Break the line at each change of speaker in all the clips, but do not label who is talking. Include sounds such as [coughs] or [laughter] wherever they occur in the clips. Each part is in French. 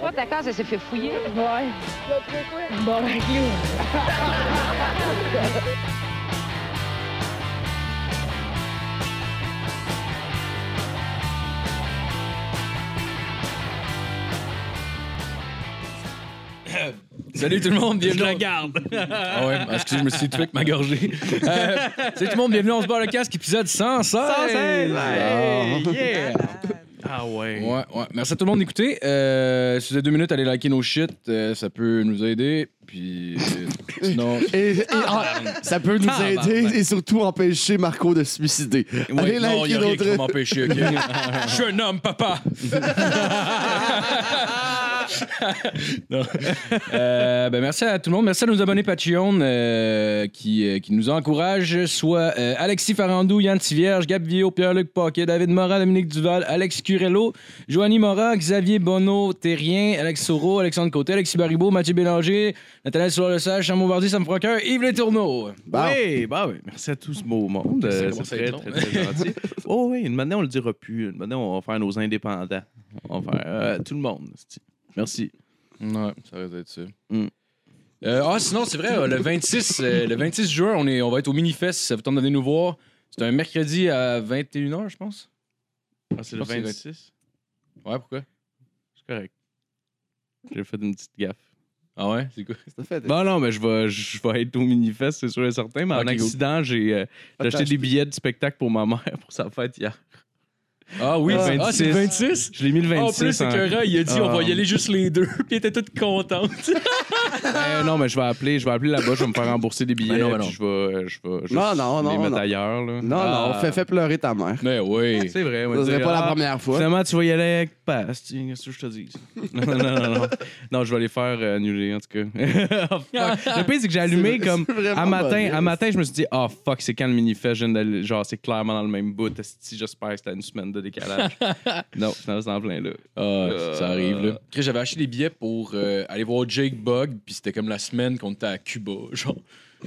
Toi, ta case, elle s'est fait fouiller.
Ouais. Bon, ben, clou.
Salut tout le monde,
Je
bienvenue.
la garde.
Ah ouais, excusez, je me suis tué avec ma gorgée. Euh, salut tout le monde, bienvenue, on se barre le casque, épisode 116.
Hey, yeah. Ah ouais.
Ouais, ouais. Merci à tout le monde d'écouter. Euh, si vous avez deux minutes, allez liker nos shit, euh, ça peut nous aider. Puis euh, sinon,
Et, et- ah, ça peut nous
Ah,
aider
ben, ben.
et surtout empêcher Marco de se suicider.
Ouais,
Allez
non, il y
liker
a rien qui va
notre...
m'empêcher. [laughs] ok? Je suis un homme, papa. [laughs] Non. Euh, ben, merci à tout le monde. Merci à nos abonnés Patreon euh, qui, euh, qui nous encouragent, soit euh, Alexis Farandou, Yann Tivierge, Gab Villot, Pierre-Luc Paquet, David Morin, Dominique Duval, Alex Curello, Joanny Morin, Xavier Bonneau, Terrien, Alex Soro, Alexandre Côté, Alexis Baribeau, Mathieu Bélanger, Nathalie soulard lesage Jean Mauvardier, Sam Frocker, Yves Les Tourneaux.
Bon.
Oui, bah oui, merci à tout ce beau monde.
Ça
Euh,
commence à
C'est très,
être
très,
long.
très gentil. Oh oui, une manière, on le dira plus. Une manière, on va faire nos indépendants. On va faire euh, tout le monde. c'est-tu. Merci.
Ouais, ça risque d'être ça.
Mm.
Euh, ah, sinon, c'est vrai, euh, le 26, euh, le 26 juin, on, est, on va être au Minifest, si ça vous tente de venir nous voir. C'est un mercredi à 21h, je pense.
Ah, c'est
le 26? Ouais, pourquoi?
C'est correct. J'ai fait une petite gaffe.
Ah ouais, c'est quoi?
Ça fait-
Bon, non, mais je vais, je vais être au Minifest, c'est sûr et certain. Mais en
Ok, cool.
accident, j'ai euh, j'ai acheté
Attends,
des billets de spectacle pour ma mère pour sa fête hier.
Ah oui,
Le
c'est- ah, c'est le
26.
26?
Je l'ai mis le 26.
Ah, en plus, c'est
en-
que il a dit on va
Ah.
y aller juste les deux, [laughs] puis elle était toute
[laughs]
contente.
Euh, non, mais je vais appeler, je vais appeler là-bas, je vais me faire rembourser des billets.
Ben non, ben
puis je vais, euh, je vais juste
Non, non, non,
les mettre
non.
ailleurs. Là.
Non,
Ah.
non, fais, fais pleurer ta mère.
Mais oui.
C'est vrai. on va
Ce serait
dire,
pas la
ah,
première fois.
Finalement, tu vas y aller avec Paz. tu- Qu'est-ce que je te dis? [laughs] non, non, non, non. Non, je vais les faire euh, annuler, en tout cas. [laughs] Oh, fuck. le pire, c'est que j'ai allumé
C'est-
comme.
c'est vraiment
À matin,
modeste.
à matin, je me suis dit, ah fuck, c'est quand le mini-fest? Je viens d'aller- Genre, c'est clairement dans le même bout. esti, J'espère que c'était une semaine de
[laughs]
décalage. non, finalement, c'est en plein là.
Ah, ça
Euh.
arrive, là. Chris, J'avais acheté des billets pour euh, aller voir Jake Bug, puis c'était comme la semaine qu'on était à Cuba, [laughs] genre.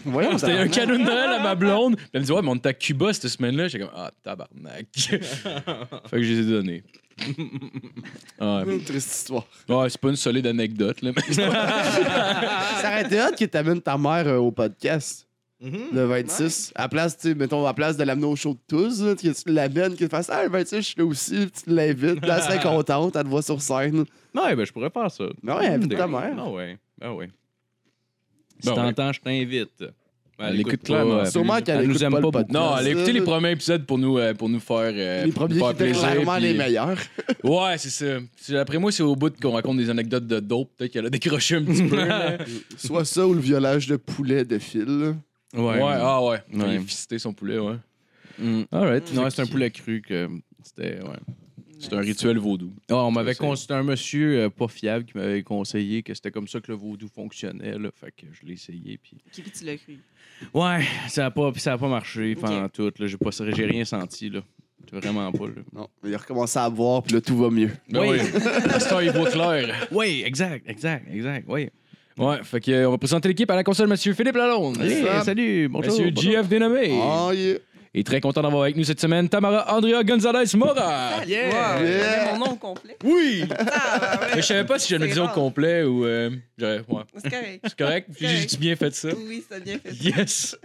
Voyons,
C'était un
tabarnak.
cadeau de Noël à ma blonde. Puis Elle me dit Ouais, mais on était à Cuba cette semaine-là. J'étais comme Ah, [laughs] tabarnak. fait que je les ai [laughs] donnés. ouais,
une triste histoire.
Ouais, c'est pas une solide anecdote, là. mais- Ah.
Ça aurait été hot que t'amènes ta mère euh, au podcast.
Mm-hmm.
Le 26. À place, tu sais, mettons, à place de l'amener au show de tous, là, que tu l'amènes, que tu fasses Ah, le 26, je suis là aussi, puis tu l'invites,
[laughs]
là, elle serait contente, elle te voit sur scène.
Ouais, ben, je pourrais faire ça.
Mais ouais, invite ta mère.
Non, ouais. Ah, ouais. Si
Ben ouais.
t'entends, je t'invite.
Elle écoute clairement.
pas, euh,
Sûrement qu'elle
elle nous
écoute
aime
pas
pas
le
beaucoup.
podcast. [laughs]
non, allez écouter les
là.
premiers épisodes pour nous, euh, pour nous faire, euh,
Les
pour nous
premiers
faire
qui étaient
plaisir.
clairement les
puis- euh,
meilleurs.
Ouais, c'est ça. C'est- Après moi, c'est au bout qu'on raconte des anecdotes de dope. Peut-être qu'elle a décroché un petit peu. là.
Soit ça ou le violage de poulet de fil.
[laughs] ouais. ah ouais.
Ouais.
Il a fisté son poulet, ouais.
Mm.
Alright.
Non, c'est un poulet cru que c'était. Ouais.
C'est un rituel vaudou.
Ah, on m'avait
Ça, c'est-
con- c'était un monsieur euh, pas fiable qui m'avait conseillé que c'était comme ça que le vaudou fonctionnait. Là, fait que je l'ai essayé. Puis...
Qui que tu l'as cru?
Ouais, ça a pas, puis ça a pas marché
Ok.
pendant tout. là. J'ai pas, j'ai rien senti là. Vraiment pas là.
Non, il a recommencé à boire, puis là, tout va mieux.
Ben
Oui.
oui. [laughs] Parce qu'il voit clair.
Oui, exact, exact, exact. Oui.
Ouais, fait que, euh, on va présenter l'équipe à la console, monsieur Philippe Lalonde.
Hey,
ça.
salut, bonjour.
Monsieur
bonjour.
GF dénommé.
Ah.
Oh, yeah.
Et très content d'avoir avec nous cette semaine Tamara Andrea Gonzalez
[laughs]
Mora.
Ah, Yeah!
Yeah.
Mon nom complet.
Oui!
Ah, ouais,
Mais je savais pas si je le
C'est
disais au
rare.
complet ou. euh, j'aurais- ouais.
C'est correct.
C'est correct?
C'est correct.
J'ai bien fait
[laughs]
ça.
Oui, ça a bien fait.
Yes!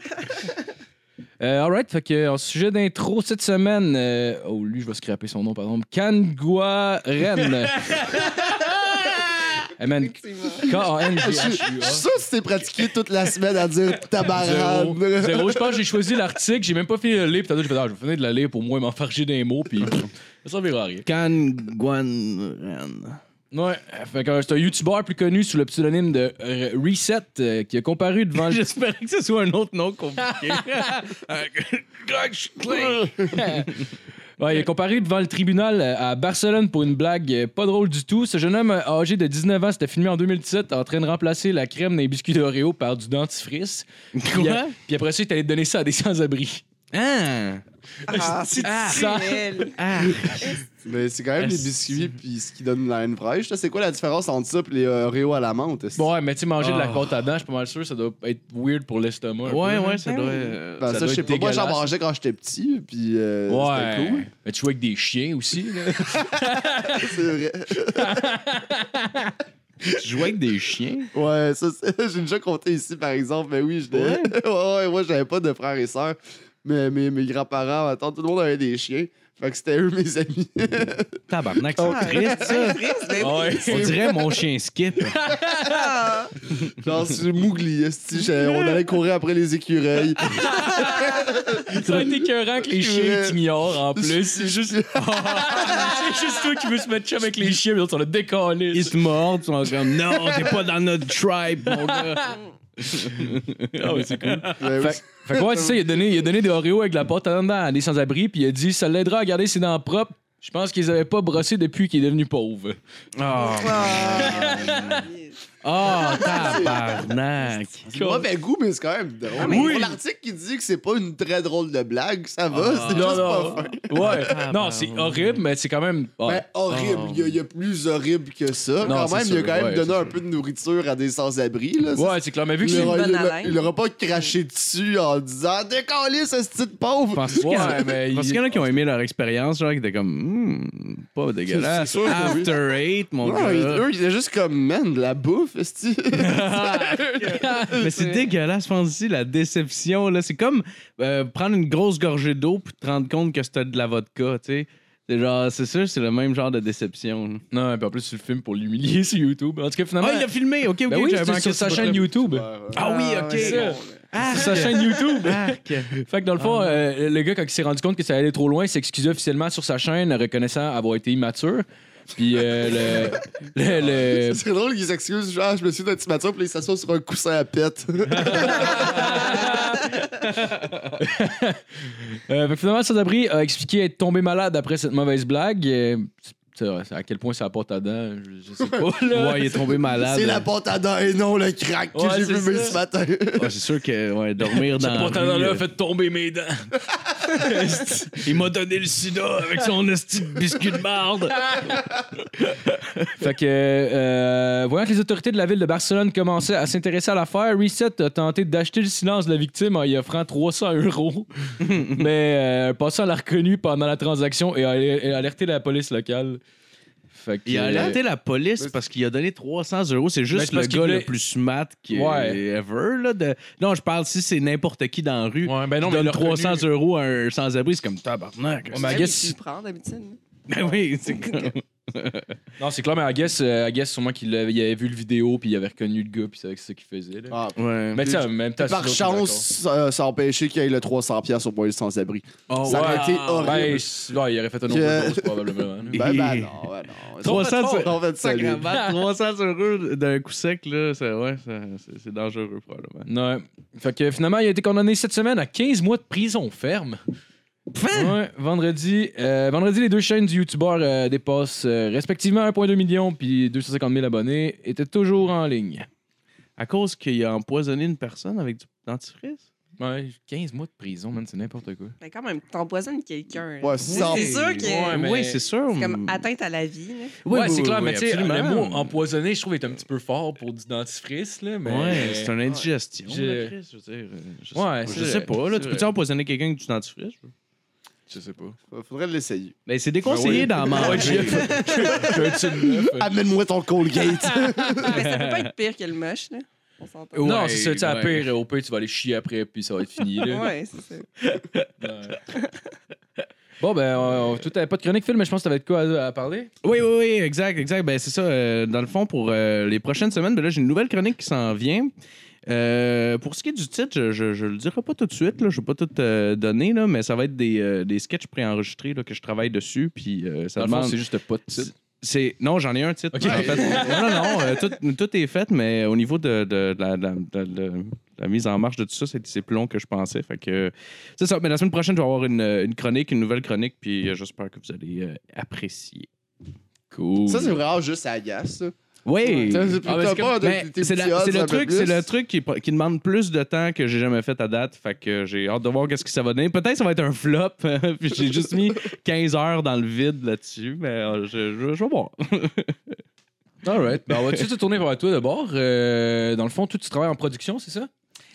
Euh, Alright, fait que, en sujet d'intro cette semaine, euh, oh lui je vais scraper son nom par exemple, Kangua
[laughs]
Ren. hey man,
Effectivement.
K-A-N-G-H-U-A.
Je suis sûr que tu t'es pratiqué toute la semaine à
[laughs]
dire
Zéro.
tabarade.
Zéro. Je pense que j'ai choisi l'article, j'ai même pas fini de le lire, puis tantôt j'ai fait, ah, je vais finir de le lire pour moi m'enfarger des mots,
[laughs]
puis ça servira à rien.
Kan Guan
Ouais, fait que c'est un youtubeur plus connu sous le pseudonyme de euh, Reset euh, qui a comparu devant
[laughs]
le.
J'espérais que ce soit un autre nom
[laughs]
compliqué. Euh, Grudge Clay.
Ouais, il a comparu devant le tribunal euh, à Barcelone pour une blague euh, pas drôle du tout. Ce jeune homme euh, âgé de 19 ans s'était filmé en 2017 en train de remplacer la crème des biscuits d'Oreo par du dentifrice. Puis, euh,
Quoi?
puis après ça, il est allé donner ça à des [laughs] sans-abri.
Ah!
Ah, c'est
Ah, ça.
cruel.
Ah!
Mais c'est quand même les biscuits, puis ce qui donne la haine fraîche. là. C'est quoi la différence entre ça, puis les euh, Oreo à la menthe? est-ce que-
Bon, ouais, mais tu sais, manger de la
Ah.
côte à dents, je suis pas mal sûr, ça doit être weird pour l'estomac. un peu,
Ouais,
là.
ouais, ça doit.
Ben, ça,
doit
je sais
être
pas. Moi, j'en
dégueulasse.
mangeais quand j'étais petit, puis euh,
Ouais.
c'était cool.
[laughs] Mais tu joues avec des chiens aussi. là.
C'est vrai.
Tu jouais avec des chiens?
Ouais, ça, c'est- [laughs] j'ai déjà compté ici, par exemple. Mais oui, je ouais. [laughs] ouais, moi, j'avais pas de frères et sœurs. Mais mes, mes grands-parents, attends, tout le monde avait des chiens. Fait que c'était eux, mes amis. [laughs]
Tabarnak,
Oh.
c'est triste, ça.
Ah, Triste, mais oui.
Ouais.
On dirait mon chien skip.
Ah.
Genre, c'est Mougli, esti, j'avais- on allait courir après les écureuils.
Ça va être écœurant que les chiens t'ignorent en plus. C'est juste. [laughs] c'est juste toi qui veux se mettre chum avec les chiens, mais l'autre, on le décollé.
Ils te mordent, ils sont comme non, t'es pas dans notre tribe, mon gars.
Ah ouais, c'est cool.
Ben oui.
Fait, fait que ouais, c'est ça, il a, donné, il a donné des Oreos avec de la pâte à dedans à des sans-abri, puis il a dit ça l'aidera à garder ses dents propres. Je pense qu'ils avaient pas brossé depuis qu'il est devenu pauvre.
Oh,
Ah.
oh
Ah!
tabarnak.
C'est pas mauvais goût, mais c'est quand même drôle.
Ah,
mais-
Pour l'article qui dit que c'est pas une très drôle de blague, ça va,
Ah.
c'est juste pas fin.
Ouais. non, c'est horrible, mais c'est quand même. ah.
Ben, horrible, il y a- il y, a plus horrible que ça.
Non,
quand même,
c'est
il a
sûr,
quand même
ouais,
donné
c'est
un peu de nourriture à des sans-abri.
Ben,
là.
ouais, c'est clair. Mais vu que
Il
c'est.
aura-
bonne
il aura-
haleine.
il aura pas craché dessus en disant Décalé, ce petit pauvre!
Parce qu'il y en a-
Ouais, mais il-
parce qu'il y en a qui ont aimé leur expérience, genre, qui étaient comme, hmm, pas dégueulasse.
C'est sûr que oui.
After Eight, mon
Non, il-
gars.
eux, ils étaient juste comme, man, de la bouffe,
[laughs]
esti. [laughs]
Mais c'est dégueulasse, pense-y, la déception, là. C'est comme euh, prendre une grosse gorgée d'eau puis te rendre compte que c'était de la vodka, tu sais. C'est genre, c'est sûr, c'est le même genre de déception. là.
Non, puis en plus, tu le filmes pour l'humilier [laughs] sur YouTube. En tout cas, finalement.
Ah, il a filmé, ok, ok,
Ben oui,
j'avais
c'est
manqué
sur sa
ce
chaîne
bout-là.
YouTube.
Ah oui, ok.
C'est ça.
Ah,
Sur sa chaîne YouTube.
Arc.
Fait que dans le fond,
Ah.
euh, le gars, quand il s'est rendu compte que ça allait trop loin, il s'est excusé officiellement sur sa chaîne, reconnaissant avoir été immature. Puis euh, le,
[laughs]
le- le-
Ah,
C'est drôle qu'ils s'excusent, genre, je me suis d'un petit matin, puis ils s'assoient sur un coussin à pète.
Euh, fait que finalement, sans-abri a expliqué être tombé malade après cette mauvaise blague. Euh, c'est vrai, à quel point ça apporte à dents, je, je sais
[laughs]
pas. là.
Ouais, il est tombé malade.
C'est la pâte à dents et non le crack que
Ouais,
j'ai
c'est
fumé
ça.
ce matin.
Ouais, c'est sûr que
[laughs]
ouais, dormir dans
Cette
la
porte à dents
rue,
là
euh,
a fait tomber mes dents.
[laughs] Il m'a donné le sida avec son esti de biscuit de marde.
[laughs] Fait que, euh, voyant que les autorités de la ville de Barcelone commençaient à s'intéresser à l'affaire, Reset a tenté d'acheter le silence de la victime en y offrant 300
[laughs]
euros. Mais euh, un passant l'a reconnu pendant la transaction et a, et a alerté la police locale. Fait que, euh,
Il a alerté la police parce qu'il a donné 300 euros. C'est
Ben,
juste
c'est
le
parce
gars
qu'il voulait-
le plus smart qui
Ouais.
ever. Là, de... Non, je parle si c'est n'importe qui dans la rue.
Ouais, ben non,
qui
mais il
donne
l'a
300
reconnu.
euros à un sans-abri, c'est comme tabarnak.
Ouais, mais I
Ouais, mais
guess-
tu le prends d'habitude. hein.
Ben oui, c'est comme-
Non, c'est clair, mais I guess, euh, I guess sûrement qu'il avait, il avait vu le vidéo puis il avait reconnu le gars puis il savait que c'est ce qu'il faisait. là.
Ah,
Ouais.
mais tu sais, en même temps,
Par
c'est-
chance, euh, ça a empêché qu'il y ait le 300$ au moins sans-abri.
Oh,
ça aurait
wow.
été
Ben,
horrible.
c'est- ouais, il aurait fait un autre
Que-
chose probablement. hein. là.
[laughs] Ben, ben non, ben non.
300
Ils sont pas- ils sont pas de salut.
Sacrément, 300 euros d'un coup sec, là, c'est ouais, ça- c'est- c'est dangereux probablement.
Ouais. Fait que finalement, il a été condamné cette semaine à 15 mois de prison ferme. Ouais, vendredi, euh, vendredi, les deux chaînes du YouTuber euh, dépassent euh, respectivement 1,2 million puis 250 000 abonnés étaient toujours en ligne.
À cause qu'il a empoisonné une personne avec du dentifrice?
Ouais, 15 mois de prison, man, c'est n'importe quoi.
Mais Ben, quand même, t'empoisonnes quelqu'un.
Ouais,
c'est
ça-
c'est sûr que
Ouais, mais-
Oui, c'est sûr.
c'est comme atteinte à la vie. là.
Oui,
ouais,
oui,
c'est clair,
oui,
mais tu sais,
absolument.
le mot empoisonné, je trouve, est un petit peu fort pour du dentifrice, là, mais...
Ouais, c'est une indigestion.
Je-
là, Chris, je veux dire, euh, je
Ouais,
sais,
c'est
je sais
vrai,
pas. Là,
c'est
tu
vrai.
peux-tu empoisonner quelqu'un avec du dentifrice?
Je sais pas. Ah
Faudrait l'essayer.
Ben, c'est déconseillé [laughs]
[laughs]
d'en manger.
hein.
Amène-moi ton Colgate.
Mais ça peut pas être pire que le moche. Là. On s'entend.
non,
Ouais,
c'est ça, tu sais, à
ouais.
pire, au pire, tu vas aller chier après, puis ça va être fini, là.
[laughs] Ouais, c'est ça.
Bon, ben, on, on- tout à- pas de chronique, Phil, mais je pense que t'avais de quoi à, à parler.
Oui, oui, oui, exact, exact. Ben, c'est ça. euh, dans le fond, pour euh, les prochaines semaines, ben là, j'ai une nouvelle chronique qui s'en vient. Euh, pour ce qui est du titre, je, je, je le dirai pas tout de suite, là, je vais pas tout euh, donner, là, mais ça va être des, euh, des sketchs préenregistrés là, que je travaille dessus. Puis, euh, ça
Dans le fond,
demande...
c'est juste pas de titre. [laughs]
C'est non, j'en ai un titre.
Ok.
En
[laughs]
fait, non, non, non, euh, tout, tout est fait, mais au niveau de, de- de la, de la- de- de la mise en marche de tout ça, c'est c'est plus long que je pensais. Fait que c'est ça. Mais la semaine prochaine, je vais avoir une, une chronique, une nouvelle chronique, puis euh, j'espère que vous allez euh, apprécier. Cool.
Ça, c'est vraiment juste agace. ça.
Oui.
Ça, c'est-
Ah, mais
t'as
c'est
pas
comme-
un de
mais
tes
c'est la-
petits odds
c'est
un
le
peu
truc,
plus.
c'est le truc qui, qui demande plus de temps que j'ai jamais fait à date. Fait que j'ai hâte de voir qu'est-ce que ça va donner. Peut-être que ça va être un flop. [laughs] puis j'ai juste mis 15 heures dans le vide là-dessus, mais euh, je, je, je vais voir.
All right. Ben, on va tout de suite se tourner vers toi d'abord. Euh, dans le fond, toi, tu travailles en production, c'est ça?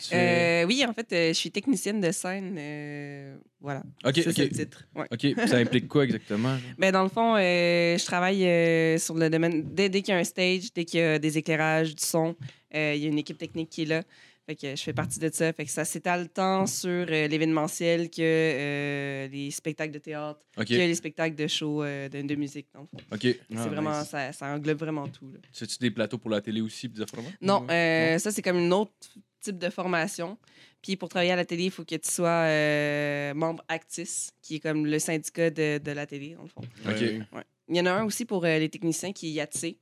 Tu fais-
Euh, oui, en fait, euh, je suis technicienne de scène. euh, voilà.
Ok,
C'est ça
ok.
le titre. Ouais.
OK, ça implique quoi exactement?
Ben, dans le fond, euh, je travaille euh, sur le domaine. Dès, dès qu'il y a un stage, dès qu'il y a des éclairages, du son, euh, il y a une équipe technique qui est là. Fait que je fais partie de ça. Fait que ça s'étale tant sur euh, l'événementiel que euh, les spectacles de théâtre,
OK,
que les spectacles de show euh, de, de musique, dans le fond.
OK.
Ah,
c'est vraiment,
nice. Mm-hmm.
ça, ça englobe vraiment tout. là.
Tu fais-tu des plateaux pour la télé aussi, pis des affaires de même?
Non, euh, ça, c'est comme une autre type de formation. Puis pour travailler à la télé, il faut que tu sois euh, membre Actis, qui est comme le syndicat de, de la télé, dans le fond.
OK.
Ouais.
Il y en a un aussi pour euh, les techniciens qui est IATC.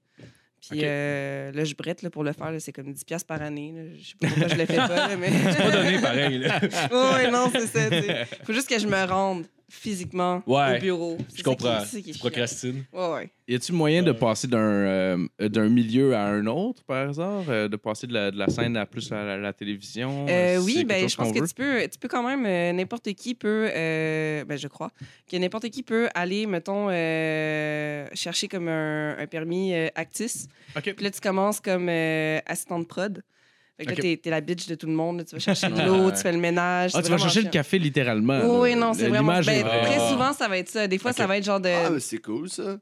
Puis
Ok.
euh, là, je brette là, pour le faire. là, C'est comme 10$ piastres par année. là. Je sais pas pourquoi je le fais pas. là, mais...
C'est pas donné
[laughs]
pareil, là.
oui, non, c'est ça. tu sais. faut juste que je me rende physiquement
Ouais,
au bureau.
Je comprends.
Tu
Tu procrastines.
Ouais, ouais.
Y a-t-il moyen de passer d'un euh, d'un milieu à un autre, par hasard? euh, de passer de la, de la scène à plus à la, la télévision?
Euh,
euh, c'est
oui,
quelque
ben,
chose
je pense
qu'on
que
veut?
tu peux, tu peux quand même, euh, n'importe qui peut, euh, ben, je crois, que n'importe qui peut aller, mettons, euh, chercher comme un, un permis euh, Actis.
OK.
Puis là, tu commences comme euh, assistant de prod. Fait que
OK.
là, t'es- t'es la bitch de tout le monde. là. Tu vas chercher
Ouais.
l'eau, tu fais le ménage.
Ah,
c'est
tu vas
vraiment
chercher le
chiant.
café littéralement.
Oui,
là.
oui, non, c'est vraiment.
L'image est
ben,
vraie.
Très
Ah.
souvent, ça va être ça. Des fois,
OK.
ça va être genre de.
Ah, mais c'est cool, ça.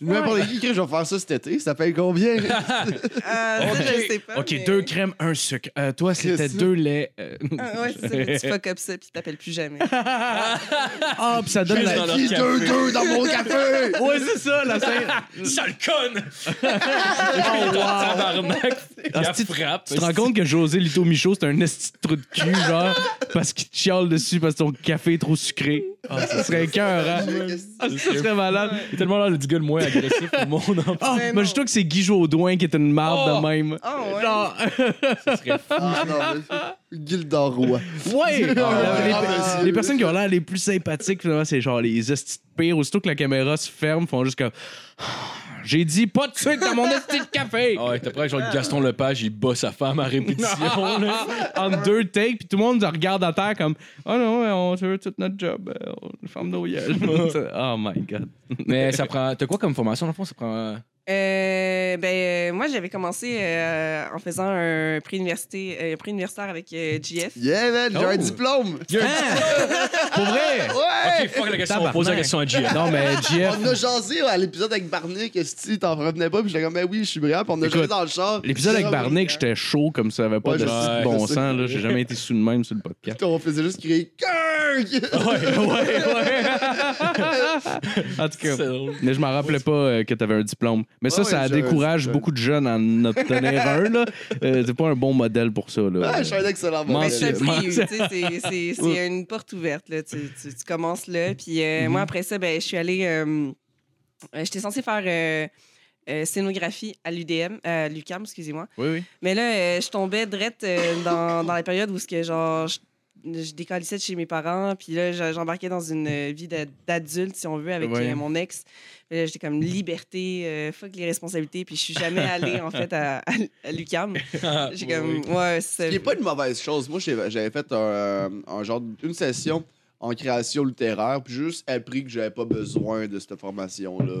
N'importe qui que je vais faire ça cet été, ça paye combien?
Ah, ça, [laughs] je
OK.
sais pas,
OK,
mais-
deux crèmes, un sucre. Euh, toi, c'était
Qu'est-ce que-
deux laits. Euh,
Ah, ouais, c'est ça. puis Tu fuck up ça, puis tu t'appelles plus jamais.
[laughs] Ah, puis ça donne
J'ai
la...
dans
la
leur
vie
café.
deux, deux dans mon café!
[laughs] Ouais, c'est ça, la scène. Ah,
Sale
[laughs]
conne! Oh, Tabarnak!
Ah, c'est-
Il frappe.
Tu te rends compte que José Lito Michaud, c'est un esti de trou de cul, genre, parce qu'il te chiale dessus parce que ton café est trop sucré. Ah, ça serait cœur, hein? Ah, ça serait malade.
Il est tellement là le gars le moins agressif au monde. en plus.
Ah,
Mais non.
imagine-toi que c'est Guy Jodoin qui est une marde
Oh.
de même.
Ah, ouais.
Genre, [laughs]
Ça
[laughs]
serait fou.
Ah, non, mais... Gildor Roy.
ouais!
Ah,
les,
ah,
les personnes qui ont l'air les plus sympathiques, finalement, c'est genre les estis de pires. Aussitôt que la caméra se ferme, font juste comme. J'ai dit pas de sucre dans mon esti de café!
Ah ouais, t'as pris genre Gaston Lepage, il bat sa femme à
[laughs]
répétition. là.
[laughs] en deux takes, puis tout le monde regarde à terre comme Oh non, on veut tout notre job, euh, on ferme nos gueules. oh my god.
Mais ça prend. T'as quoi comme formation dans le fond? Ça prend. euh,
Euh, ben, euh, moi, j'avais commencé euh, en faisant un prix, université, euh, prix universitaire avec euh, GF.
Yeah, man, j'ai
Oh.
un diplôme!
Ah! [laughs]
Pour vrai?
Ouais!
Ok, fuck la question. On
Tabarnak.
pose la question à JF.
Non, mais Jeff,
On a jasé à l'épisode avec Barnick, si t'en revenais pas, puis j'étais comme, ben oui, je suis brillant, puis on a
Écoute,
jasé dans le char.
l'épisode avec
J'ai
Barnick, j'étais chaud comme ça, avait pas
Ouais,
de
je
style
sais,
de bon
je sais.
sens, là. J'ai jamais été sous de même sur le podcast.
Puis on faisait juste crier Kirk!
[laughs] ouais, ouais. en tout cas.
C'est drôle.
Mais je m'en rappelais pas euh, que tu avais un diplôme. Mais ça,
Ouais,
ça
j'avais un
décourage
diplôme.
beaucoup de jeunes à en obtenir un. [laughs] là. Euh, c'est pas un bon modèle pour ça. Là.
Ah, je suis un excellent
Moi,
Ben,
modèle.
c'est un
c'est-
prix, tu sais, c'est- c'est- c'est une porte ouverte. Là. Tu, tu- tu commences là. Puis euh, moi, après ça, ben, je suis allée. euh, euh, J'étais censée faire euh, euh, scénographie à l'UDM, euh, à l'UCAM, excusez-moi.
Oui, oui.
Mais là, euh, je tombais drette euh, dans, dans la période où ce que genre je, je décalissais de chez mes parents, puis là je- j'embarquais dans une euh, vie de- d'adulte si on veut avec
Ouais.
euh, mon ex. Puis là, j'étais comme liberté, euh, fuck les responsabilités, puis je suis jamais allée en fait à, à, à l'UQAM. [laughs]
Ah,
J'ai comme ouais,
Ce
c'est
qui est pas une mauvaise chose. Moi, j'ai- j'avais fait un, euh, un genre une session en création littéraire, puis juste appris que j'avais pas besoin de cette formation-là.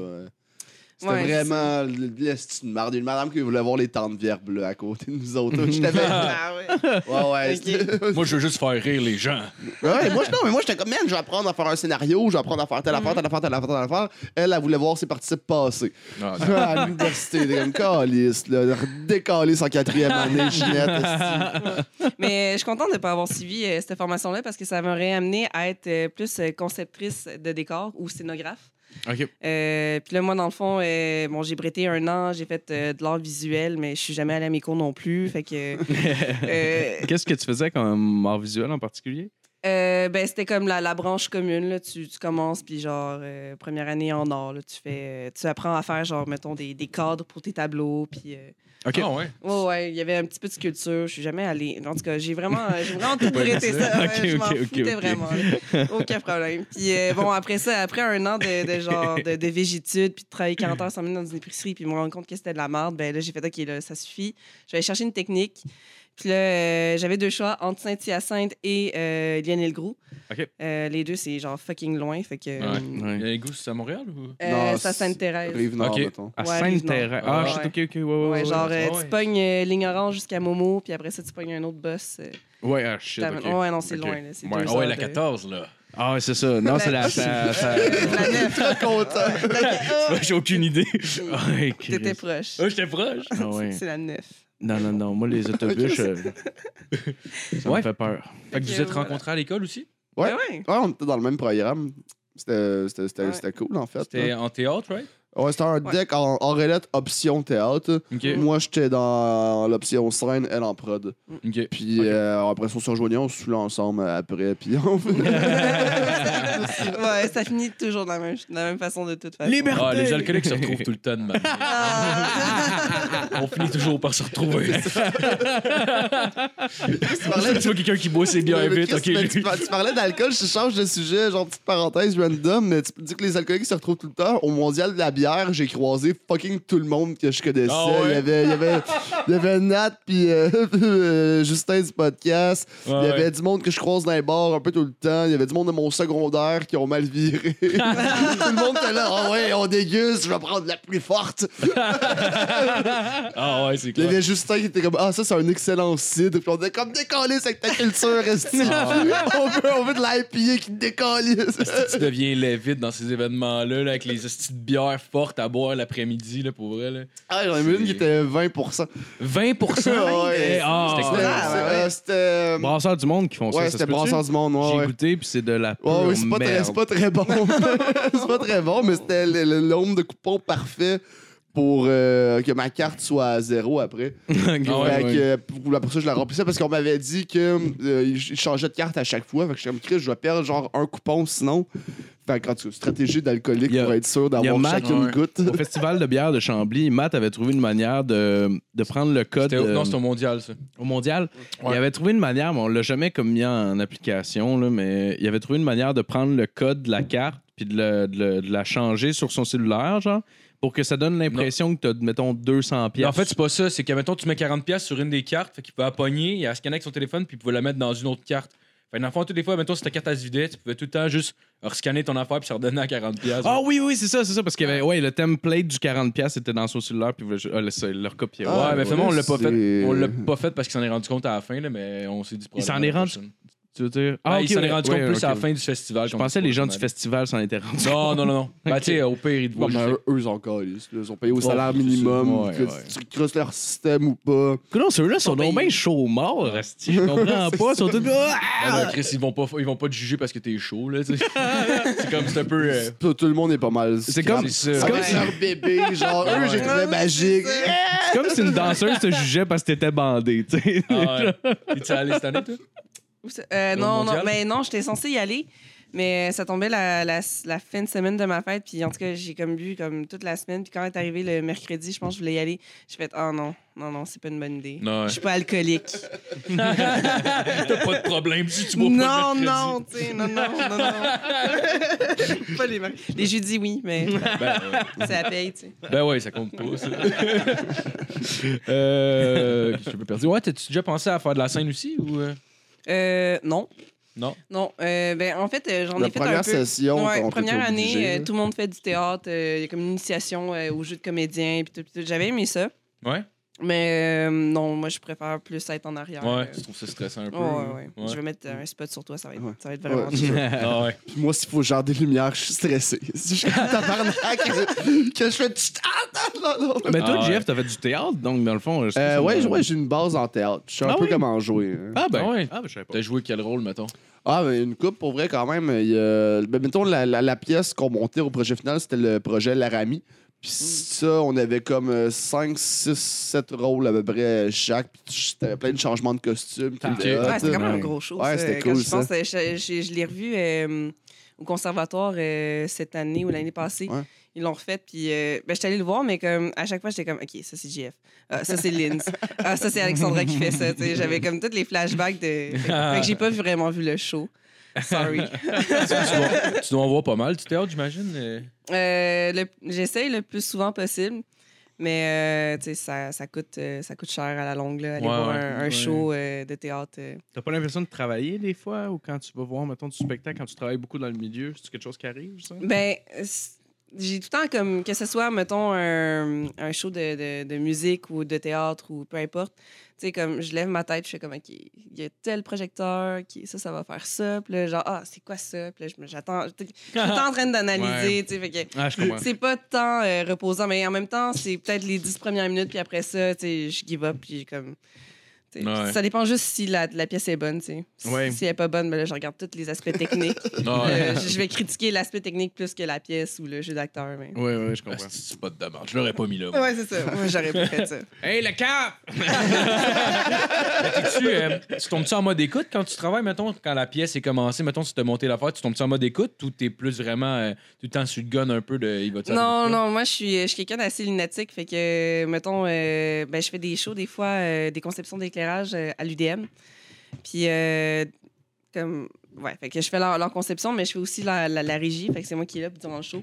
C'était
Ouais,
vraiment de l'estime de marde. Il y a Une madame qui voulait voir les tantes verts bleues à côté de
[laughs]
nous autres. Je [laughs] t'avais-
Ah ouais.
ouais, ouais.
Ok.
c'était-
Moi, je veux juste faire rire les gens.
ouais, moi, je- non, mais moi, j'étais comme, man, je vais apprendre à faire un scénario, je vais apprendre à faire telle
Mm.
affaire, telle affaire, telle affaire, telle affaire. Elle, elle voulait voir ses participes passer.
Ah,
à l'université, t'es comme calice, là. Décalisse en quatrième
[laughs]
année, Ginette. esti.
Mais euh, je suis contente de ne pas avoir suivi euh, cette formation-là parce que ça m'aurait amenée à être euh, plus euh, conceptrice de décor ou scénographe.
OK.
Euh, Puis là, moi, dans le fond, euh, bon, j'ai bretté un an, j'ai fait euh, de l'art visuel, mais je suis jamais allée à mes cours non plus. Fait que.
[laughs]
euh,
Qu'est-ce que tu faisais comme art visuel en particulier?
euh, ben, c'était comme la, la branche commune. Là. Tu, tu commences, puis genre, euh, première année en art, là, tu, fais, euh, tu apprends à faire, genre, mettons, des, des cadres pour tes tableaux. Puis. euh,
Ah,
Ok. ouais.
Ouais, ouais, il y avait un petit peu de sculpture. Je suis jamais allée. En tout cas,
[laughs]
j'ai vraiment, j'ai vraiment tout prêté
ça.
ça. Ouais,
Ok,
je m'en
ok, ok,
foutais
ok.
vraiment. là. Aucun problème. Puis euh, bon, après ça, après un an de, de genre de, de végétude, puis de travailler 40 heures sans dans une épicerie, puis me rendre compte que c'était de la merde, ben là, j'ai fait OK, là, ça suffit. Je vais aller chercher une technique. Puis là, euh, j'avais deux choix entre Saint-Hyacinthe et euh, Lionel Groux.
OK.
Euh, les deux, c'est genre fucking loin. Fait que.
Ouais.
Ouais.
Il y a les goûts, c'est à Montréal ou.
euh,
Non,
c'est à Sainte-Thérèse.
Rive-Nord,
Ok.
mettons.
À
Ouais,
Sainte-Thérèse. Ah,
Rive-Nord.
shit, ok, ok, ouais, ouais.
Ouais,
ouais,
genre,
ouais.
euh,
Ah, ouais.
tu pognes euh, ligne orange jusqu'à Momo, puis après ça, tu pognes un autre boss. euh,
Ouais, ah, shit.
t'amènes-
ok.
Ouais, non, c'est
Ok.
loin. Là, c'est
Ouais.
deux
Ah ouais,
heures
la
de-
14, là.
Ah, ouais, c'est ça. Non, c'est
[laughs]
la. ça- ça-
La
[laughs]
neuf.
Très content.
J'ai aucune
[laughs]
idée.
Ah, Ouais,
T'étais
Christ.
proche.
Ah, j'étais proche.
Ah, ouais.
[laughs] C'est la neuf.
Non, non, non. Moi,
[laughs]
les autobus, euh, ça
Ouais.
me fait peur.
Fait que
Ok,
vous êtes
voilà.
rencontrés à l'école aussi?
Ouais.
Ben ouais.
Ouais, on était dans le même programme. C'était c'était- c'était-
Ouais.
c'était cool, en fait.
C'était en théâtre, right?
Ouais, c'était un
Ouais.
deck en, en relette option théâtre.
OK.
Moi, j'étais dans l'option scène, elle en prod.
OK.
Puis euh, après, on se rejoignait, on se saoulait ensemble euh, après. Puis
[laughs]
on... [laughs]
ouais, ça finit toujours de la même, de la même façon de toute façon.
Liberté!
Ah, les alcooliques se retrouvent tout le temps de même.
Ah.
On finit toujours par se retrouver.
tu parlais
tu vois quelqu'un qui boit ses bières
Mais
vite,
Chris,
OK.
mais tu, par- tu parlais d'alcool, je change de sujet, genre petite parenthèse random, mais tu dis que les alcooliques se retrouvent tout le temps. Au mondial de la bière, j'ai croisé fucking tout le monde que je connaissais.
Ah ouais?
Il y avait, il
[laughs]
y avait, il y avait Nat puis euh, [laughs] euh, Justin du podcast.
Ouais,
il y avait
Ah ouais.
du monde que je croise dans les bars un peu tout le temps. Il y avait du monde de mon secondaire qui ont mal viré. [laughs] tout le monde était là, ah ouais, on déguste, je vais prendre la plus forte.
Ah ouais, c'est
Il y
clair.
avait Justin qui était comme Ah, ça, c'est un excellent cidre. Puis on était comme décalisse avec ta culture, esti.
Ah.
on, veut, on veut de l'IPA qui décalisse.
Tu deviens lévite dans ces événements-là, là, avec les petites bières fortes à boire l'après-midi, là, pour vrai. Là.
Ah, j'en ai vu une qui était 20%.
20
Ouais.
Eh, ah,
C'était-
ouais.
c'est- euh, C'était. euh,
Brasseurs du monde qui font ça.
Ouais,
ça
c'était
se peut-tu?
Brasseurs du Monde, ouais.
J'ai
ouais.
goûté, puis c'est de la pure
Ouais, ouais, c'est pas, très-
merde.
c'est pas très bon. [laughs] c'est pas très bon, mais c'était le, le nombre de coupons parfait pour euh, que ma carte soit à zéro après.
Ok,
Ah
Fait
ouais.
que, euh, pour, pour ça, je la remplissais parce qu'on m'avait dit que euh, il- il changeait de carte à chaque fois. Fait que je suis comme Chris, je vais perdre genre un coupon sinon. Fait que, en tout cas, stratégie d'alcoolique
Il y a-
pour être sûr
il y a
d'avoir
Mac,
chacune
ouais.
goutte.
Au festival de bière de Chambly, Matt avait trouvé une manière de, de prendre le code
C'était au-
euh,
Non, c'était au mondial, ça.
au mondial.
Ouais.
Il avait trouvé une manière, mais on l'a jamais comme mis en application, là, mais il avait trouvé une manière de prendre le code de la carte puis de, le- de le- de la changer sur son cellulaire, genre, pour que ça donne l'impression que tu as, mettons, 200 pièces.
Mais En fait, c'est pas ça. C'est que, mettons, tu mets 40$ piastres sur une des cartes, fait qu'il pouvait la pogner, il a scanné avec son téléphone, puis il pouvait la mettre dans une autre carte. Fait que, dans le fond, toutes les fois, mettons, si ta carte à se vidait, tu pouvais tout le temps juste rescanner ton affaire, puis ça redonnait à 40$. piastres.
Ah oui, oui, c'est ça, c'est ça, parce que ouais, le template du 40$ piastres était dans son cellulaire, puis il voulait ju- ah, le, ça, il le recopiait.
Ah,
ouais, mais finalement, on l'a pas
c'est-
fait. On l'a pas fait parce qu'il s'en est rendu compte à la fin, là, mais on s'est dit.
Il s'en
probablement
est
la
rendu-
prochaine.
tu veux dire.
Ah,
ok,
il s'en
ouais,
est rendu
ouais,
compte plus
ok,
à la
ouais.
fin du festival.
Je
qu'on
pensais
dit
les gens du
probablement.
festival s'en étaient rendus
Non, non, non, [laughs] non. Bah, tu sais, au pire, ils te voient.
Ouais, mais eux, eux encore, ils, ils ont payé au
Bon,
salaire
c'est ça.
minimum.
Ouais,
que
ouais.
Tu creuses leur système ou pas.
Non, ceux-là sont
Ils sont
donc bien
payés.
chauds morts,
[laughs]
Je comprends pas. Ils sont tous.
Ah, Chris, ils vont, pas, ils vont pas te juger parce que t'es chaud, là, [laughs] tu sais. c'est comme, c'est un peu. euh, [laughs]
Tout, tout le monde est pas mal.
C'est comme-
C'est
Avec
ça.
comme si-
leur bébé, genre, eux,
Ouais.
j'ai trouvé magique.
C'est comme si une danseuse te jugeait parce que t'étais bandé, tu sais. [laughs]
Ah, ouais. Et tu es allé cette année, toi?
Où ça- euh,
Au
non, non,
mondial?
mais non, j'étais censée y aller. Mais euh, ça tombait la, la- la fin de semaine de ma fête. Puis en tout cas, j'ai comme bu comme toute la semaine. Puis quand est arrivé le mercredi, je pense que je voulais y aller. J'ai fait Oh non, non, non, c'est pas une bonne idée.
Non, ouais.
Je suis pas alcoolique.
T'as pas de problème si tu bois pas
non,
de mercredi.
non, tu sais, non, non, non, non. pas les mercredis. Les jeudis, oui, mais
Ben, ouais.
c'est à paye, tu sais.
Ben ouais, ça compte pas, ça. [laughs] euh, je suis un peu perdu. Ouais, t'as-tu déjà pensé à faire de la scène aussi ou. euh?
Euh, non.
Non.
Non. euh, ben, en fait, euh, j'en
La
ai fait un
première
peu.
session,
Ouais,
on était
première année,
obligé,
euh,
là.
tout le monde fait du théâtre. euh, Il y a comme une initiation euh, au jeu de comédien. puis tout, puis tout. J'avais aimé ça.
Ouais?
Mais euh, non, moi, je préfère plus être en arrière.
Ouais,
Euh,
tu trouves ça stressant un peu. hein?
ouais, ouais.
Ouais.
Je vais mettre un spot sur toi, ça va être,
Ouais.
ça va être vraiment
Ouais.
chill.
Ah ouais.
Puis moi, s'il faut genre des lumières, je suis stressé. [laughs] Si je suis comme tabarnak, que, que je fais Chut, ah, non, non, non.
Mais toi,
Ah ouais.
Jeff, t'as fait du théâtre, donc dans le fond. c'est
Euh,
ça,
ouais,
euh,
ouais, j'ai une base en théâtre. Je sais un
Ah
peu
oui?
comment jouer. hein.
Ah ben.
Ah ouais.
Ah ben, je savais pas.
T'as joué quel rôle, mettons?
Ah, mais une coupe, pour vrai, quand même. il y a- ben, mettons, la, la- la pièce qu'on montait au projet final, c'était le projet Laramie. Puis
Hmm.
ça, on avait comme euh, 5, 6, 7 rôles à peu près chaque. Puis tu- t'avais plein de changements de costumes. qui
Ah, Ok.
étaient hot,
Ouais, c'était
là.
quand même un
Ouais.
gros show.
Ah, Ouais,
ça.
c'était
Quand
cool,
Je, pense, euh, je, je- je l'ai revu euh, au conservatoire euh, cette année ou l'année passée.
Ouais.
Ils l'ont refait, puis euh, ben, j'étais allée le voir, mais comme à chaque fois, j'étais comme, OK, ça c'est JF. Ah, ça c'est Linz. Ah, ça c'est Alexandra qui fait ça. tu sais. J'avais comme tous les flashbacks de. Fait que- fait que j'ai pas vraiment vu le show. Sorry.
tu, dois, tu dois en voir pas mal du théâtre, j'imagine. euh.
Euh, le- J'essaye le plus souvent possible. Mais euh, tu sais, ça, ça, coûte, euh, ça coûte cher à la longue, là, aller
Ouais,
voir
ouais,
un, un
ouais.
show euh, de théâtre. euh.
T'as pas l'impression de travailler des fois ou quand tu vas voir, mettons, du spectacle, quand tu travailles beaucoup dans le milieu, c'est quelque chose qui arrive, ça?
Ben, c- j'ai tout le temps comme que ce soit, mettons, un, un show de, de- de musique ou de théâtre ou peu importe. Tu sais, comme je lève ma tête, je fais comme, OK, il y a tel projecteur, qui, ça, ça va faire ça. Puis là, genre, ah, c'est quoi ça? Puis là, je me- j'attends. Je suis tout le temps en train d'analyser, tu sais. fait que
[laughs] Ah, je comprends.
C'est pas tant euh, reposant, mais en même temps, c'est peut-être les 10 premières minutes, puis après ça, tu sais, je give up, puis comme. tu sais,
Ouais.
Ça dépend juste si la, la pièce est bonne. tu sais. Si,
Ouais.
si elle est pas bonne, ben là, je regarde tous les aspects techniques. Euh, je je vais critiquer l'aspect technique plus que la pièce ou le jeu d'acteur. Mais...
Oui, oui, je
Ah,
comprends.
c'est- C'est pas de demande. Je l'aurais pas mis là. moi.
Ouais, c'est ça. Moi, j'aurais pas fait ça.
Hey, le
[laughs]
cap!
tu, euh, tu tombes-tu en mode écoute quand tu travailles, mettons, quand la pièce est commencée, mettons, tu t'es monté l'affaire, tu tombes-tu en mode écoute ou t'es plus vraiment euh, tout le temps sur le gun un peu de il va
Non, non, moi, je suis, je suis quelqu'un d'assez lunatique. Fait que, mettons, euh, ben, je fais des shows, des fois, euh, des conceptions d'éclairage euh, à l'UDM. Puis, euh, comme, ouais, fait que je fais leur, leur conception, mais je fais aussi la, la- la régie. Fait que c'est moi qui est là durant le show.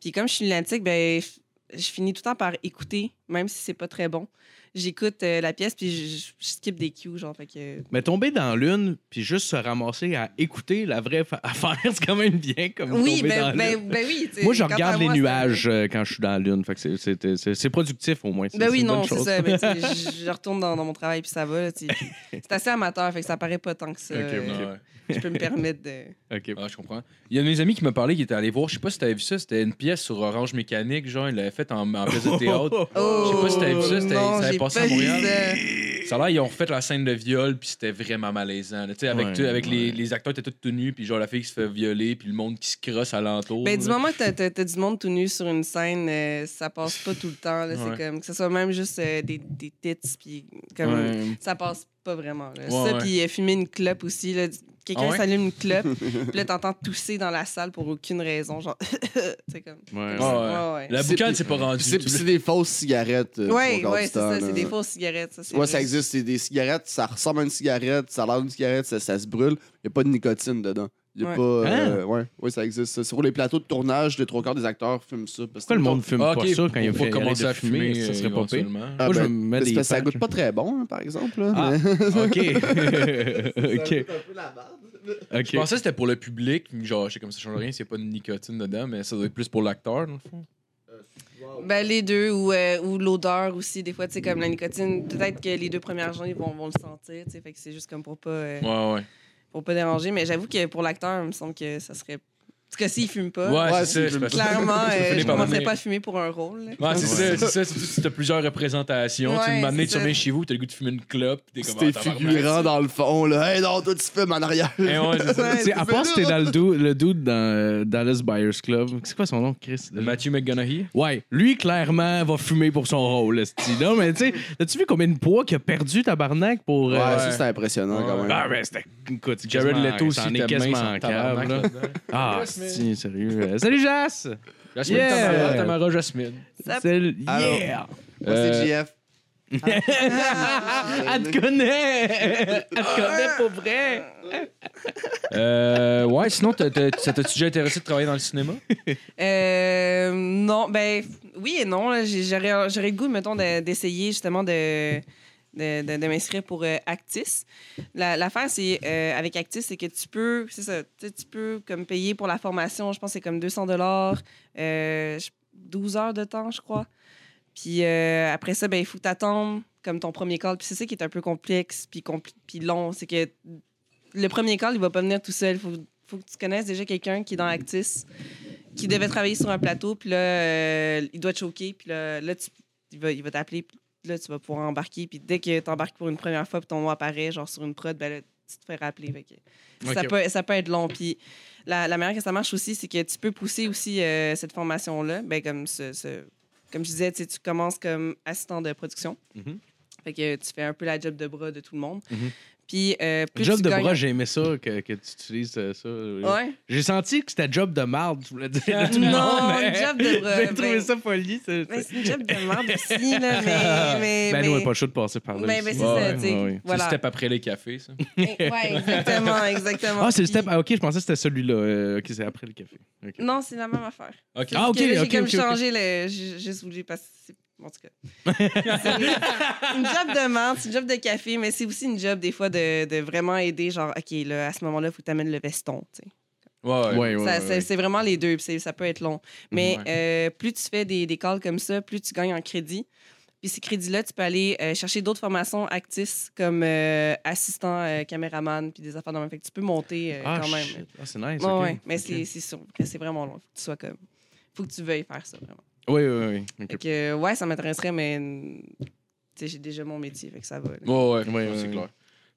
Puis, comme je suis lunatique, ben, f- je finis tout le temps par écouter, même si c'est pas très bon. J'écoute euh, la pièce, puis je, je- je skip des cues, genre, fait que.
Mais tomber dans l'une, puis juste se ramasser à écouter la vraie fa- [laughs] affaire, c'est quand même bien comme
Oui,
tomber
ben,
dans
ben,
l'une.
ben oui. tu sais,
Moi, je
quant à
regarde les
moi, c'est-
nuages euh, quand je suis dans l'une. Fait que c'est- c'est- c'est c'est productif au moins. c'est-
Ben
c'est
oui,
une bonne
non, c'est
chose.
ça. Ben, tu sais,
[laughs]
je je retourne dans, dans mon travail, puis ça va. là, tu sais. Puis C'est assez amateur, fait que ça paraît pas tant que ça.
Ok,
euh,
ok.
Ah Ouais.
Je peux me permettre de.
[laughs] OK.
Ah, je comprends. Il y a un de mes amis qui m'a parlé qui était allé voir, je sais pas si t'avais vu ça, c'était une pièce sur Orange Mécanique, genre il l'avait faite en, en [laughs] pièce de théâtre.
Oh,
sais pas si t'avais vu ça, c'était-
non,
ça avait
j'ai
passé
pas
à
vu
Montréal.
ça. Ben,
Ça a l'air, ils ont refait la scène de viol, puis c'était vraiment malaisant. là. Tu sais, avec,
Ouais,
tout- avec les,
ouais.
les acteurs étaient tous tenus, puis genre la fille qui se fait violer, puis le monde qui se crosse alentour.
Ben, du
là.
moment que t'as- t'as t'as du monde tout nu sur une scène, euh, ça passe pas tout le temps. là.
Ouais.
C'est comme que ce soit même juste euh, des, des tits, puis comme
Ouais.
ça passe pas vraiment. là.
Ouais,
ça,
ouais.
puis euh, fumer une clope aussi. là. Quelqu'un
Ah ouais?
s'allume une clope,
[laughs]
puis là, t'entends tousser dans la salle pour aucune raison. Genre, [laughs] c'est comme.
Ouais.
Ah,
Ouais, ouais.
La
C'est-
boucane, c'est pas rendu.
Puis C'est
tu-
c'est des fausses cigarettes. euh, pour
Oui,
le
ouais,
du
c'est
temps, là.
ça, c'est des fausses cigarettes. Ça, c'est
Ouais, ça
vrai.
existe. C'est des cigarettes, ça ressemble à une cigarette, ça a l'air d'une cigarette, ça, ça se brûle. Il n'y a pas de nicotine dedans. Il Y a
Ouais.
pas.
Hein?
euh, ouais, ouais, ça existe. ça. Sur les plateaux de tournage, les trois quarts des acteurs fument ça. Parce que
Pourquoi le monde fume
Ah,
pas
ok,
ça quand il
faut
faut
commencer à fumer,
Ça serait pas pire.
éventuellement.
Ah,
Moi, je
ben,
me mets
parce
des
que ça
patchs.
goûte pas très bon, hein, par exemple. Là,
Ah, [laughs]
mais-
OK.
Ça goûte un peu la barbe.
OK. OK.
Je pensais que c'était pour le public, mais genre, je sais comme ça change rien, s'il n'y a pas de nicotine dedans, mais ça doit être plus pour l'acteur, dans le fond.
Ben, les deux, ou, euh, ou l'odeur aussi. Des fois, tu sais, comme la nicotine, peut-être que les deux premières journées vont, vont le sentir. tu sais, Fait que c'est juste comme pour pas, euh,
Ouais, ouais.
pour pas déranger. Mais j'avoue que pour l'acteur, il me semble que ça serait. En tout cas, s'il fume pas,
Ouais,
[laughs] Ouais,
c'est
c'est-
ça. c'est parce que-
clairement, euh,
finit
je
par
commencerais
devenir-
pas à fumer pour un rôle. là.
Ouais, c'est ça, c'est
Ouais.
ça. Surtout si t'as plusieurs représentations. tu
Ouais,
une année,
c'est
tu
ça.
reviens chez vous, t'as le goût de fumer une clope, pis t'es comme.
C'était
ah, tabarnak.
figurant dans le fond, là. Hey, non, toi, tu fumes en arrière.
Eh ouais, c'est ça. [laughs]
Tu sais, à part si t'es dans le dude, le dude dans euh, Dallas Buyers Club. C'est quoi son nom, Chris?
Le Matthew McGonaghy.
Ouais, lui, clairement, va fumer pour son rôle, le style. là. Mais tu sais, as-tu vu combien de poids qu'il a perdu, tabarnak, pour.
Ouais,
euh,
ça, c'était impressionnant
Ouais.
quand même.
Ah, ben, c'était. Écoute, c'est
Jared
quasiment-
Leto
ça en
aussi,
est
t'as
quasiment en cave, là. [laughs] Ah, si, sérieux. [laughs] Euh, Salut, Jas!
Jasmine
Yeah.
Tamara, Tamara Jasmine.
Ça-
Salut.
Allô.
Yeah!
Moi, c'est
Euh,
GF.
Ah, Elle te connaît! Elle te connaît pour vrai!
Euh, ouais, sinon, t'as- t'as- ça t'a-tu déjà intéressé de travailler dans le cinéma?
Euh, non, ben oui et non. là. J'ai- J'aurais j'aurais le goût, mettons, de- d'essayer justement de, de, de- de m'inscrire pour euh, Actis. La- L'affaire, c'est euh, avec Actis, c'est que tu peux, c'est ça, tu sais, tu peux comme payer pour la formation, je pense que c'est comme 200 dollars, 12 heures de temps, je crois. Puis euh, après ça, ben il faut que t'attendes comme ton premier call. Puis c'est ça qui est un peu complexe, puis, compli- puis long, c'est que le premier call, il va pas venir tout seul. Faut, faut que tu connaisses déjà quelqu'un qui est dans Actis, qui devait travailler sur un plateau, puis là, euh, il doit te choquer, puis là, là, tu- il va, il va t'appeler, puis là, tu vas pouvoir embarquer. Puis dès que tu embarques pour une première fois, puis ton nom apparaît, genre sur une prod, ben là, tu te fais rappeler. Fait que ça,
Ok.
peut, ça peut être long. Puis la, la manière que ça marche aussi, c'est que tu peux pousser aussi euh, cette formation-là, ben comme ce- ce- Comme je disais, tu sais, tu commences comme assistant de production.
Mhm.
Fait que tu fais un peu la job de bras de tout le monde.
Mhm.
Puis euh, plus
Job
tu
de
gagnes-
bras, j'ai aimé ça, que, que tu utilises euh, ça.
Ouais.
J'ai senti que c'était job de marde, je voulais dire. [laughs]
Non, job de bras,
J'ai trouvé
ben-
ça poli. c'est-
Ben, c'est une job de merde
[laughs]
aussi, là, mais... mais
Ben, nous, on
mais-
est pas chaud de passer par là.
Ben,
aussi.
ben, c'est
Ouais,
ça,
ouais,
tu sais,
ouais, ouais.
C'est le
voilà.
step après les cafés, ça.
Eh, Ouais,
[laughs]
exactement, exactement.
Ah, c'est le step.
Puis-
Ah, ok, je pensais que c'était celui-là. euh, ok, c'est après le café. Ok.
Non, c'est la même affaire.
Ok.
C'est
Ah,
juste
ok,
que là,
ok,
J'ai comme
ok, ok.
changé le... J'ai j'ai juste voulu passer... Bon, en tout cas.
[laughs]
c'est une, une job de menthe, c'est une job de café, mais c'est aussi une job, des fois, de, de vraiment aider, genre, OK, là, à ce moment-là, il faut que tu amènes le veston. tu sais.
Ouais, ouais.
Ouais, ouais, ouais,
Ça, c'est- C'est vraiment les deux, puis c'est- ça peut être long. Mais euh, plus tu fais des, des calls comme ça, plus tu gagnes en crédit. Puis ces crédits-là, tu peux aller euh, chercher d'autres formations actrices comme euh, assistant euh, caméraman, puis des affaires de même. Fait que tu peux monter euh,
Ah,
quand même.
shit. Ah, c'est nice.
Ouais,
ok.
ouais. mais
Ok.
c'est- c'est sûr que c'est vraiment long. Faut que tu sois comme. Faut que tu veuilles faire ça, vraiment.
Oui, oui, oui.
Fait
Ok.
que, euh, ouais, ça m'intéresserait, mais. mm, tu sais, j'ai déjà mon métier, fait que ça va. là.
ouais,
Ouais,
ouais,
ouais,
c'est
ouais.
clair.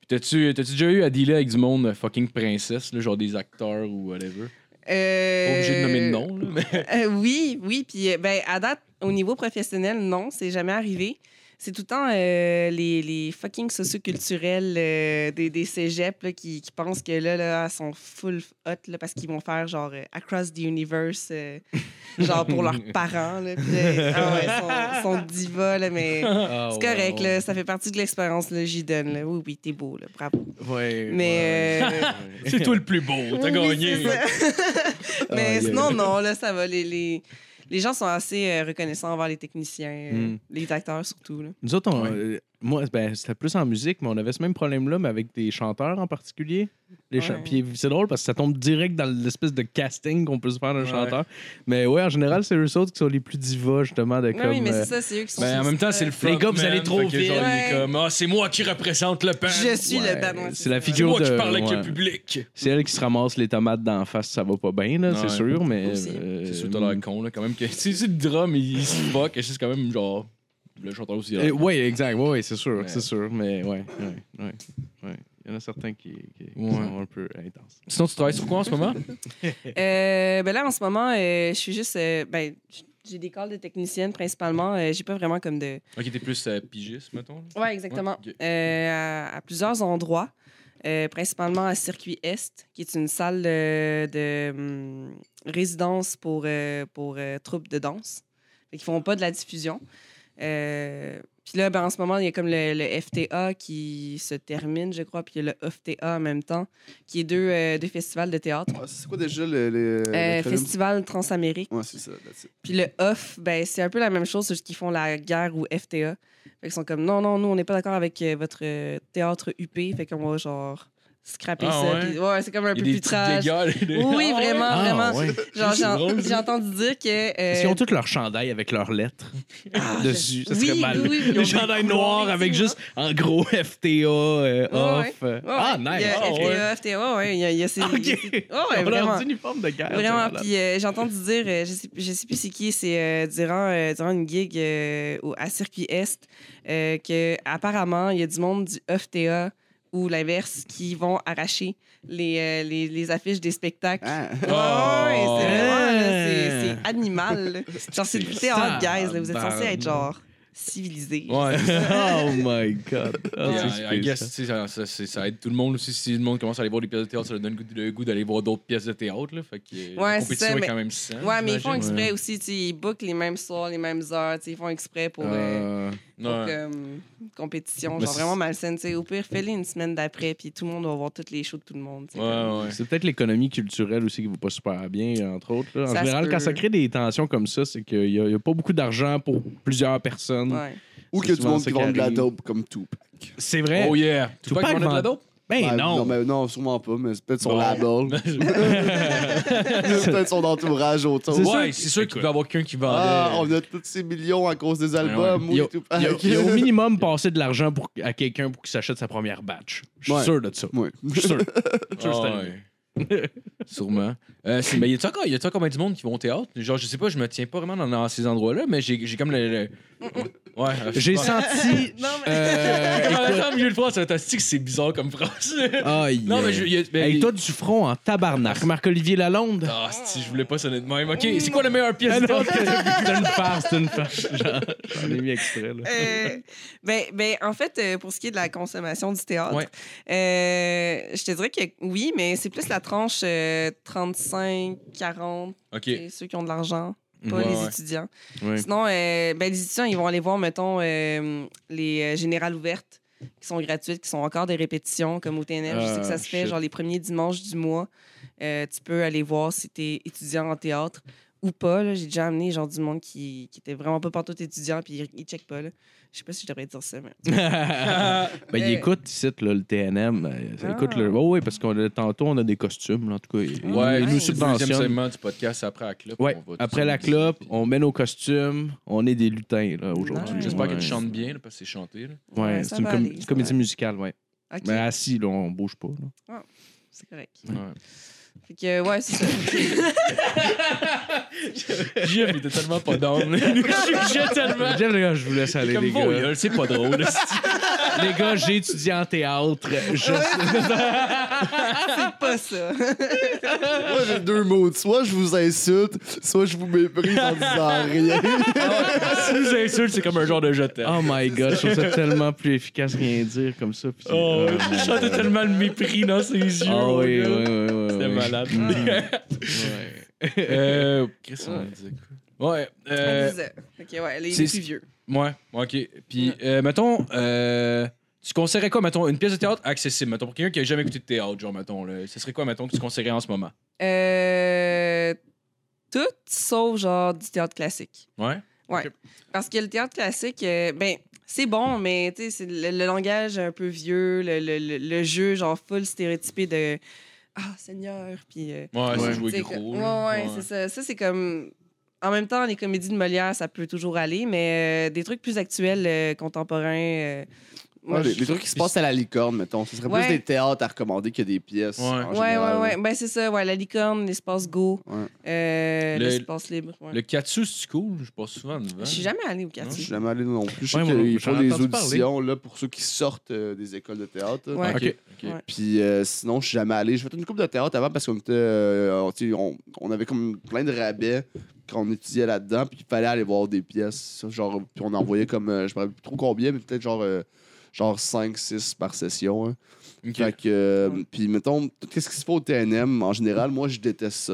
Puis t'as-tu t'as-tu déjà eu à dealer avec du monde euh, fucking princesse, là, genre des acteurs ou whatever? Pas
Euh,
obligé de nommer de nom, là, mais...
Euh, oui, oui. Puis, euh, ben, à date, au niveau professionnel, non, c'est jamais arrivé. C'est tout le temps euh, les, les fucking socioculturels euh, des, des cégeps là, qui, qui pensent que là, là, ils sont full hot là, parce qu'ils vont faire genre euh, Across the Universe, euh, genre pour leurs parents. Là, Puis, euh, ah ouais, ils sont, ils sont divas, là, mais Ah,
Ah,
Oh,
c'est correct. là, ça fait partie de l'expérience, là, j'y donne. là. Oui, oui, t'es beau, là, bravo.
Ouais,
Mais,
ouais,
[laughs] euh,
ouais.
[laughs] C'est toi le plus beau, t'as
Oui,
gagné.
c'est ça. [laughs] Mais
Ah, yeah.
sinon, non, là, ça va. Les, les, les gens sont assez euh, reconnaissants envers les techniciens, euh,
Mm.
les acteurs surtout. là.
Nous autres, on-
Ouais.
euh, moi, ben, c'était plus en musique, mais on avait ce même problème-là, mais avec des chanteurs en particulier. Les cha-
Ouais.
Puis c'est drôle parce que ça tombe direct dans l'espèce de casting qu'on peut se faire d'un
Ouais.
chanteur. Mais ouais, en général, c'est eux autres qui sont les plus divas, justement, de
Oui,
comme.
oui, mais
euh,
c'est ça, c'est eux qui sont.
Ben, en même temps, c'est le
Euh,
Les gars, vous
frontman,
allez trop
fait que genre,
vite.
il est comme, ah, c'est moi qui représente le band.
Je suis
ouais,
le band. ouais,
c'est la
C'est
ça.
figure.
moi qui
de-
parle avec
ouais.
le public.
C'est elle qui se ramasse les tomates d'en face, ça va pas bien, là,
Ouais.
c'est sûr, mais.
Aussi.
euh,
C'est sûr, t'as l'air con, là, quand même. Que, [laughs] si si le drum, il, il se fuck, et c'est quand même genre. Le chanteur aussi. hein.
Euh,
Là.
ouais, exact. Ouais, ouais, c'est sûr,
Mais-
c'est sûr. Mais ouais, ouais, ouais, ouais. Il y en a certains qui, qui- qui
Ouais.
sont un peu intenses.
Sinon, tu travailles sur quoi en ce moment?
Euh, ben là, en ce moment, euh, je suis juste. euh, ben, j- j'ai des calls de technicienne principalement. euh, j'ai pas vraiment comme de.
ok, t'es plus euh, pigiste, mettons. là.
Oui, exactement.
Ouais, ok.
Euh, à, à plusieurs endroits, euh, principalement à Circuit Est, qui est une salle euh, de hum, résidence pour, euh, pour euh, troupes de danse. Fait qu'ils font pas de la diffusion. Euh, puis là, ben, en ce moment, il y a comme le, le FTA qui se termine, je crois, puis il y a le OFTA en même temps, qui est deux, euh, deux festivals de théâtre.
Ah, c'est quoi déjà le. le, le
Euh,
film?
Festival Transamérique.
Ouais, c'est ça. that's it.
Puis le off, ben, c'est un peu la même chose, c'est juste qu'ils font la guerre ou FTA. Fait qu'ils sont comme, non, non, nous, on n'est pas d'accord avec euh, votre euh, théâtre UP. Fait qu'on va, genre, scraper
Ah
ça.
ouais?
Puis- ouais, c'est comme un peu
Il y a des
plus
petits
trash.
dégâts. là.
Oui,
Ah,
vraiment,
Ah,
vraiment.
ouais.
Genre,
C'est drôle,
j'ai,
ça.
j'ai entendu dire que. euh,
Est-ce qu'ils ont tous leur chandail avec leurs
[laughs]
lettres dessus? Ça serait
Ah, oui,
mal.
oui, oui, ils ont
Le
des
chandail
couleurs
noir
et
avec
tout,
juste en gros [laughs] FTA, euh,
Ouais,
off. euh.
ouais,
ah,
ouais,
nice!
Il y a
Ah,
FTA,
ouais.
FTA, ouais, il y a, il
[laughs]
y a ces.
Ah,
il y a ces-
OK!
Ouais,
On a
vraiment.
leur uniforme de guerre.
Vraiment,
c'est Ah, malade.
puis euh, j'ai entendu dire, euh, je, sais, je sais plus c'est qui, c'est euh, durant, euh, durant une gig euh, au- à Circuit Est, euh, que apparemment il y a du monde du E FTA ou l'inverse qui vont arracher les, euh, les, les affiches des spectacles.
Ah.
Ouais, ouais,
Oh.
c'est vraiment, là, c'est-
Hein.
c'est animal. là. Genre, c'est du théâtre, guys. là. Vous êtes censé être genre civilisé.
Ouais, c'est ça.
[laughs] oh my god.
[laughs]
Ah,
Puis,
c'est
I- I
spécial.
guess, tu sais, ça, ça- c'est- ça aide tout le monde aussi. Si le monde commence à aller voir des pièces de théâtre, ça leur donne le goût- le goût d'aller voir d'autres pièces de théâtre. Là, fait que euh, la
Ouais, c'est
compétition
ça,
est
mais-
quand même saine.
Ouais, mais ils font
j'imagine.
exprès aussi, tu sais, ils bookent les mêmes soirs, les mêmes heures, tu sais, ils font exprès pour. euh,
Euh,
pour
ouais.
comme, une compétition,
Mais
genre
c'est-
vraiment malsaine. tu sais. Au pire, fais-les une semaine d'après, puis tout le monde va voir toutes les shows de tout le monde. tu sais, comme.
Ouais, ouais.
C'est peut-être l'économie culturelle aussi qui va pas super bien, entre autres. là. En
Ça se
général,
peut.
quand ça crée des tensions comme ça, c'est qu'il n'y a, il y a pas beaucoup d'argent pour plusieurs personnes.
Ouais.
C'est
Ou que tout le
souvent
monde
ça
qui
qui
vend de la
arrive.
dope comme Tupac.
C'est vrai.
Oh yeah! Tu
Tupac
pas qu'on a de la
vend-
dope?
Ben
Ouais,
non. [laughs]
mais non, sûrement pas, mais c'est peut-être son
Bon.
label. c'est peut-être son entourage autour.
C'est
Ouais,
sûr-
c'est sûr qu'il peut y avoir quelqu'un qui vendait.
Ah, on a tous ces millions à cause des albums.
ouais. Il y a-
oui, tout-
Il y a, il y a au minimum passé de l'argent pour, à quelqu'un pour qu'il s'achète sa première batch. Je suis
Ouais.
sûr de ça.
[laughs] Ouais.
Je suis
[laughs]
sûr. Je suis sûr que c'est
Ah
arrivé.
ouais. [laughs] Sûrement. Euh, c'est- mais y a-tu encore, y a-tu encore ben du monde qui vont au théâtre? Genre, je sais pas, je me tiens pas vraiment dans, dans ces endroits-là, mais j'ai j'ai comme le. le- Ouais. euh, je
J'ai
sais pas.
[laughs]
senti.
Non, mais-
euh,
[laughs] Quand la femme vient le voir, c'est fantastique, c'est bizarre comme phrase.
aïe.
[laughs]
euh,
non, mais je. y a- ben,
Hey,
y-
toi, du front en tabarnak. Marc-Olivier Lalonde.
Ah, si je voulais pas sonner de même. Ok, c'est quoi la meilleure pièce
Ah
de
non,
théâtre?
c'est c'est une farce, c'est une farce. J'en j'en ai mis exprès, là.
Euh, ben, ben, en fait, euh, pour ce qui est de la consommation du théâtre,
Ouais.
euh, je te dirais que oui, mais c'est plus la tranche euh, 35-40,
Ok.
c'est ceux qui ont de l'argent, pas
Ouais,
les
ouais.
étudiants.
Ouais.
Sinon, euh, ben, les étudiants, ils vont aller voir, mettons, euh, les euh, générales ouvertes qui sont gratuites, qui sont encore des répétitions, comme au TNF. je sais que
Ah,
ça se fait,
shit.
genre, les premiers dimanches du mois. Euh, tu peux aller voir si tu es étudiant en théâtre ou pas. là. J'ai déjà amené genre du monde qui, qui était vraiment pas partout étudiant puis ils- ils checkent pas. là. Je sais pas si je devrais dire ça, mais.
[laughs] Ah,
ben, il
Mais-
écoute ici, là, le TNM. euh, Ça
Ah.
écoute le. Oh, oui, parce qu'on a- tantôt, on a des costumes. Là, en tout cas, il-
Ouais,
il
nice.
nous
c'est le deuxième
subventionne.
segment du podcast après la clope.
Ouais,
on va tout
après
ça-
la clope, on met nos costumes, on est des lutins là, aujourd'hui.
Nice.
J'espère que
Ouais.
tu chantes bien, là, parce que c'est chanté. là.
Ouais,
Ouais,
c'est
ça
une,
va
com-
aller,
une
ça
comédie
va.
musicale, ouais.
Ok,
Mais assis, là, on bouge pas. là.
c'est correct.
[laughs]
Ouais.
Fait que, ouais, c'est ça.
[laughs]
[laughs]
Jeff, il était tellement pas [laughs] down. là. Il nous jugeait tellement.
Jeff, les gars, je vous laisse aller,
Comme
les
vos
gars.
gueules, c'est pas [laughs] drôle. là, c'est-
les gars, j'ai étudié en théâtre. Je...
c'est pas ça.
Moi, j'ai deux mots. Soit je vous insulte, soit je vous méprise en
[laughs]
disant rien.
Si nous insulte, c'est comme un genre de je t'aime.
oh my god, je trouve ça tellement plus efficace rien dire comme ça. puis c'est-
Oh,
Oh my
je chantais
God.
tellement le mépris dans ses yeux.
Ah
mon
oui, oui,
gars.
oui, oui, oui.
C'était
oui.
malade.
Mm.
[laughs]
Ouais.
Euh, Qu'est-ce qu'on disait? quoi? Ouais.
[laughs]
Euh,
Dix ans. Fait que, ouais, les
c'est-
les plus vieux.
Ouais, ok. Puis, euh, mettons, euh, tu conseillerais quoi, mettons, une pièce de théâtre accessible, mettons, pour quelqu'un qui a jamais écouté de théâtre, genre, mettons, là, ce serait quoi, mettons, que tu conseillerais en ce moment?
Euh, tout sauf genre du théâtre classique.
Ouais?
Parce que le théâtre classique, euh, ben, c'est bon, mais tu sais, c'est le, le langage un peu vieux, le, le- le- le jeu genre full stéréotypé de Ah, Seigneur, puis. euh,
Ouais,
Ouais.
c'est jouer
tu sais,
gros.
que- ouais,
là.
ouais, c'est ça. Ça, c'est comme. En même temps, les comédies de Molière, ça peut toujours aller, mais euh, des trucs plus actuels, euh, contemporains. euh, moi,
Ouais, les,
je-
les trucs qui se passent à la licorne, mettons. Ce serait
Ouais.
plus des théâtres à recommander que des pièces.
Ouais.
en
Ouais,
général.
ouais, ouais. Ben, c'est ça, ouais. La licorne, l'espace go,
Ouais.
euh,
Le-
l'espace libre. ouais.
Le katsu, c'est cool, je passe souvent devant.
Je suis jamais allée au
Je suis
quartier.
jamais allé non plus. Je sais
Ouais, moi non
qu'ils
plus, j'en
font
ai
des
entendu parler.
auditions là, pour ceux qui sortent euh, des écoles de théâtre. là.
Ouais.
Ok,
Ok.
ok.
Ouais.
Puis euh, sinon, je suis jamais allé. J'ai fait une coupe de théâtre avant parce qu'on était, euh, on, tu sais, on- on avait comme plein de rabais quand on étudiait là-dedans. Puis il fallait aller voir des pièces. ça, genre, puis on envoyait comme, euh, je me rappelle plus trop combien, mais peut-être genre, euh, genre 5, 6 par session. hein.
Ok.
Fait que, euh,
Ouais.
puis mettons, tout ce qui se fait au TNM, en général, moi, je déteste ça.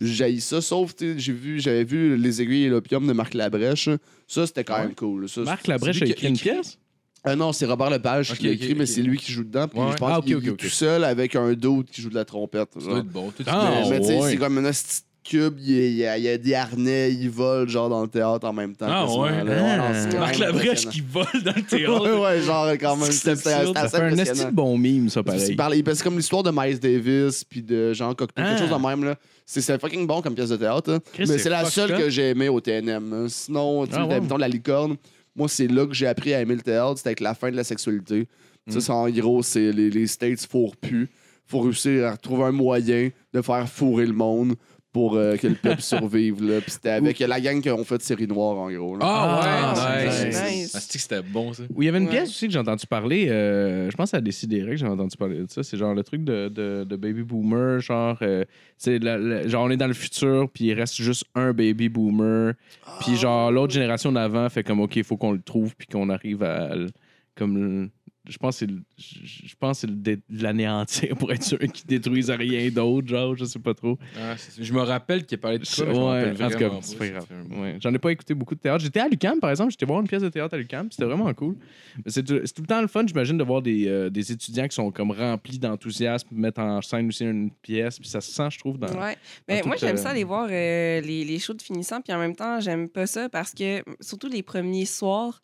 J'haïs ça, sauf, tu sais, j'ai vu- j'avais vu, Les aiguilles et l'opium de Marc Labrèche. Ça, c'était quand
Ouais.
même cool. Ça,
Marc
C'est
Labrèche
lui
a
qui a
écrit une
écrit.
pièce?
ah non, c'est Robert Lepage
Ok,
qui l'a écrit,
ok,
mais
ok.
c'est lui qui joue dedans. Puis
Ouais, ouais.
je pense
Ah, ok,
qu'il
ok,
est
ok.
tout seul avec un d'autre qui joue de la trompette.
Ça
genre.
doit être bon. tout
Ah,
mais
est-
mais tu sais,
ouais.
c'est comme un petit cube, il y, a, il y a des harnais, il vole genre dans le théâtre en même temps.
Ah,
quasiment,
ouais.
là. Ouais, non, c'est
Ah.
quand
Marc
même
Labrèche
impressionnant.
qui vole dans le
Ouais,
théâtre.
ouais, genre quand même.
C'est
C'était c'était assez
absurde.
Ça fait un esti de
impressionnant.
bon mime, ça,
Parce
pareil.
qu'il parlait- parce que c'est comme l'histoire de Miles Davis puis de Jean Cocteau,
Ah.
quelque chose de même. là. C'est c'est fucking bon comme pièce de théâtre. hein.
Chris,
Mais
c'est
c'est la
fucked
seule
up.
que j'ai aimée au TNM. hein. Sinon, tu sais,
Ah ouais.
mettons, la licorne, moi, c'est là que j'ai appris à aimer le théâtre. C'était avec la fin de la sexualité.
Mm.
Ça, c'est en gros, c'est les, les States fourrent plus. Faut réussir à trouver un moyen de faire fourrer le monde pour euh, que le
[laughs]
peuple survive. là. Puis c'était avec la gang qui ont fait série noire, en gros. là.
Ah,
Ah,
ouais, nice.
nice.
Ah, c'est-tu que c'était bon, ça.
Où il y avait une
Ouais.
pièce aussi que j'ai entendu parler, euh, je pense à Décidéré que j'ai entendu parler de ça. C'est genre le truc de, de, de baby boomer, genre, euh, c'est la- la- genre on est dans le futur, puis il reste juste un baby boomer,
Oh.
puis genre l'autre génération d'avant fait comme ok, il faut qu'on le trouve, puis qu'on arrive à. l- Comme, le- je pense que c'est le- je je pense que c'est le dé- l'anéantir pour être sûr qu'ils détruisent rien d'autre, genre, je sais pas trop.
Ah, c'est- je me rappelle qu'il parlait de ça. mais je me
Ouais,
rappelle
en tout cas,
vraiment
c'est
pas,
pas
ça
grave.
fait un-
Ouais. J'en ai pas écouté beaucoup de théâtre. J'étais à l'UCAM, par exemple. J'étais voir une pièce de théâtre à l'UCAM. C'était vraiment cool. Mais C'est tout, c'est tout le temps le fun, j'imagine, de voir des, euh, des étudiants qui sont comme remplis d'enthousiasme, mettre en scène aussi une pièce. Puis ça se sent, je trouve, dans.
Ouais. Mais
ben, tout,
moi,
euh,
j'aime ça aller voir euh, les, les shows de finissant, puis en même temps, j'aime pas ça parce que, surtout les premiers soirs,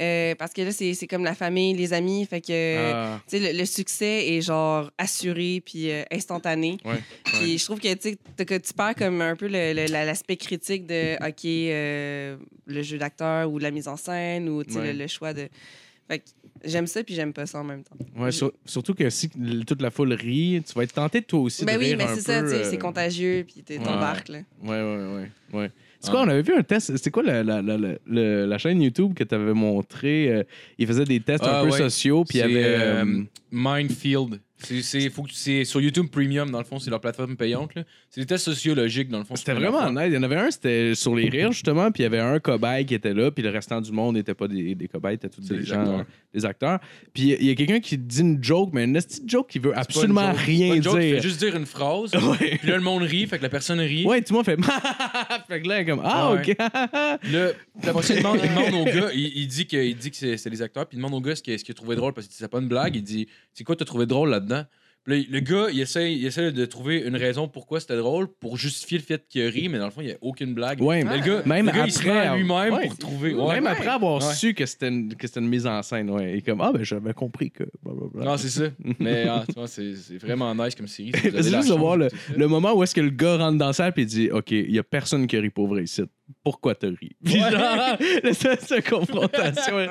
euh, parce que là, c'est c'est comme la famille, les amis, fait que.
Ah,
tu sais, le, le succès est genre assuré puis euh, instantané.
Ouais, ouais.
Puis je trouve que, tu sais, t'as- que tu perds comme un peu le- le- la- l'aspect critique de OK, euh, le jeu d'acteur ou la mise en scène ou tu sais,
Ouais.
le, le choix de. Fait que j'aime ça puis j'aime pas ça en même temps.
ouais, sur- surtout que si l- toute la foule rit, tu vas être tenté toi aussi
Ben
de
oui,
rire
mais
un
c'est ça,
peu,
tu sais,
euh,
c'est contagieux puis t'es-
ouais.
t'embarques. là.
Ouais, ouais, ouais. ouais. C'est
Ah.
quoi, on avait vu un test. C'était quoi la, la, la, la, le- la chaîne YouTube que t'avais montré? euh, ils faisaient des tests
Ah,
un peu
ouais.
sociaux, puis il y
C'est,
avait.
euh,
euh,
Mindfield. C'est- C'est faut que tu- c'est sur YouTube Premium, dans le fond, c'est leur plateforme payante. là. C'est des tests sociologiques, dans le fond.
C'était
c'est leur
vraiment
fond.
nice. Il y en avait un, c'était sur les rires, justement, puis il y avait un cobaye qui était là, puis le restant du monde n'était pas des, des cobayes, c'était tous
C'est
des
les
gens,
acteurs.
des acteurs. Puis il y a quelqu'un qui dit une joke, mais une petite joke qui veut
C'est pas
absolument
une joke. C'est
rien
pas une joke, tu fais
dire.
juste dire une
[laughs]
phrase.
Ouais.
Puis là, le monde rit, fait que la personne rit.
Ouais, tout le monde fait. [laughs] fait que là, comme,
[laughs]
ah,
Ouais.
ok. ah,
Là, la prochaine, il
[laughs]
demande, il demande au gars, il, il dit que, il dit que c'est c'est les acteurs, puis il demande au gars ce qu'il ce qu'il a trouvé drôle parce que c'est pas une blague. Il dit C'est quoi, t'as trouvé drôle là-dedans Puis Le, le gars, il essaie, il essaie de trouver une raison pourquoi c'était drôle pour justifier le fait qu'il rit, mais dans le fond, il n'y a aucune blague.
Ouais,
Mais
mais
le gars,
même
le gars, il se
après,
met à lui-même
ouais.
pour trouver.
le-
Ouais.
même après avoir
Ouais.
su que c'était une, que c'était une mise en scène, ouais. Et comme, ah, ben j'avais compris que. blablabla.
Non, c'est ça. [laughs] Mais ah, tu vois, c'est c'est vraiment nice comme série. si vous avez
C'est
la
juste de
chance
voir
de
le,
tout ça.
le moment où est-ce que le gars rentre dans la salle et dit Ok, il n'y a personne qui rit pour vrai ici. Pourquoi t'as ri Puis
Ouais.
genre, [laughs] la- cette cette confrontation. le-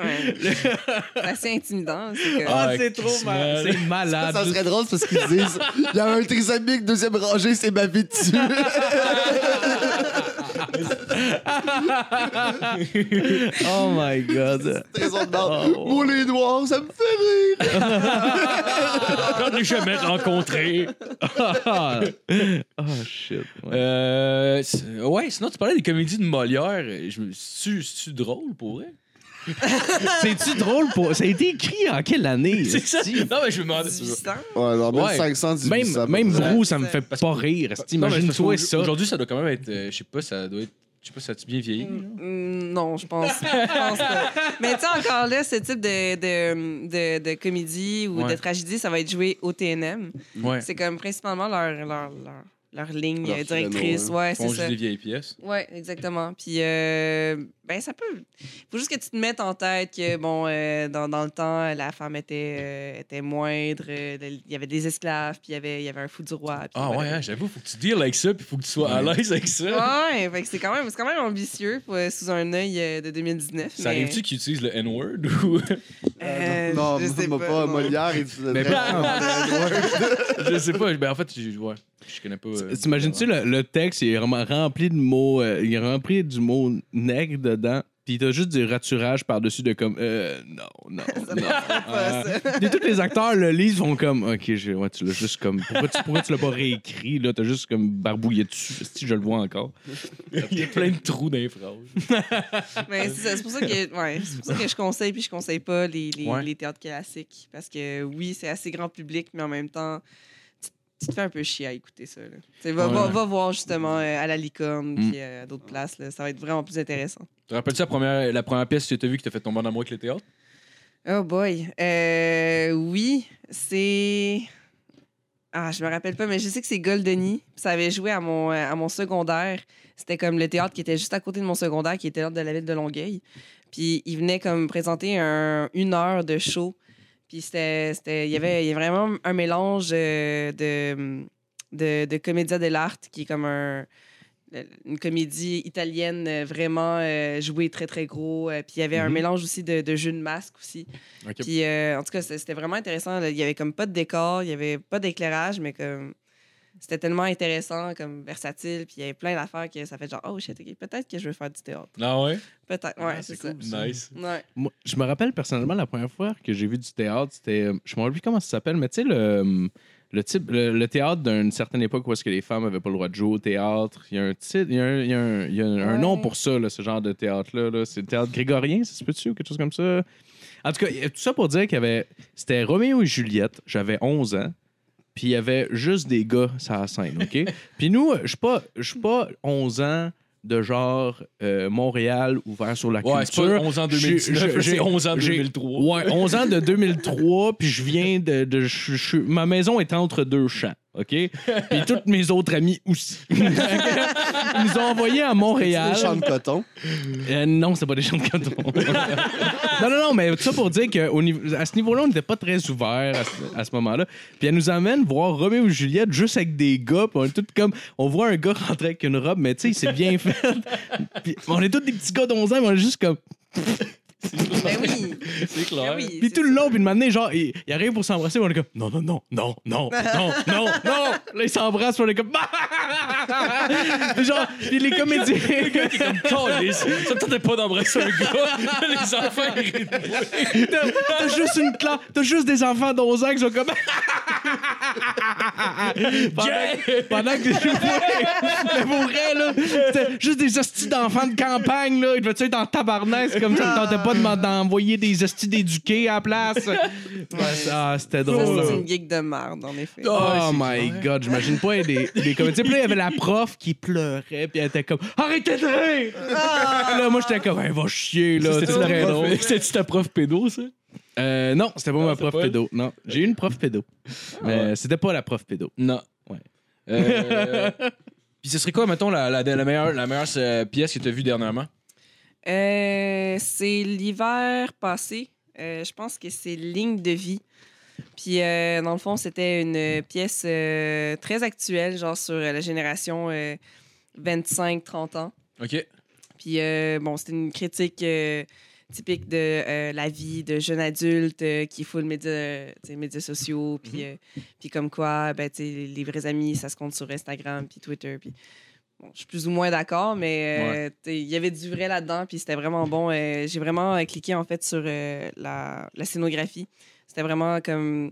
C'est [laughs] assez intimidant. c'est que-
Ah,
Ah, c'est trop mal.
Christmas.
C'est malade.
Ça serait drôle parce qu'ils disent il y a un trisomique, deuxième rangée, c'est ma vie dessus.
[laughs] Oh my god.
Trésor de mort.
Oh.
Moi, les noirs, ça me fait rire.
J'en ai jamais rencontré.
oh shit.
[laughs]
Ouais.
Euh, c'est- ouais, sinon, tu parlais des comédies de Molière. Je me- C'est-tu c'est-tu drôle pour vrai?
C'est-tu drôle pour. Ça a été écrit en quelle
[laughs]
année
C'est ça? Non, mais je me demandais.
18 ans?
Ouais, non,
Ouais.
1500,
Même,
1800,
même
ça. Euh,
Brou, ça me fait
Parce
pas rire. esti.
Non, mais c'est parce
Imagine-toi
qu'au-
ça.
Aujourd'hui, ça doit quand même être. euh, je sais pas, ça doit être. Je sais pas, ça a-tu bien vieilli?
Mm, Non, je pense, je pense pas. Mais tu sais, encore là, ce type de, de, de, de comédie ou
Ouais.
de tragédie, ça va être joué au TNM.
Ouais.
C'est comme principalement leur, leur, leur, leur ligne
Leur
euh, directrice.
créneau,
Ouais,
Ils
c'est
font juste
ça.
des vieilles pièces.
Oui, exactement. Puis, euh, ben, ça peut. faut juste que tu te mettes en tête que, bon, euh, dans, dans le temps, la femme était, euh, était moindre, euh, il y avait des esclaves, puis il y avait, il y avait un fou du roi. puis
Ah ouais,
voilà.
hein, j'avoue, faut que tu deals avec ça, puis faut que tu sois à l'aise avec ça.
Ouais, fait que c'est quand, même- c'est quand même ambitieux pour- sous un œil euh, de 2019.
Ça
mais-
arrive-tu Ah, qu'ils utilisent le N-word ou.
Euh,
non,
je
moi,
sais
moi,
pas,
pas.
non.
Molière, il faisait
Mais
très
pas-
bien.
[laughs] je sais pas, ben en fait, je, ouais, je connais pas. euh,
T'imagines-tu le, le texte, il est vraiment rempli de mots, euh, il est rempli du mot nègre dedans, puis t'as juste du raturage par-dessus de comme, euh, non,
[laughs]
non.
Ça
non. Ah.
marchera pas, ça.
[laughs] Et tous les acteurs le lisent, font comme, ok, je- ouais, tu l'as juste comme, pourquoi tu, pourquoi tu l'as pas réécrit, là, t'as juste comme barbouillé dessus, si je le vois encore.
Il y a plein de trous dans les phrases.
Mais c'est ça, c'est pour ça que ouais, c'est pour ça que je conseille puis je conseille pas les, les,
Ouais.
les théâtres classiques parce que oui, c'est assez grand public mais en même temps tu, tu te fais un peu chier à écouter ça. là. Tu sais, Va, va-
Ouais.
va voir justement euh, à la licorne
Mm.
puis euh, à d'autres places, là, ça va être vraiment plus intéressant.
Tu te rappelles-tu la première, la première pièce que tu as vue qui t'a fait tomber en amour avec le théâtre?
Oh boy. Euh, oui, c'est Ah, je me rappelle pas mais je sais que c'est Goldeny, ça avait joué à mon à mon secondaire. C'était comme le théâtre qui était juste à côté de mon secondaire, qui était l'ordre de la ville de Longueuil. Puis il venait comme présenter un- une heure de show. Puis c'était, c'était- il, y avait, il y avait vraiment un mélange euh, de, de, de Commedia dell'arte, qui est comme un- une comédie italienne euh, vraiment euh, jouée très, très gros. Euh, Puis il y avait un
Mhm.
mélange aussi de, de jeux de masques aussi. Puis euh, en tout cas, c'était c'était vraiment intéressant. là. Il y avait comme pas de décor, il y avait pas d'éclairage, mais comme c'était tellement intéressant, comme versatile. Puis il y avait plein d'affaires que ça fait genre, oh shit, ok, peut-être que je veux faire du théâtre.
Non, ouais.
Peut-être, ouais, Ah, c'est ça.
Nice.
Ouais.
Moi, je me rappelle personnellement la première fois que j'ai vu du théâtre, c'était. euh, Je me rappelle plus comment ça s'appelle, mais tu sais, le, euh, le type. Le, le théâtre d'une certaine époque où est-ce que les femmes n'avaient pas le droit de jouer au théâtre. Il y a un titre, il y a un, il y a un- il y a un
Ouais.
nom pour ça, là, ce genre de théâtre-là. là. C'est le théâtre grégorien, ça se peut-tu, ou quelque chose comme ça? En tout cas, il y a tout ça pour dire qu'il y avait. C'était Roméo et Juliette, j'avais 11 ans. Puis il y avait juste des gars sur la scène, OK? Puis nous, je suis pas, je suis pas 11 ans de genre euh, Montréal ouvert sur la
Ouais, c'est
culture.
pas 11 ans 2019,
J'ai- j'ai-
c'est 11 ans
j'ai-
2003.
Ouais, 11 ans de 2003, puis je viens de. de- je- je- ma maison est entre deux champs, OK? Puis toutes mes autres amis aussi. [laughs] Ils nous ont envoyés à Montréal.
Les champs de coton.
Euh, non, c'est pas des champs de coton. [laughs] non, non, non, mais tout ça pour dire qu'à ce niveau-là, on n'était pas très ouverts à ce, à ce moment-là. Puis elle nous amène voir Roméo et Juliette juste avec des gars. Puis on est tous comme. On voit un gars rentrer avec une robe, mais tu sais, il s'est bien [laughs] fait. Puis on est tous des petits gars d'11 ans, mais on est juste comme.
Ben oui.
C'est clair. [laughs]
Ben oui,
Puis
c'est
tout le
ça.
long, puis de m'amener, genre, il, il arrive pour s'embrasser, puis on est comme, non, non, non, non, non,
[laughs]
non, non, non. Là, il s'embrasse, puis on est comme, [laughs] Puis genre, puis les
[laughs]
comédiens.
T'es comme calice. Ça me tentait pas d'embrasser un gars. [laughs] Les enfants, ils rient de moi.
T'as t'as juste une classe, t'as juste des enfants d'11 ans qui sont comme. [laughs] pendant, que- pendant que je Mais pour vrai, là, c'était juste des hosties d'enfants de campagne, là. Ils devaient être en tabarnak, c'est comme ça, ils tentaient pas de m'en- d'envoyer des hosties d'éduqués à la place. Ouais, ça, ah, c'était
Ça,
drôle.
c'est une geek de merde, en effet.
Oh,
Oh
c'est
my
clair.
god, j'imagine pas des, des comédiens. Puis là, il y avait la prof qui pleurait, puis elle était comme Arrêtez de
Ah!
rire! Puis là, moi, j'étais comme, hey, va chier, là,
C'était-tu
c'est
ta
très
prof-
drôle.
C'était-tu ta prof pédo, ça?
Euh, non, c'était pas
Non,
ma
c'est
prof
pas elle. Ah,
pédo. Non, j'ai eu une prof pédo. mais
ouais.
c'était pas la prof pédo.
Non.
Ouais.
Euh, [laughs] Puis ce serait quoi, mettons, la, la, la meilleure, la meilleure euh, pièce que tu as vue dernièrement?
Euh, c'est l'hiver passé. Euh, je pense que c'est Ligne de vie. Puis, euh, dans le fond, c'était une pièce euh, très actuelle, genre sur euh, la génération 25-30 ans.
OK.
Puis, euh, bon, c'était une critique euh, typique de euh, la vie de jeune adulte euh, qui fout le média, euh, tu sais, médias sociaux. Puis, euh, puis comme quoi, ben, tu sais, les les vrais amis, ça se compte sur Instagram, puis Twitter. Puis, bon, je suis plus ou moins d'accord, mais euh, tu sais, il y avait du vrai là-dedans, puis c'était vraiment bon. Euh, J'ai vraiment euh, cliqué, en fait, sur euh, la, la scénographie. C'était vraiment comme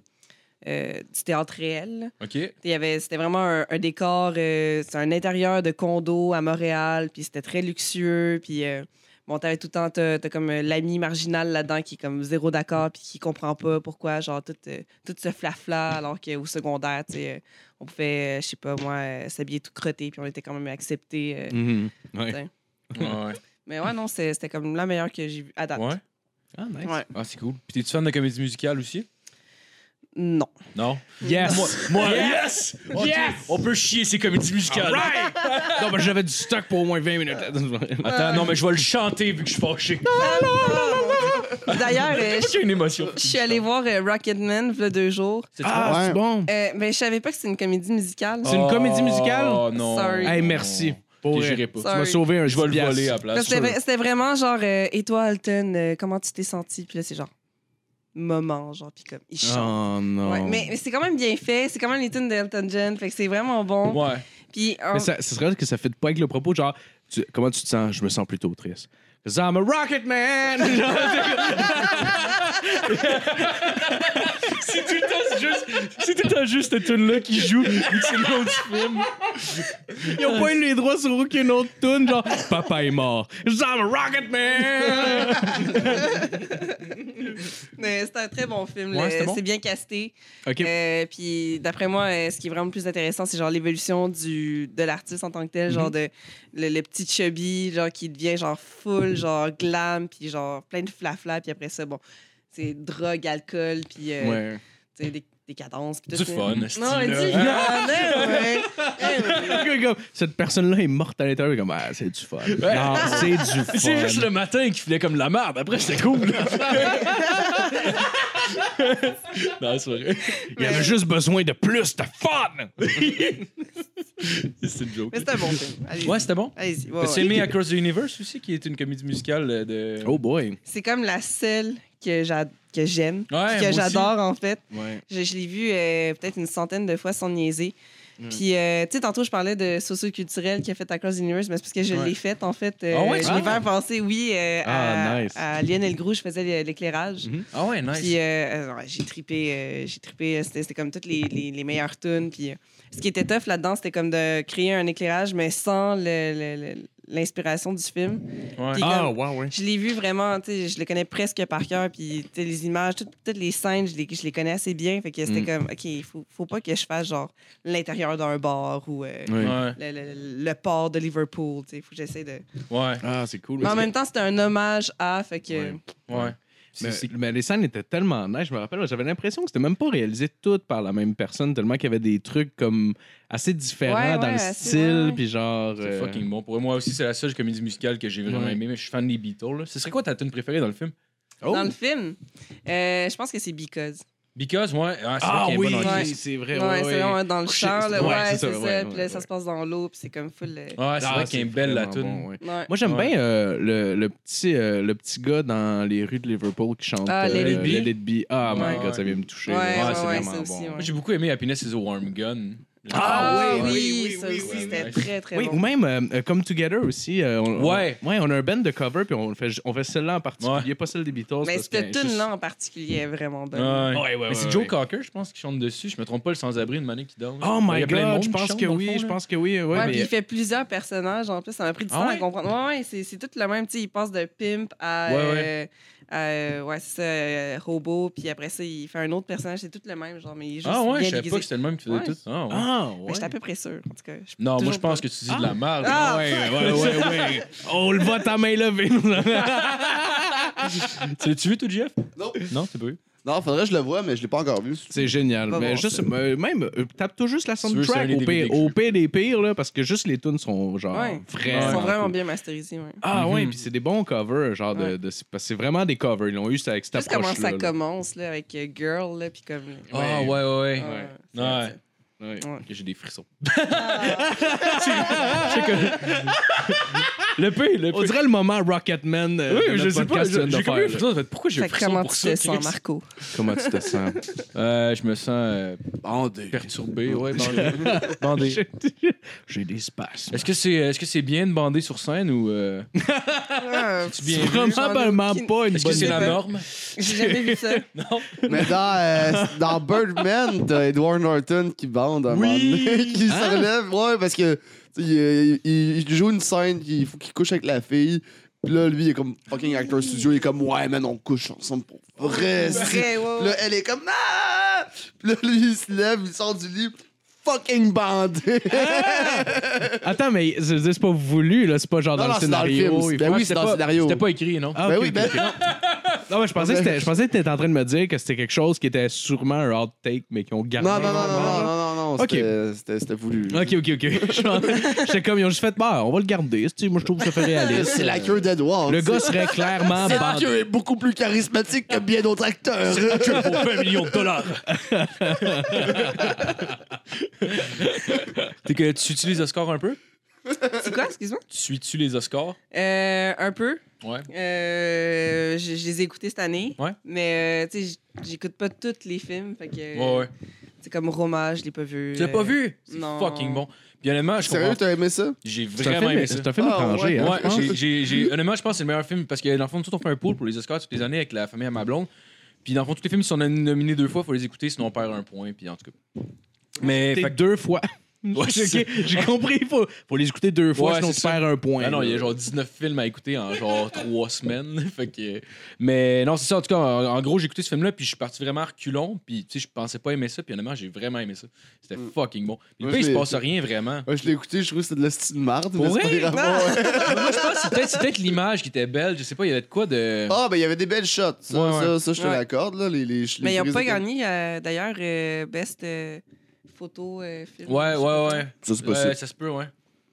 euh, du théâtre réel.
OK.
Il y avait- C'était vraiment un, un décor, euh, c'est un intérieur de condo à Montréal, puis c'était très luxueux, puis euh, bon, t'avais tout le temps, t'as t'as comme euh, l'ami marginal là-dedans qui est comme zéro d'accord, puis qui comprend pas pourquoi, genre, tout, euh, tout ce flafla, alors qu'au secondaire, tu sais, euh, on pouvait, euh, je sais pas moi, euh, s'habiller tout crotté, puis on était quand même accepté.
Mm-hmm. Ouais, ouais.
Mais ouais, non, c'est- c'était comme la meilleure que j'ai vue à date.
Ouais.
Ah, nice.
Ouais.
Ah, c'est cool. Puis t'es-tu fan de comédie musicale aussi?
Non.
Non.
Yes!
Moi, moi yes! Oh, On peut chier ces comédies musicales.
non, mais j'avais du stock pour au moins 20 minutes.
Ah, Attends, non, mais je vais le chanter vu que je suis fâché.
D'ailleurs, euh, je-
J'ai une émotion.
je suis allée voir euh, Rocketman, il y a deux jours.
C'est
ah,
Ouais.
c'est bon.
Euh, mais je savais pas que c'était une comédie musicale.
C'est une comédie musicale?
Oh non.
Sorry.
Hey, merci. Pour
Ok,
vrai.
j'irai pas.
Tu m'as
Sorry.
sauvé un
Je vais
10
le
piastres.
voler à la place.
Parce que C'était c'était vraiment genre, euh, et toi, Alton, euh, comment tu t'es senti? Puis là, c'est genre, moment, genre, puis comme, il chante.
Oh non.
Ouais, mais mais c'est quand même bien fait, c'est quand même les tunes d'Elton John, fait que c'est vraiment bon.
Ouais.
Puis, en-
Mais ça, ce serait que ça fait pas avec le propos, genre, tu- comment tu te sens? Je me sens plutôt triste. 'Cause I'm a rocket man! [laughs] [laughs]
C'est tout le temps juste, c'est tout le temps juste cette tune-là qui joue, vu que c'est le nom du film.
Ils ont pas eu les droits sur aucune autre tune, genre, papa est mort. 'Cause I'm a rocket man! [laughs]
mais c'est un très bon film,
Ouais,
là.
c'était bon.
c'est bien casté.
OK.
Euh, puis d'après moi, euh, ce qui est vraiment le plus intéressant, c'est genre l'évolution du de l'artiste en tant que tel,
Mhm.
genre de le, le petit chubby, genre qui devient genre full, genre glam, puis genre plein de flafla, puis après ça, bon, c'est drogue, alcool, puis euh,
ouais.
tu sais, des, des cadences. puis
Du
tout,
fun,
mais-
esti,
Non, mais du
là.
[laughs] fun, hein, ouais. Eh oui.
Le gars, comme, Cette personne-là est morte à l'intérieur. comme, ah, c'est du fun. Non, c'est du fun.
[laughs] C'est juste le matin qui filait comme la merde. Après, c'était cool. non, c'est vrai.
Il avait juste besoin de plus de fun!
C'est une joke.
Mais c'est un bon film. Allez-y.
Ouais, c'était bon.
Allez-y. Ouais,
T'as
ouais.
aimé Across the Universe aussi, qui est une comédie musicale euh, de.
Oh boy.
C'est comme la seule que j'a- que j'aime,
Ouais, moi
que
aussi.
j'adore en fait.
Ouais.
Je, je l'ai vu euh, peut-être une centaine de fois sans niaiser.
Mm.
Puis, euh, tu sais, tantôt, je parlais de socio-culturel qui a fait Across the Universe, mais c'est parce que je
Ouais.
l'ai faite, en fait. Euh,
Ah ouais,
je
ah.
l'ai fait passer, oui, euh,
Ah,
à,
nice.
à Lionel Groux, je faisais l'éclairage.
Ah ouais, nice.
Puis, euh, euh, ouais, j'ai trippé, euh, j'ai trippé. euh, C'était c'était comme toutes les, les- les meilleures tunes. Puis, euh, ce qui était tough là-dedans, c'était comme de créer un éclairage, mais sans le- le- le- l'inspiration du film.
Ouais.
Puis
Ah,
comme-
ouais, ouais.
je l'ai vu vraiment, tu sais, je le connais presque par cœur, puis tu sais, les images, tout- toutes les scènes, je les, je les connais assez bien, fait que c'était
Mm.
comme, OK, il faut, faut pas que je fasse genre l'intérieur d'un bar ou euh,
Ouais.
Ouais.
le, le- le port de Liverpool, tu sais, faut que j'essaie de...
Ouais.
Ah, c'est cool.
Mais en même temps, c'était un hommage à, fait que...
Ouais.
Ouais.
Mais,
C'est-
mais les scènes étaient tellement nice, je me rappelle, j'avais l'impression que c'était même pas réalisé toutes par la même personne, tellement qu'il y avait des trucs comme assez différents
Ouais,
dans
ouais,
le
assez, ouais,
style,
ouais.
puis genre.
C'est
euh,
fucking bon. Pour moi aussi, c'est la seule comédie musicale que j'ai vraiment
Ouais.
aimée, mais je suis fan des Beatles. là. Ce serait quoi ta tune préférée dans le film?
Oh!
Dans le film, euh, je pense que c'est Because.
Because, ouais. Ah, c'est
Ah
vrai qu'elle est
oui,
bonne en
ouais.
Christ.
c'est vrai.
Ouais,
ouais,
c'est
ouais.
vraiment dans le
Couché,
char, là,
ouais,
ouais,
c'est
c'est
ça,
ça,
ouais,
puis
ouais,
là, ça
ouais.
se passe dans l'eau, puis c'est comme full... euh,
Ouais, c'est
Ah,
vrai qu'elle est belle, la
vraiment
tune.
bon, ouais.
ouais.
Moi, j'aime
Ouais.
bien euh, le, le petit, euh, le petit gars dans les rues de Liverpool qui chante
Ah, Let
euh,
It Be.
Let It Be. Ah, my
Ouais.
God, ça vient me toucher.
Ouais,
là.
ouais,
Ah, c'est
ouais,
vraiment
ça
bon.
aussi,
Moi, j'ai beaucoup aimé Happiness is a Warm Gun.
Ah,
oui,
ouais,
oui,
oui,
ça
oui,
aussi,
oui,
c'était
oui.
très, très
Oui,
bon.
ou même euh, euh, Come Together aussi. euh, on,
Ouais.
On, ouais, on a un band de cover, puis on, le fait, on fait celle-là en particulier, pas celle des Beatles.
Mais
parce que
cette
juste-
tune-là en particulier est vraiment bonne.
Ouais.
Ouais, ouais,
Mais c'est
ouais,
Joe
ouais.
Cocker, je pense, qui chante dessus. Je me trompe pas, le sans-abri, une manée qui dort.
Oh
Il y
my
a plein de
god,
monde
je
qui
pense
chante,
que
dans le
oui,
fond,
je
là.
pense que oui. Ouais,
Ouais,
mais...
puis il fait plusieurs personnages. En plus, ça m'a pris du
Ah
temps
ouais?
à comprendre. Ouais, ouais, c'est, c'est tout le même. tu sais, il passe de pimp à.
Ouais,
euh, à, euh, ouais, c'est ça, euh, robot. Puis après ça, il fait un autre personnage. C'est tout le même, genre, mais il est juste.
Ah ouais,
bien
je savais
déguisé.
pas que c'était le même qui faisait
Ouais.
tout. Ah ouais.
Ah, ouais.
Mais j'étais à peu près sûre, en tout cas. Je-
Non, moi
toujours
je pense
pas-
que tu dis de la merde.
[laughs]
Ah,
Ouais, ouais, ouais, ouais. On le voit ta main levée.
Tu l'as-tu vu, tout Jeff?
Non.
Non, t'as pas vu.
Non, faudrait que je le vois, mais je l'ai pas encore vu.
C'est génial.
Pas
Mais
bon,
juste,
ça.
euh, même, euh, tape tout juste la
Si tu veux, c'est un
soundtrack
des
au
DVD
pire,
que je
au
fais.
pire des pires, là, parce que juste les tunes sont genre
Ouais. Ils
vraiment.
sont vraiment
cool.
bien masterisés. Ouais.
Ah ouais,
Mhm.
puis c'est des bons covers, genre de-
Ouais.
de, c'est- parce que c'est vraiment des covers. Ils l'ont eu ça, avec cette
Juste comment
approche
ça
là.
commence là, avec euh, Girl, là, puis comme.
Ah, ouais, ouais, ouais.
Ouais.
Ouais.
Ouais.
Ouais.
J'ai des frissons.
Je sais que- le P, le
On
P.
dirait le moment Rocketman.
Oui,
euh, de
mais je
notre
sais pas.
podcast
je-
vient de
J'ai comme eu
faire,
une photo, en fait, Pourquoi j'ai
Fait
eu
que
frisson
comment
pour
tu
ça?
te sens,
Chris?
Marco?
là. Comment tu
[laughs]
te sens
Euh, Je me sens euh,
Bandé.
perturbé, ouais, bandé. bandé.
J'ai- J'ai des spasmes.
Est-ce que c'est est-ce que c'est bien de bander sur scène ou euh,
C'est
bien vu?
Probablement
Qui-
pas une
est-ce que
bonne
c'est la
idée.
norme
J'ai jamais
[laughs]
vu ça.
Mais dans, euh, dans Birdman, t'as Edward Norton qui bande à un moment donné, qui se
Hein?
relève. Ouais, parce que tu sais, il, euh, il- il joue une scène, il faut qu'il couche avec la fille. Puis là, lui, il est comme fucking acteur studio, il est comme ouais, man, on couche ensemble pour vrai. si.
Vrai, ouais, ouais.
Puis Là, elle est comme ah! Puis là, lui, il se lève, il sort du lit, fucking bandé.
Attends, mais je veux dire, c'est pas voulu, là. C'est pas genre
Non,
dans
non,
le
c'est dans le film.
scénario.
c'est-
il-
Ben
Ah,
oui,
c'était
c'est dans le
pas-
scénario.
C'était pas écrit, non
Ah,
Ben
ok,
oui,
ok.
ben.
Non, mais je pensais que c'était- je pensais que t'étais en train de me dire que c'était quelque chose qui était sûrement un hot take, mais qu'ils ont gardé.
Non, non, non, non, non, non, non, non,
Ok.
c'était- c'était c'était voulu.
Ok, ok, [laughs] ok. J'étais comme, ils ont juste fait, bah, on va le garder. c'est-tu, Moi, je trouve que ça fait réaliste.
C'est la queue d'Edward.
Le gars serait clairement
Cette
bandé.
queue est beaucoup plus charismatique que bien d'autres acteurs.
Pour 20 millions de dollars. T'es que tu suis-tu les Oscars un peu
C'est quoi, excuse-moi?
Tu suis-tu les Oscars
Euh, un peu.
Ouais.
Euh, je, je les ai écoutés cette année.
Ouais.
Mais, euh, tu sais, j- j'écoute pas tous les films. Fait que,
Ouais, ouais.
C'est comme Roma, je l'ai pas vu.
Tu l'as
Euh,
pas vu C'est
non.
Fucking bon. Puis honnêtement, je
Sérieux,
comprends.
t'as aimé ça?
J'ai
C'est un
vraiment
film,
aimé ça.
c'est un film
Ah,
étranger,
ouais.
hein,
Ouais,
je pense.
j'ai- j'ai- j'ai- honnêtement, je pense que c'est le meilleur film parce que dans le fond, tout on fait un pool pour les Oscars toutes les années avec la famille à ma blonde. Puis dans le fond, tous les films qui sont nominés deux fois, faut les écouter, sinon on perd un point. Puis en tout cas. Mais
T'es
fait que-
deux fois. [laughs]
Ouais, c'est
Ok, J'ai compris, il faut, faut les écouter deux fois,
Ouais,
sinon
c'est
tu
ça.
perds un point.
Ah non, il y a genre 19 films à écouter en genre [laughs] 3 semaines. fait que... Mais non, c'est ça. En tout cas, en, en gros, j'ai écouté ce film-là, puis je suis parti vraiment à reculons. Puis tu sais, je pensais pas aimer ça, puis honnêtement, j'ai vraiment aimé ça. C'était
Mm.
fucking bon. Puis
Moi,
le pire, il
je
se
l'ai-
passe rien vraiment. [laughs]
Ouais, je l'ai écouté, je trouve que c'est de la style marde. mais
Pour
c'est pas
Ah!
grave. Ouais.
Moi, je pense que c'est peut-être- c'est peut-être l'image qui était belle. Je sais pas, il y avait de quoi de.
Ah, ben il y avait des belles shots. Ça,
Ouais, ouais.
ça, ça, je te
Ouais.
l'accorde. Là, les, les,
Mais
les
ils ont pas
prises de-
gagné, euh, d'ailleurs, euh, Best euh, Photo euh, Film.
Ouais, ouais, ouais.
Ça, c'est
Ouais,
possible.
ça se peut, ouais.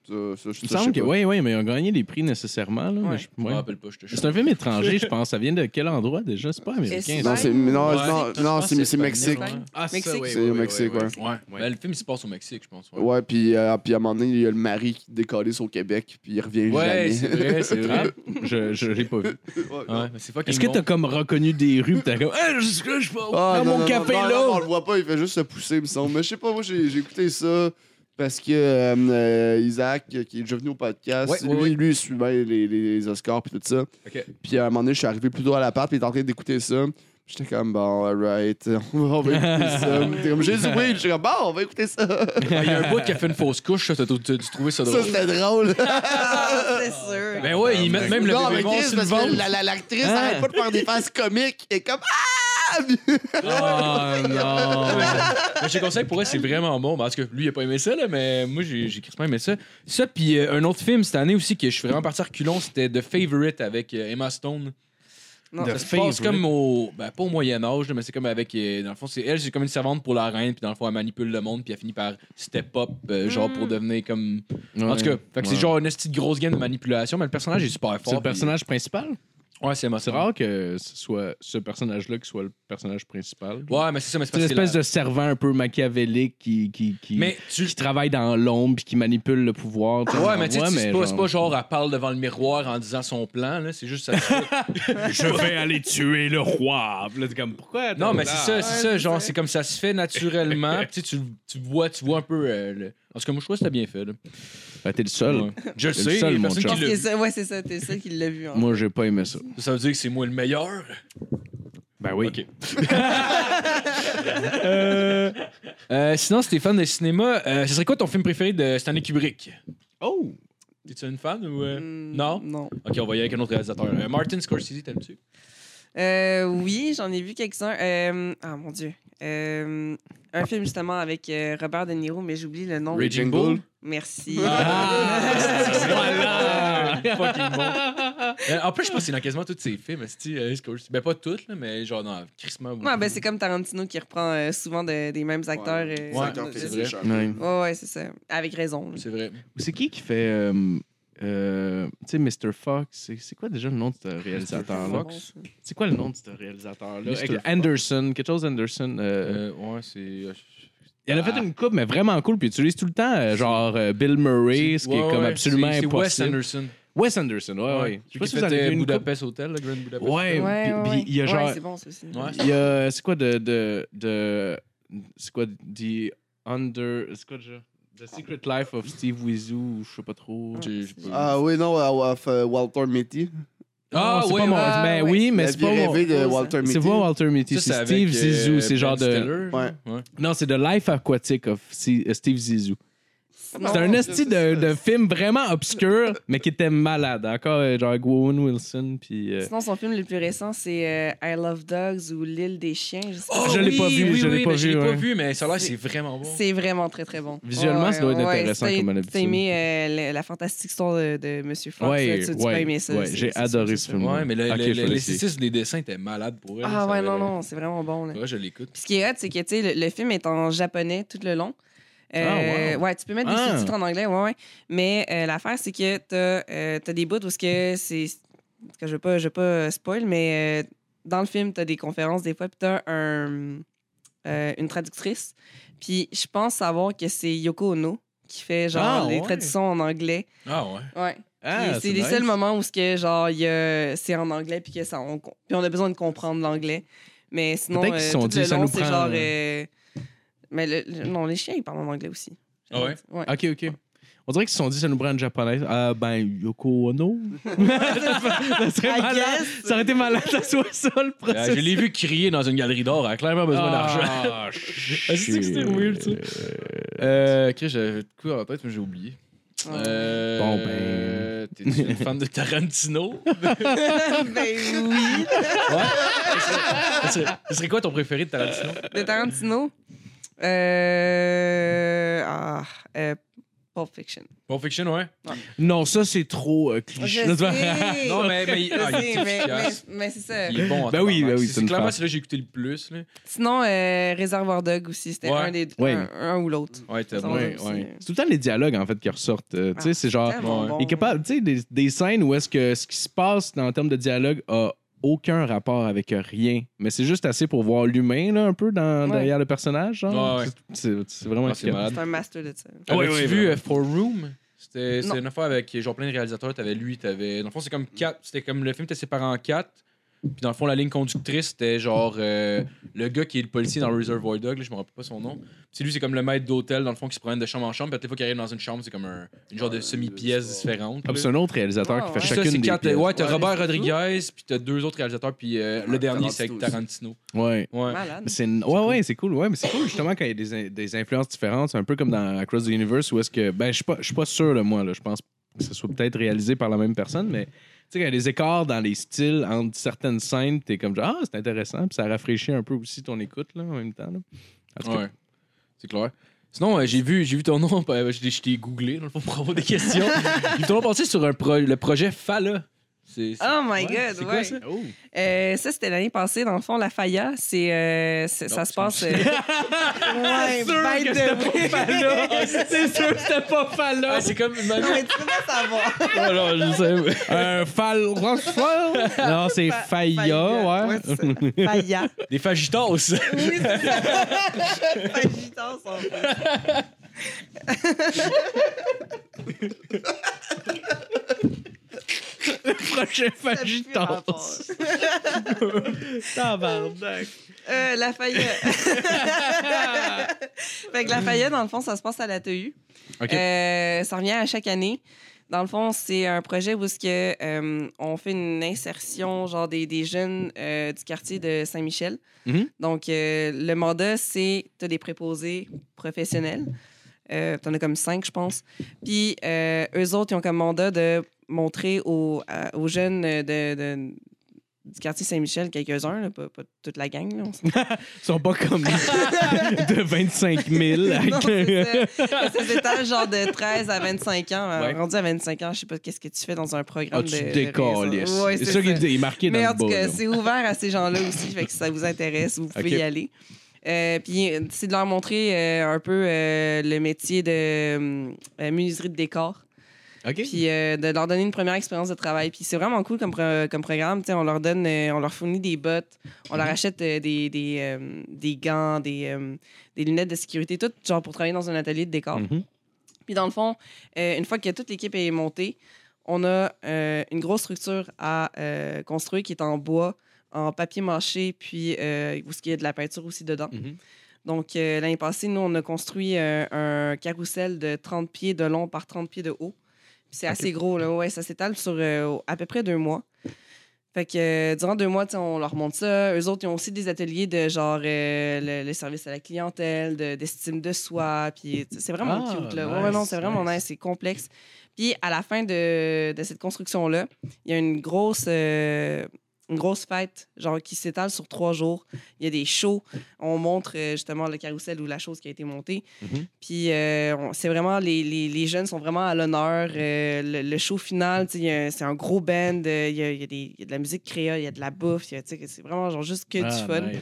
Ça, ça, je-
Il me
ça, je
semble
sais
que,
pas.
oui, oui, mais ils ont gagné les prix nécessairement. Là, mais
Ouais.
je-
Je me
ouais.
rappelle pas, je te
C'est un film étranger, je pense. Ça vient de quel endroit déjà C'est pas américain.
Est-ce-
ça.
Non, c'est non,
Ouais.
non,
Je
non,
pense
c'est
que
c'est
pas
Mexique.
né,
Ah, ça,
Mexique.
oui, oui,
C'est
oui,
au
oui,
Mexique,
oui,
ouais.
oui.
Ouais. Ben, le film, il se passe au Mexique, je pense. Ouais,
Ouais, puis, euh, puis à un moment donné, il y a le mari qui décalisse au Québec, puis il revient
Ouais, c'est
[laughs] jamais.
vrai, Ben, c'est vrai.
Ah, je je l'ai pas vu.
Ouais, non.
Ouais, mais c'est fucking
Est-ce que
bon.
t'as comme reconnu des rues pis t'as comme Ah, je suis là, je suis
Oh,
pas-
Ah,
prends
non,
mon
non,
café
non, non,
là
non, on le voit pas, il fait juste se pousser, il me semble. Mais je sais pas, moi, j'ai j'ai écouté ça parce que euh, euh, Isaac, euh, qui est déjà venu au podcast,
Ouais, ouais,
lui,
ouais.
lui, il suivait les, les Oscars et tout ça.
Ok.
Puis à un moment donné, je suis arrivé plus tôt à l'appart, puis il était en train d'écouter ça. J'étais comme, bon, alright, [laughs] on va, on va écouter
[laughs]
ça. Puis t'es comme, j'ai dit oui, j'étais comme, bon, on va écouter ça.
Ah, Il y a un bout qui a fait une fausse couche, ça, t'as t'as dû trouver ça
ça,
drôle.
c'était drôle.
Ah, c'est sûr.
Ben ouais, ils mettent même le
non, mais
bébé mort
Chris,
sur le
parce que
ventre.
la- la- l'actrice
Hein?
arrête pas de faire des faces comiques. Et comme, ah!
Oh non
Ah, Mais j'ai conseillé pour elle, c'est vraiment bon. Parce que lui, il a pas aimé ça, là, mais moi, j'ai j'ai crissement aimé ça. Ça, puis euh, un autre film cette année aussi que je suis vraiment parti à reculons, c'était The Favorite avec euh, Emma Stone.
Non,
ça
The
se passe
Favourite.
comme au. Ben, pas au Moyen-Âge, mais c'est comme avec. euh, dans le fond, c'est elle, c'est comme une servante pour la reine, puis dans le fond, elle manipule le monde, puis elle finit par step-up, euh, genre pour devenir comme. En tout cas, fait que c'est
Ouais.
genre une petite grosse game de manipulation, mais le personnage est super fort.
C'est le
puis-
personnage principal
Ouais, c'est Emma
C'est
Stone.
rare que ce soit ce personnage-là qui soit le personnage principal.
Ouais, mais c'est ça, mais c'est
C'est une
parce que
espèce
la-
de servant un peu machiavélique qui, qui, qui,
Mais tu
qui travaille dans l'ombre puis qui manipule le pouvoir. tu sais,
Ouais, mais tu sais,
genre,
c'est pas, c'est
genre,
pas genre elle parle devant le miroir en disant son plan, là, c'est juste ça. [laughs]
Je vais aller tuer le roi. Puis là, t'es comme, pourquoi?
non, mais c'est ça,
Ouais,
c'est
c'est
ça, genre,
ça.
c'est comme ça se fait
[laughs]
naturellement. Puis tu, sais, tu tu vois, tu vois un peu. euh, le- En tout cas, moi, je trouve que c'était bien fait. Là.
Ben, t'es le seul.
Ouais. Je le
C'est le
sais, il
seul,
y a
mon
personne
je
qui
pense
chum.
l'a
que
vu.
ça, ouais, c'est ça, t'es le seul qui l'a vu. hein.
Moi, j'ai pas aimé ça.
Ça veut dire que c'est moi le meilleur.
Ben oui.
Ok. Euh, sinon, si t'es fan de cinéma, euh, ce serait quoi ton film préféré de Stanley Kubrick
Oh!
T'es-tu une fan ou. euh?
Mm.
Hmm,
Non?
Non.
Ok, on va y aller avec un autre réalisateur. Euh, Martin Scorsese, t'aimes-tu
Euh, oui, j'en ai vu quelques-uns. Euh, ah mon Dieu. Euh, un film justement avec euh, Robert De Niro, mais j'oublie le nom.
Raging Bull.
Merci. [laughs]
Ah!
Ah! Voilà! Fucking bon. Euh, en plus, je pense qu'il est dans quasiment tous ses films. esti, euh, Scorsese. Ben, pas toutes, là, mais genre dans Crissement.
Ouais, ben, c'est comme Tarantino qui reprend euh, souvent de- des mêmes acteurs. euh,
Les acteurs
de-
fait
de-
des chars.
Ouais.
Ouais, ouais, c'est ça. Avec raison. là.
C'est vrai.
C'est qui qui fait. euh, euh, tu sais, Mr. Fox, c'est- c'est quoi déjà le nom de ce réalisateur-là?
Fox.
C'est quoi le nom de ce réalisateur-là?
Mr.
Avec
Fox.
Anderson, quelque chose Anderson. euh,
Euh, ah. ouais, c'est.
Il en a fait une coupe, mais vraiment cool, puis il utilise tout le temps, euh, genre euh, Bill Murray, ce qui est
Ouais,
comme
ouais,
absolument
c'est-
impossible.
C'est Wes Anderson.
Wes Anderson, ouais, ouais. Je sais pas si vous avez vu une coupe.
euh, Budapest Hotel, le Grand Budapest.
Ouais,
Ouais,
puis-
ouais,
puis
ouais.
il y a
Ouais,
genre.
c'est bon, ça aussi.
Ouais.
Il y a. C'est quoi de. de, de c'est quoi The Under. C'est quoi déjà? The Secret Life of Steve Wizu, ou je sais pas trop.
J'ai- j'ai pas vu.
Ah oui, non, euh, of, euh, Walter Mitty.
Non,
Ah, c'est
ouais,
pas mon.
ouais.
mais
Ouais.
oui,
Mais
mais
la
c'est
vie
pas mon.
rêvée de
Ça,
Walter Mitty.
C'est pas Walter Mitty,
Ça,
c'est
avec,
Steve
euh,
Zizou. c'est
Ben
genre de.
Stiller.
Ouais.
Non, c'est The Life Aquatic of Si- euh, Steve Zizou.
Sinon,
C'est un
Oh,
esti
je sais
de,
ça.
de film vraiment obscur, mais qui était malade. Encore euh, genre avec Owen Wilson, puis. euh,
sinon, son film le plus récent, c'est euh, I Love Dogs ou L'île des chiens. Je sais pas.
Oh, je l'ai pas
oui,
vu,
oui,
je l'ai
oui,
pas
mais
vu,
Je l'ai
ouais.
pas vu, mais ça a l'air,
C'est-
c'est vraiment bon.
C'est vraiment très, très bon.
Visuellement, ça doit être intéressant,
si t'as-
comme à l'habitude.
T'as aimé euh, le- la, fantastique histoire de, de Monsieur Fox.
Ouais,
là, tu, tu
ouais,
peux aimer ça.
ouais,
c'est-
j'ai
c'est
adoré
sûr,
ce
c'est
film.
Ouais, mais le-
Ok,
le-
je vais
le-
l'essayer.
l'esthétique des dessins était malade pour elle.
sûr. Ah
ça
ouais,
avait
non,
l'air-
non, c'est vraiment bon. là.
Ouais, je l'écoute.
Puis ce qui est hot, c'est que tu sais, le, le film est en japonais tout le long. Euh,
Ah,
Ouais, tu peux mettre des
Ah.
sous-titres en anglais, ouais, ouais. Mais euh, l'affaire, c'est que t'as euh, t'as des bouts où ce que c'est. En tout cas, je veux pas, je veux pas spoil, mais euh, dans le film, t'as des conférences des fois, puis t'as un, euh, une traductrice. Puis je pense savoir que c'est Yoko Ono qui fait genre
Ah,
les
ouais.
traductions en anglais.
Ah ouais.
Ouais.
Ah,
Puis c'est les
nice.
seuls moments où ce que genre il y a- c'est en anglais puis que ça on, com- puis on a besoin de comprendre l'anglais. Mais sinon
Peut-être
euh,
qu'ils se sont
tout
dit,
le
ça
long
nous
c'est
prend,
genre
euh,
euh, mais le- le- non les chiens ils parlent en anglais aussi.
Ah ouais?
Ouais.
Ok, ok. On dirait qu'ils se sont dit, ça nous prend une japonaise. Ah, ben, Yoko Ono. [laughs] ça serait
I
malade.
guess.
Ça aurait été malade, ça soit ça le
Ah,
processus.
je l'ai vu crier dans une galerie d'or. Elle a clairement besoin d'argent.
Ah,
Ah, c'est-tu que c'était weird, ça? Euh, Chris, j'avais de quoi en tête, mais j'ai oublié. Euh,
Bon, ben.
euh, T'es une fan de Tarantino?
[laughs] ben oui.
[laughs] Ce serait- ce serait quoi ton préféré de Tarantino?
De Tarantino. Euh, ah, euh, Pulp Fiction.
Pulp Fiction, ouais.
Non, ça, c'est trop euh, cliché. [laughs]
Je sais.
Non, mais,
[laughs]
mais,
Je
ah, il
sais,
est
mais,
efficace.
mais- mais c'est ça.
Il est bon en
Ben oui,
tabarnak. C'est-
ben oui, c'est
C'est
une
clairement
farce.
celui que j'ai écouté le plus. Là.
Sinon, euh, Reservoir Dog aussi, c'était
Ouais.
un des deux-
Ouais.
un, un ou l'autre.
Ouais, t'as
Ça,
bon.
on-
Ouais, ouais. C'est tout le temps les dialogues, en fait, qui ressortent. euh, tu sais,
Ah,
c'est genre.
Tellement
ouais.
bon.
Il est capable, tu sais, des, des scènes où est-ce que ce qui se passe en termes de dialogue a aucun rapport avec rien, mais c'est juste assez pour voir l'humain, là, un peu dans,
Ouais.
derrière le personnage. genre.
Ouais, ouais.
C'est, c'est- c'est vraiment
Ah, c'est
incroyable.
malade.
C'est un master de ça.
T'as
Ouais, ouais,
vu
vraiment.
euh, For Room? C'était
Non.
c'est une affaire avec genre plein de réalisateurs. T'avais lui, t'avais. Dans le fond, c'est comme quatre. C'était comme le film était séparé en quatre. Puis dans le fond, la ligne conductrice, c'était genre euh, le gars qui est le policier dans Reservoir Dog, là, je me rappelle pas son nom. C'est lui, c'est comme le maître d'hôtel, dans le fond, qui se promène de chambre en chambre. Puis à chaque fois qu'il arrive dans une chambre, c'est comme un, une genre de semi-pièce différente.
Comme
là.
c'est un autre réalisateur
Ah,
qui fait
ouais.
Ça,
chacune
c'est
des
quatre-
pièces.
Ouais, t'as
Ouais.
Robert Rodriguez, puis t'as deux autres réalisateurs, puis euh, le
Ouais,
dernier, c'est avec
Tarantino
Tarantino.
Ouais.
Ouais.
Malade.
Mais C'est, ouais, ouais, c'est cool. Ouais, mais c'est cool justement quand il y a des, in- des influences différentes. C'est un peu comme dans Across the Universe où est-ce que. Ben, je suis pas, je suis pas sûr, là, moi. Là, je pense que ce soit peut-être réalisé par la même personne, mais tu sais, quand il y a des écarts dans les styles entre certaines scènes, t'es comme genre, ah, c'est intéressant. Puis ça rafraîchit un peu aussi ton écoute, là, en même temps. là. En tout cas,
Ouais. C'est clair. Sinon, euh, j'ai vu, j'ai vu ton nom, [laughs] euh, je t'ai- je t'ai googlé dans le fond pour avoir des
[laughs]
questions. j'ai vu ton nom passer sur un pro- le projet Fala. C'est, c'est-
Oh
Ouais,
my god,
c'est
ouais.
quoi, ça?
Oh!
Euh, ça, c'était l'année passée, dans le fond, la Faya. C'est, euh, c'est-
Non,
ça se
c'est
passe. euh,
[laughs]
ouais, bête de vrai.
c'est sûr que c'était pas Fallon.
Ah, c'est comme une
Non, [laughs] mais [laughs] tu peux pas savoir.
Alors, je
[laughs]
sais.
Euh, Fall- Non, c'est
Fa-
Faya, ouais.
c'est ça. Faya.
Des [laughs] fagitos.
Oui, c'est [laughs] ça. Fagitas, en fait.
[laughs]
Projet
Ça pue le rapport.
Fagitas. Tabarnak.
Euh, la Faya. [laughs] fait que la Faya, dans le fond, ça se passe à la TEU.
Ok.
Euh, ça revient à chaque année. Dans le fond, c'est un projet où ce que, euh, on fait une insertion genre des, des jeunes euh, du quartier de Saint-Michel.
Mhm.
Donc, euh, le mandat, c'est tu des préposés professionnels. Euh, T'en as comme cinq, je pense. Puis, euh, eux autres, ils ont comme mandat de montrer aux, à- aux jeunes de, de- du quartier Saint-Michel, quelques-uns, là, pas, pas toute la gang. là, on s'en-
Ils sont pas [laughs] comme de 25 000. avec-
[laughs] Non, c'est ça. C'est cet étage genre de 13 à 25 ans. Euh,
Ouais.
Rendu à 25 ans, je sais pas qu'est-ce que tu fais dans un
Ah,
programme de-
tu
de
décolles.
raison. Ouais,
c'est ça qui
ça.
est marqué
Mais
dans
en
le bas.
tout cas,
là.
c'est ouvert à ces gens-là aussi, fait que si ça vous intéresse, vous pouvez
Ok.
y aller. Euh, puis euh, c'est de leur montrer euh, un peu euh, le métier de euh, euh, menuiserie de décor,
OK.
puis euh, de leur donner une première expérience de travail. Puis c'est vraiment cool comme, pro- comme programme. Tu sais, on leur donne, euh, on leur fournit des bottes, on
Mhm.
leur achète euh, des, des, euh, des gants, des, euh, des lunettes de sécurité, tout genre pour travailler dans un atelier de décor.
Mhm.
Puis dans le fond, euh, une fois que toute l'équipe est montée, on a euh, une grosse structure à euh, construire qui est en bois, en papier mâché, puis euh, où il y a de la peinture aussi dedans.
Mhm.
Donc euh, l'année passée, nous, on a construit euh, un carrousel de 30 pieds de long par 30 pieds de haut. Puis C'est assez gros, là. Ouais, ça s'étale sur euh, à peu près deux mois. Fait que euh, durant deux mois, tu sais, on leur montre ça. Eux autres, ils ont aussi des ateliers de genre euh, le, le service à la clientèle, de- d'estime de, soi. Puis tu sais, c'est vraiment
Ah,
cute, là. Ouais, ouais,
nice,
non, c'est vraiment
nice.
nice, c'est complexe. Puis à la fin de, de cette construction-là, il y a une grosse, euh, une grosse fête, genre qui s'étale sur trois jours. Il y a des shows. On montre euh, justement le carrousel ou la chose qui a été montée.
Mhm.
Puis euh, on- c'est vraiment, les, les- les jeunes sont vraiment à l'honneur. Euh, le, le show final, tu sais, il y a un- c'est un gros band. euh, Il y a, il y a des- il y a de la musique créole, il y a de la bouffe. il y a, tu sais, C'est vraiment genre juste que du
Ah,
fun.
nice.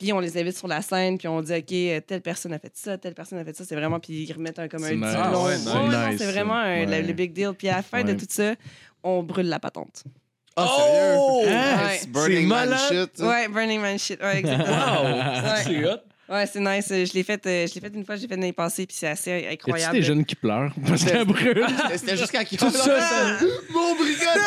Puis on les invite sur la scène, puis on dit, OK, euh, telle personne a fait ça, telle personne a fait ça. C'est vraiment, puis ils remettent un, comme un
C'est nice.
diplôme.
Ah ouais, nice.
Ouais, non,
Nice,
c'est
ça.
vraiment un- le-
Ouais.
le big deal. Puis à la fin
Ouais.
de tout ça, on brûle la patente.
Ah, sérieux?
Ouais.
It's Burning Man
malade.
shit. ça.
Ouais, Burning Man shit. Ouais,
[laughs]
exactement.
Wow! C'est hot.
ouais, c'est nice. Je l'ai fait, euh, je l'ai fait une fois, je l'ai fait l'année passée, puis c'est assez
Y a-tu
incroyable. Ah!
des jeunes qui
[laughs]
pleurent? Parce qu'elle brûle.
C'était jusqu'à qui Tout ça, Mon brigade!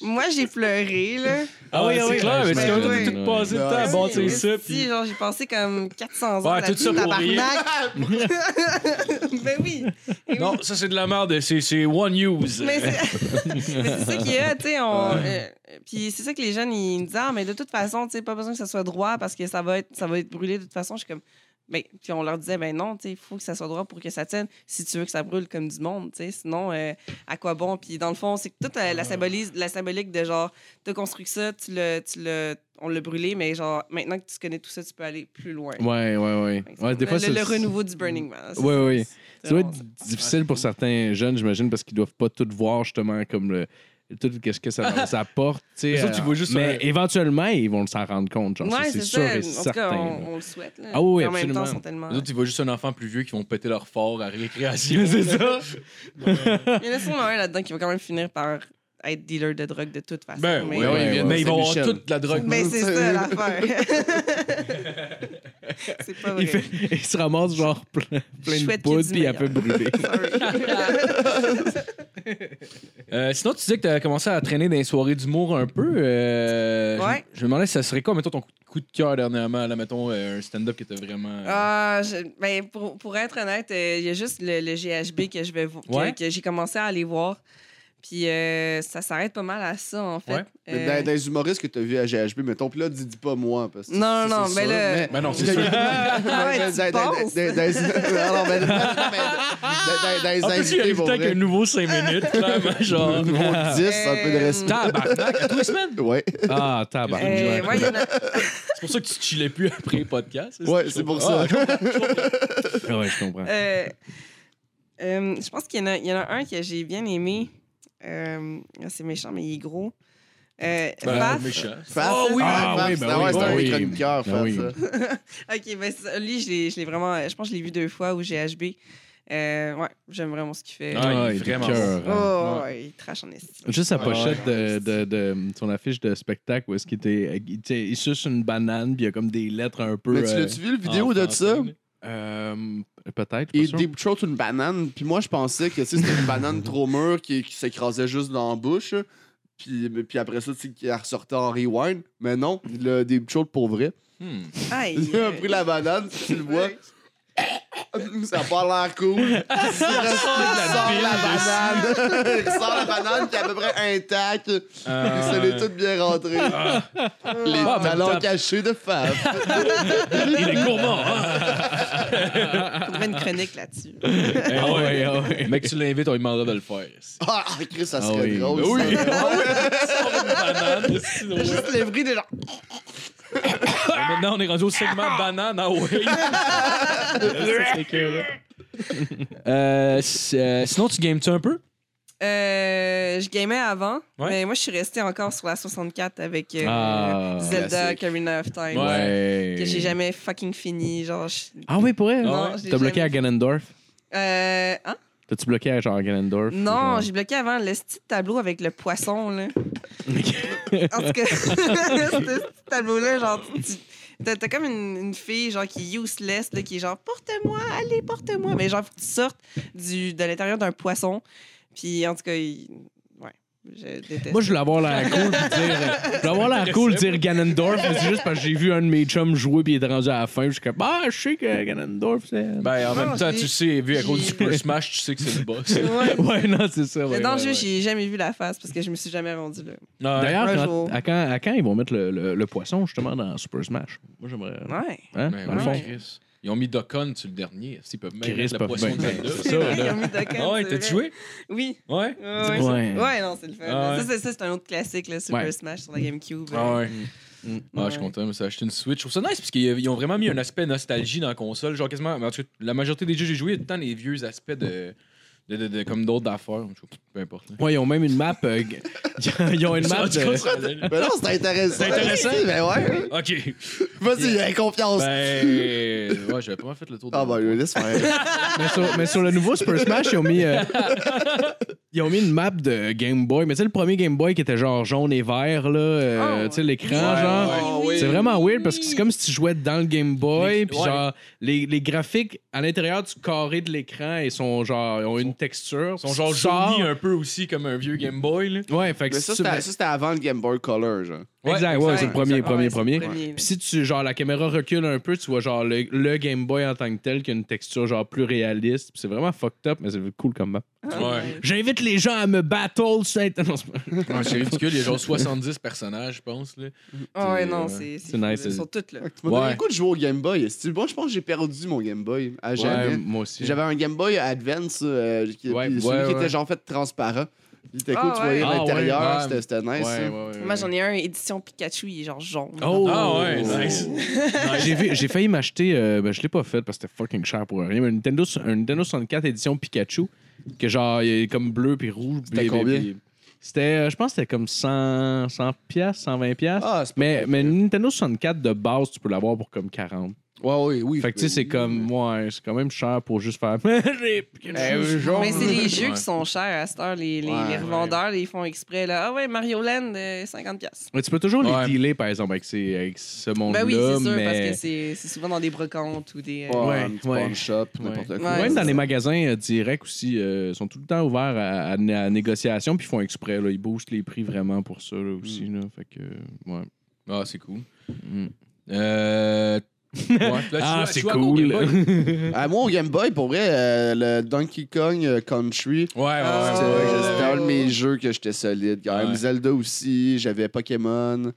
Moi, j'ai pleuré, là.
Ah oui, ah oui, clair, mais tu
j'imagine.
as tout passé le temps à
Ouais.
bâtir Ah, ça.
Si,
Puis...
genre, j'ai passé comme 400 ans
Ouais, tout ça
là-dessus,
pour rire.
tabarnak. [laughs] ben oui. Et
Non, ça, c'est de la merde. C'est c'est One News.
[laughs] Mais c'est mais c'est ça qu'il y a, tu sais. on- euh, Puis c'est ça que les jeunes, ils me disent Ah, mais de toute façon, tu sais, pas besoin que ça soit droit parce que ça va être, ça va être brûlé de toute façon. Je suis comme. Ben, puis on leur disait, ben non, tu sais, il faut que ça soit droit pour que ça tienne si tu veux que ça brûle comme du monde, tu sais. Sinon, euh, à quoi bon? Puis dans le fond, c'est que toute la, la symbolise- la symbolique de genre, t'as construit ça, tu le, tu le, on l'a brûlé, mais genre, maintenant que tu connais tout ça, tu peux aller plus loin.
Ouais, ouais, ouais.
Fait que
ouais
c'est
des fois,
le, le
c'est-
renouveau du Burning Man.
Ouais, ouais. Ça
c'est
doit
vraiment
être difficile pour certains jeunes, j'imagine, parce qu'ils doivent pas tout voir justement comme le tout ce que
[laughs]
ça, ça apporte. tu sais,
Les autres,
euh,
tu vois juste
mais
un-
éventuellement, ils vont s'en rendre compte. Genre, ça,
Ouais,
c'est
c'est
sûr
ça.
et
En tout
certain.
cas,
là. [laughs]
on, on le souhaite. Là.
Ah oui,
Puis en même temps,
absolument.
ils sont tellement.
Les autres, ils voient juste un enfant plus vieux qui vont péter leur fort à récréation.
C'est ça.
Il y en a sûrement un là-dedans qui va quand même finir par être dealer de drogue de toute façon.
Ben
mais
oui,
ouais,
mais,
ouais,
mais ils vont avoir
Michel.
toute la drogue.
Ben,
[laughs]
c'est
[laughs]
ça l'affaire. c'est pas vrai.
Il, fait- il se ramasse genre [laughs] plein, plein de
Chouette qu'il y ait
poudre
du
puis il a peu brûlé.
[laughs]
Euh, sinon, tu disais que tu as commencé à traîner dans les soirées d'humour un peu. euh,
Ouais.
Je, je me demandais, ça serait quoi, mettons, ton coup- coup de cœur dernièrement? Là, mettons, euh, un stand-up qui était vraiment. euh,
Ah, je- ben, pour, pour être honnête, euh, il y a juste le, le GHB que je vais vo- que-
Ouais.
que, j'ai commencé à aller voir. Puis euh, ça s'arrête pas mal à ça, en fait.
Ouais.
Mais ben,
Euh,
Ben,
Dans, dans les humoristes que t'as vu à GHB, mettons, pis là, dis, dis pas moi. Parce que ça,
Non, non,
c'est
mais
sûr,
là-
mais-
Ben non, c'est
Dans- [laughs]
sûr.
Ah ouais,
dans-
tu
dans- dans-
penses?
dans- dans- dans- non, mais- non, mais- dans- dans- dans les
En plus, il
invités,
arrive
pour
avec
vrai.
un nouveau 5 minutes, clairement, genre.
Niveau 10, un peu de respect.
Tabarnak, à tous les semaines.
Ouais,
Ah, tabac.
euh,
ben,
ouais, il y en a-
C'est pour ça que tu te chillais plus après le podcast.
ouais c'est pour ça.
Ouais, je comprends.
Euh, euh, je pense qu'il y, en a- il y en a un que j'ai bien aimé. Euh, c'est méchant, mais il est gros. Euh,
Ben,
Faf.
méchant.
Faf,
Ah oui,
Faf,
ben oui, ben
Faf, ouais,
oui,
c'est
ben
un
oui.
chroniqueur,
Ben
Faf,
oui.
ça.
Ok, ben ça, lui, je l'ai, je l'ai vraiment. Je pense que je l'ai vu deux fois au GHB. Euh, ouais, j'aime vraiment ce qu'il fait.
Ah, il est
il est
vraiment
cœur,
oh,
hein.
ouais, il trash en estime.
Juste sa
Ouais.
pochette de, de, de son affiche de spectacle où est-ce qu'il était. euh, Il, était- il suce une banane puis il y a comme des lettres un peu.
Mais tu
euh,
l'as-tu vu, le vidéo de ça?
euh, Peut-être. pas
Il
sûr.
deep throat une banane, puis moi je pensais que tu sais, c'était une banane [laughs] trop mûre qui, qui s'écrasait juste dans la bouche, puis, puis après ça, tu sais, qu'elle ressortait en rewind. Mais non, le deep throat pour vrai.
Hmm. [laughs]
Ah, il,
euh, [laughs] Il a pris la banane, si tu le vois.
Ouais.
Ça a pas l'air cool. Il reste- il sort Ah, la banane. Il sort la banane qui est à peu près intacte.
Euh,
Ça l'est tout bien rentré. Les
Ah, mais
talons
t'as-
cachés de femme.
Il est gourmand.
Faudrait une chronique là-dessus.
Ah [laughs] ouais, ah ouais.
Mec, tu l'invites, on lui demandera de le faire.
Ah, ah, Chris, ça
Ah
serait
oui.
drôle.
Oui.
ça.
Juste le bruit de genre.
Maintenant, on est rendu au segment banane. Ah ouais. Euh, c'est- euh, sinon, tu games-tu un peu?
Euh, je gamais avant,
Ouais.
mais moi, je suis restée encore sur la 64 avec euh,
Ah,
Zelda,
classique.
Ocarina of Time.
Ouais.
Que j'ai jamais fucking fini. Genre, je-
Ah oui, pour elle?
Non, je l'ai
T'as bloqué
jamais
à Ganondorf?
Euh, hein?
T'as-tu bloqué à genre Ganondorf?
Non,
Genre-
j'ai bloqué avant le petit tableau avec le poisson,
[laughs]
là. en [laughs] tout cas, ce petit tableau-là, genre, tu- tu- t'as t'as comme une, une fille, genre, qui est useless, là, qui est genre, porte-moi, allez, porte-moi. Mais genre, faut que tu sortes du, de l'intérieur d'un poisson. Puis, en tout cas, il- ouais, je déteste.
Moi, je voulais avoir l'air cool pis dire.
euh,
Je voulais avoir l'air cool dire Ganondorf, mais c'est juste parce que j'ai vu un de mes chums jouer pis il est rendu à la fin. Je suis comme, ah, je sais que Ganondorf, c'est.
Ben, en
Non,
même temps,
j'ai-
tu sais, vu à cause
[laughs]
du
j'ai-
Super Smash, tu sais que c'est le boss.
Ouais.
[laughs] ouais, non, c'est ça.
Mais
Ouais,
dans le
ouais,
jeu,
ouais.
j'ai jamais vu la face parce que je me suis jamais rendu là.
D'ailleurs,
Un
quand-
jour.
à, quand, à quand ils vont mettre le, le- le poisson justement dans Super Smash Moi, j'aimerais.
Ouais.
Hein?
Mais
dans le
ouais,
fond.
Ben Chris. Ils ont mis Dokkan sur le dernier. S'ils peuvent même
Chris
mettre le
peuvent
poisson
bien.
de Zelda.
C'est
C'est vrai,
là.
[laughs] ils ont mis Dokkan,
Ah ouais,
c'est
t'as
vrai.
joué?
Oui.
Ouais.
Ouais,
Dis-moi.
ouais, c'est- ouais, non, c'est le fun.
Ah ouais.
Ça, c'est- ça, c'est un autre classique, le Super
Ouais.
Smash sur la GameCube.
Ah ouais.
Mm.
Ah, je suis content, mais ça a acheté une Switch. Je trouve ça nice parce qu'ils ils ont vraiment mis un aspect nostalgie dans la console. Genre, quasiment, en tout cas, la majorité des jeux que j'ai joués, il y a tout le temps les vieux aspects de. de, de, de- comme d'autres affaires. Je sais pas, Peu importe.
Ouais, ils ont même une map. euh, [laughs] ils ont une map. de-
Mais Ben non, c'est intéressant.
C'est intéressant.
Ben
[laughs]
ouais.
[laughs]
Ok.
Vas-y, il y a confiance.
Ben. Ouais, j'avais pas mal fait le tour de.
Ah, ben,
[laughs]
laisse faire.
mais, sur, mais sur le nouveau Super Smash, ils ont mis. [laughs] euh, ils ont mis une map de Game Boy. Mais tu sais, le premier Game Boy qui était genre jaune et vert, là. euh,
Ah, ouais.
Tu sais, l'écran,
Ouais,
genre.
ouais.
Ah, oui.
C'est vraiment weird parce que c'est comme si tu jouais dans le Game Boy,
Les-
puis
ouais.
genre les, les graphiques à l'intérieur du carré de l'écran, ils sont genre ils ont une texture,
Ils sont genre jaunis un peu aussi comme un vieux Game Boy. Là.
Ouais, fait que
Mais
si
ça,
tu-
c'était ça, c'était avant le Game Boy Color, genre.
exact, ouais, c'est le premier, premier, premier.
premier.
Puis si tu genre la caméra recule un peu, tu vois genre le, le Game Boy en tant que tel qui a une texture genre plus réaliste, puis c'est vraiment fucked up, mais c'est cool comme map.
Ouais.
J'invite les gens à me battle sur Internet. Non, c'est pas-
Ouais, c'est ridicule, il y a genre 70 personnages, je pense. Là.
Ah ouais,
C'est-
non,
ouais.
c'est c'est
C'est
fou,
nice,
là. Ils
c'est-
sont toutes là.
Tu m'as donné
Ouais.
le goût de jouer au Game Boy. C'est bon, je pense que j'ai perdu mon Game Boy à jamais.
Ouais, moi aussi.
J'avais un Game Boy Advance, euh, qui,
Ouais,
puis celui
ouais,
qui
ouais.
était genre fait transparent. Il était
Ah,
cool, tu voyais
ouais.
à
Ah,
l'intérieur,
ouais, ouais.
c'était- c'était nice. hein. ça.
Moi, j'en ai un édition Pikachu, il est genre jaune.
Oh!
Ah ouais, nice.
J'ai vu- J'ai failli m'acheter, euh, ben, je l'ai pas fait parce que c'était fucking cher pour rien, mais un Nintendo, un Nintendo 64 édition Pikachu, que genre, il est comme bleu puis rouge. puis-
C'était combien?
puis- C'était, euh, je pense que c'était comme 100, 100 piastres, 120 piastres.
Ah, c'est pas
mais,
pire.
mais Nintendo 64 de base, tu peux l'avoir pour comme 40.
Ouais, oui, oui.
Fait que tu sais, c'est comme, ouais, c'est quand même cher pour juste faire.
Eh,
[laughs] J'ai Pikachu.
Mais c'est les jeux
Ouais.
qui sont chers à cette heure. Les, les,
Ouais,
les revendeurs, ils font exprès. là. Ah ouais, Mario Land, euh, 50$. piastres.
Mais tu peux toujours
Ouais.
les dealer, par exemple, avec, ces- avec ce monde-là.
Ben oui, c'est sûr,
mais...
parce que c'est c'est souvent dans des brocantes ou des. euh,
Ouais,
Ouais,
un petit
ouais.
pawn shop, n'importe
Ouais.
quoi.
Ouais,
Même dans
c'est
les
ça.
magasins euh, directs aussi, euh, ils sont tout le temps ouverts à, à né- à négociation, puis ils font exprès. Là, ils boostent les prix vraiment pour ça là, aussi.
Hmm.
Là, fait que, euh, ouais.
Ah, c'est cool.
Mm.
Euh. ouais, là, [laughs] tu
Ah,
vois- tu vois à quoi au Game Boy?
ouais,
Ah, moi, au Game Boy, pour vrai, euh, le Donkey Kong euh, Country,
Ouais, ouais, ouais. Ah,
c'était
Oh.
ouais.
c'était un de mes jeux que j'étais solide. Quand même.
Ouais.
Zelda aussi, j'avais Pokémon.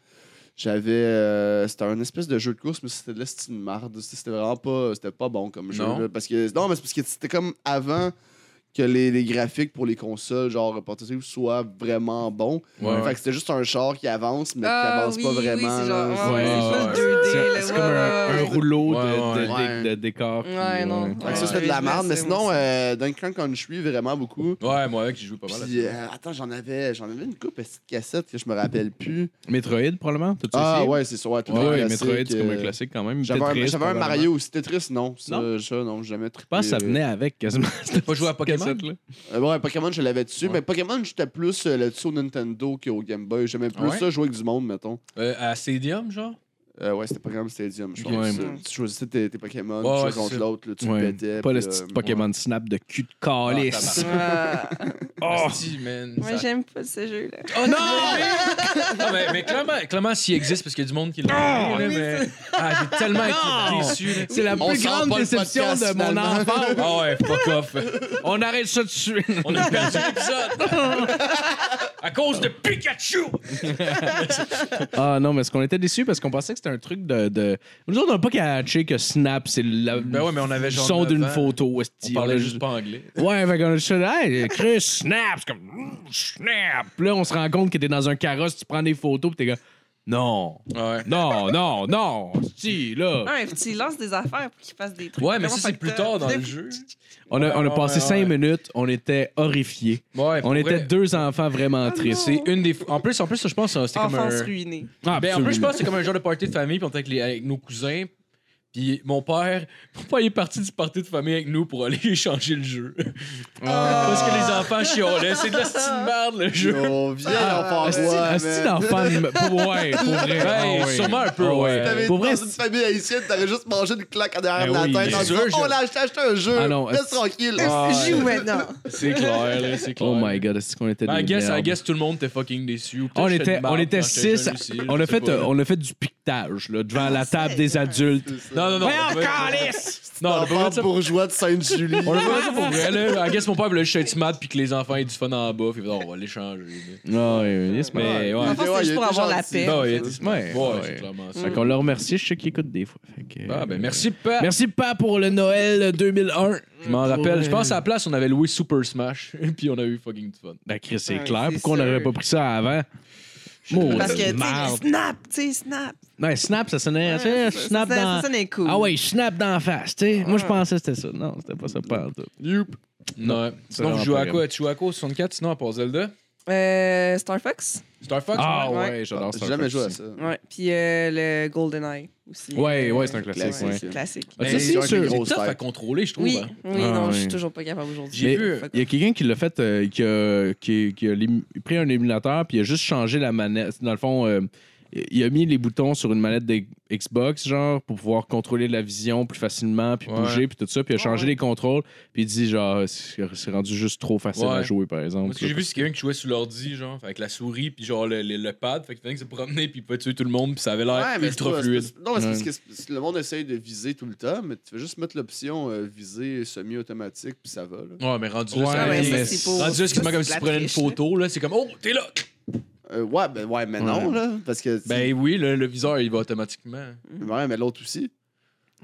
J'avais. euh, c'était un espèce de jeu de course, mais c'était de la style marde. C'était vraiment pas, c'était pas bon comme jeu.
Non.
là, parce que, non, mais c'est parce que c'était comme avant que les, les graphiques pour les consoles, genre portatives, soient vraiment bons.
Ouais.
Fait que c'était juste un char qui avance, mais qui
Ah
avance
oui,
pas
oui, c'est
vraiment.
genre,
là.
ouais,
ouais,
c'est
ouais.
pas le 2D, là,
[laughs] C'est c'est
ouais,
comme un,
ouais,
un
ouais.
rouleau de,
Ouais,
de-
ouais.
de- de décor. puis, euh,
Ouais, non.
Fait que
Ouais.
ça, c'était de la merde. Mais
C'est
sinon,
moi aussi.
euh, Duncan Country, vraiment beaucoup.
Ouais, moi, avec, j'ai joué pas mal. à ça.
Puis, euh, attends, j'en avais, j'en avais une coupe petite cassette que je me rappelle plus.
Metroid, probablement. T'as-tu
Ah
essayé?
ouais, c'est sûr. Ouais, tout
Ouais,
un
ouais,
classique,
Metroid, c'est comme un
euh,
classique quand même.
J'avais un,
Tetris,
j'avais un
probablement.
Mario aussi. Tetris, non. Ça, non, ça, non j'ai jamais trippé.
Je pense que ça venait avec [laughs] quasiment. C'était
pas joué à Pokémon?
là.
Euh, ouais, Pokémon, je l'avais dessus.
Ouais.
Mais Pokémon, j'étais plus euh, là-dessus au Nintendo qu'au Game Boy. J'aimais plus
Ah ouais?
ça jouer avec du monde, mettons.
Euh, à Stadium, genre
Euh, ouais, c'était Programme Stadium, je pense.
Ouais.
Euh, Tu choisissais tes, tes
Ouais,
Pokémon, tu
ouais,
jouais contre
c'est-
l'autre, là, tu
Ouais.
le pétais.
Pas le
puis,
petit
euh,
Pokémon Snap de cul de
Ah,
calice.
Ah,
[laughs]
Oh, man.
moi,
ça-
j'aime pas ce jeu-là.
Oh non! non mais, mais clairement, clairement s'il existe, parce qu'il y a du monde qui l'a.
Oh,
là,
oui,
mais... Ah, j'ai tellement été
Non!
déçu. là.
C'est la
On
plus
sent
grande
pas le
déception
podcast,
de mon
finalement.
enfant.
Ah ouais, fuck off.
[laughs]
On arrête ça dessus.
On a perdu l'épisode. à cause de Pikachu!
[laughs] Ah non, mais ce qu'on était déçus parce qu'on pensait que c'était un truc de. de... Nous autres, on n'a pas catché que Snap, c'est la...
Ben ouais, mais on avait
le
genre
son
neuf
d'une
ans.
photo.
On
esti.
parlait
a
juste pas anglais.
Ouais, fait qu'on a juste fait, hey, Chris, Snap. C'est comme, Mm, Snap. Puis là, on se rend compte que t'es dans un carrosse, tu prends des photos, puis t'es comme, non,
Ouais.
non, non, non, si, là.
Non, mais tu lances des affaires pour qu'il fasse des trucs.
Ouais, mais
Comment
ça, c'est
fucked
plus
up?
tard dans le jeu.
On a, on a
Ouais, Ah,
passé
ouais,
cinq
ouais. Ah,
minutes, on était horrifiés.
Ouais,
On était deux enfants vraiment tristes.
C'est une des. En plus, en plus, je pense que c'était comme
Enfance
un.
ruinée.
Ah,
Ben, en plus, je pense que c'est comme un genre de party de famille, puis on était avec, les- avec nos cousins. Puis mon père, [laughs] mon père il est parti du party de famille avec nous pour aller [laughs] échanger le jeu.
Ah,
Parce que les enfants chiolaient. C'est de la petite merde, le
[laughs]
jeu.
Yo,
ah,
vieil enfant
Ah, Asti
roi,
asti
man.
d'enfant de me- pour- Ouais, pour vrai.
Ben,
Ah ouais.
sûrement un peu,
Ah
ouais.
T'avais
Pour
été
vrai,
dans une famille haïtienne, t'aurais juste mangé une claque en derrière
Ben oui,
de la tête.
bien
en
sûr,
disant,
je-
On l'a acheté, acheté un jeu.
Ah non,
Laisse
asti-
tranquille.
Ah,
[laughs]
[laughs]
[laughs]
Joue maintenant.
Oh, C'est clair, là, c'est clair.
Oh my god, est-ce qu'on était
Ben, I
des
guess, I
merdes.
guess tout le monde était fucking déçu. Ou peut-être
On
j'étais
était,
de
on
marde
était
quand j'étais
six.
jeune aussi,
on,
je
a
sais
fait,
pas. Ah,
euh, on a fait du piquetage là, devant la table des adultes.
Non, non, non. on a pas- Non, on a pas
Enfant
fait ça.
bourgeois de Sainte-Julie.
On a pas fait ça pour vrai, là. I guess mon père voulait juste être smart puis que les enfants aient du fun en bas. Puis il fait, oh, on va l'échanger. là.
Non, Ah, ouais, yes, mais ouais.
En fait, c'est
Ouais,
juste
il
pour
était
avoir la
gentil.
Eh,
paix.
Non, il était
Ouais,
smart. Ouais,
ouais.
c'est clairement ça.
Fait qu'on le remercie, je sais qu'il écoute des fois. Fait que-
Ah, ben, merci, père.
Merci pas pour le Noël 2001.
Je m'en rappelle.
Ouais.
Je pense à la place, on avait loué Super Smash, [laughs] puis on a eu fucking du fun.
Ben Chris, c'est
Ouais,
clair.
c'est
Pourquoi on
sûr.
n'aurait pas pris ça avant?
Parce que, tu sais,
merde.
snap, tu sais, snap.
Ouais, snap, ça sonnait. tu sais,
Ouais,
snap
ça, ça,
dans.
Ça, ça, cool.
Ah ouais, snap dans la face, tu sais. Moi, je
Ouais.
pensais que c'était ça. Non, c'était pas ça, pas en tout.
Youp. Ouais. Sinon,
vraiment
vous jouez
pas
à
grave.
quoi Tu joues à quoi au 64 Sinon, à part Zelda
Euh, Star Fox.
Star Fox
Ah
ouais.
ouais, j'adore ça.
J'ai jamais joué à ça.
Ouais. Puis euh, le GoldenEye aussi.
Ouais, ouais, c'est un classique.
classique.
ouais.
ouais.
Classique.
Ah, ça,
Mais
c'est
c'est
sûr.
Grosse
tough à
tête.
contrôler, je trouve.
Oui,
hein.
oui,
Ah,
non, je
oui.
suis toujours pas capable aujourd'hui.
J'ai
Mais
vu.
Fuck
Il y a quelqu'un qui l'a fait, euh, qui a, qui, qui a l'ém- pris un émulateur puis il a juste changé la manette. Dans le fond, euh, il a mis les boutons sur une manette de Xbox, genre, pour pouvoir contrôler la vision plus facilement, puis
Ouais.
bouger, puis tout ça. Puis il a
Ouais,
changé
ouais.
les contrôles, puis il dit, genre, c'est c'est rendu juste trop facile
Ouais.
à jouer, par exemple.
Moi, ce que j'ai vu, c'est quelqu'un qui jouait sur l'ordi, genre, avec la souris, puis genre le, le- le pad. Fait qu'il fallait que se promener, puis il pouvait tuer tout le monde, puis ça avait l'air
Ouais, mais c'est
ultra
pas-
fluide.
c'est pas- Non, mais c'est parce
Ouais.
que c'est- le monde essaye de viser tout le temps, mais tu veux juste mettre l'option euh, viser semi-automatique, puis ça va. là.
Ouais, mais rendu là,
Ouais,
ça
Ah ouais,
avait-
ça,
mais-
c'est pour-
Rendu là, c'est
ça,
quasiment
c'est
comme
de
si
la
tu prenais une
triche, là.
photo, là. C'est comme, oh, t'es là
Euh, ouais, ben, ouais, mais non,
Ouais.
là. Parce que. tu-
Ben oui, le, le viseur, il va automatiquement.
Ben-
Ouais, mais l'autre aussi.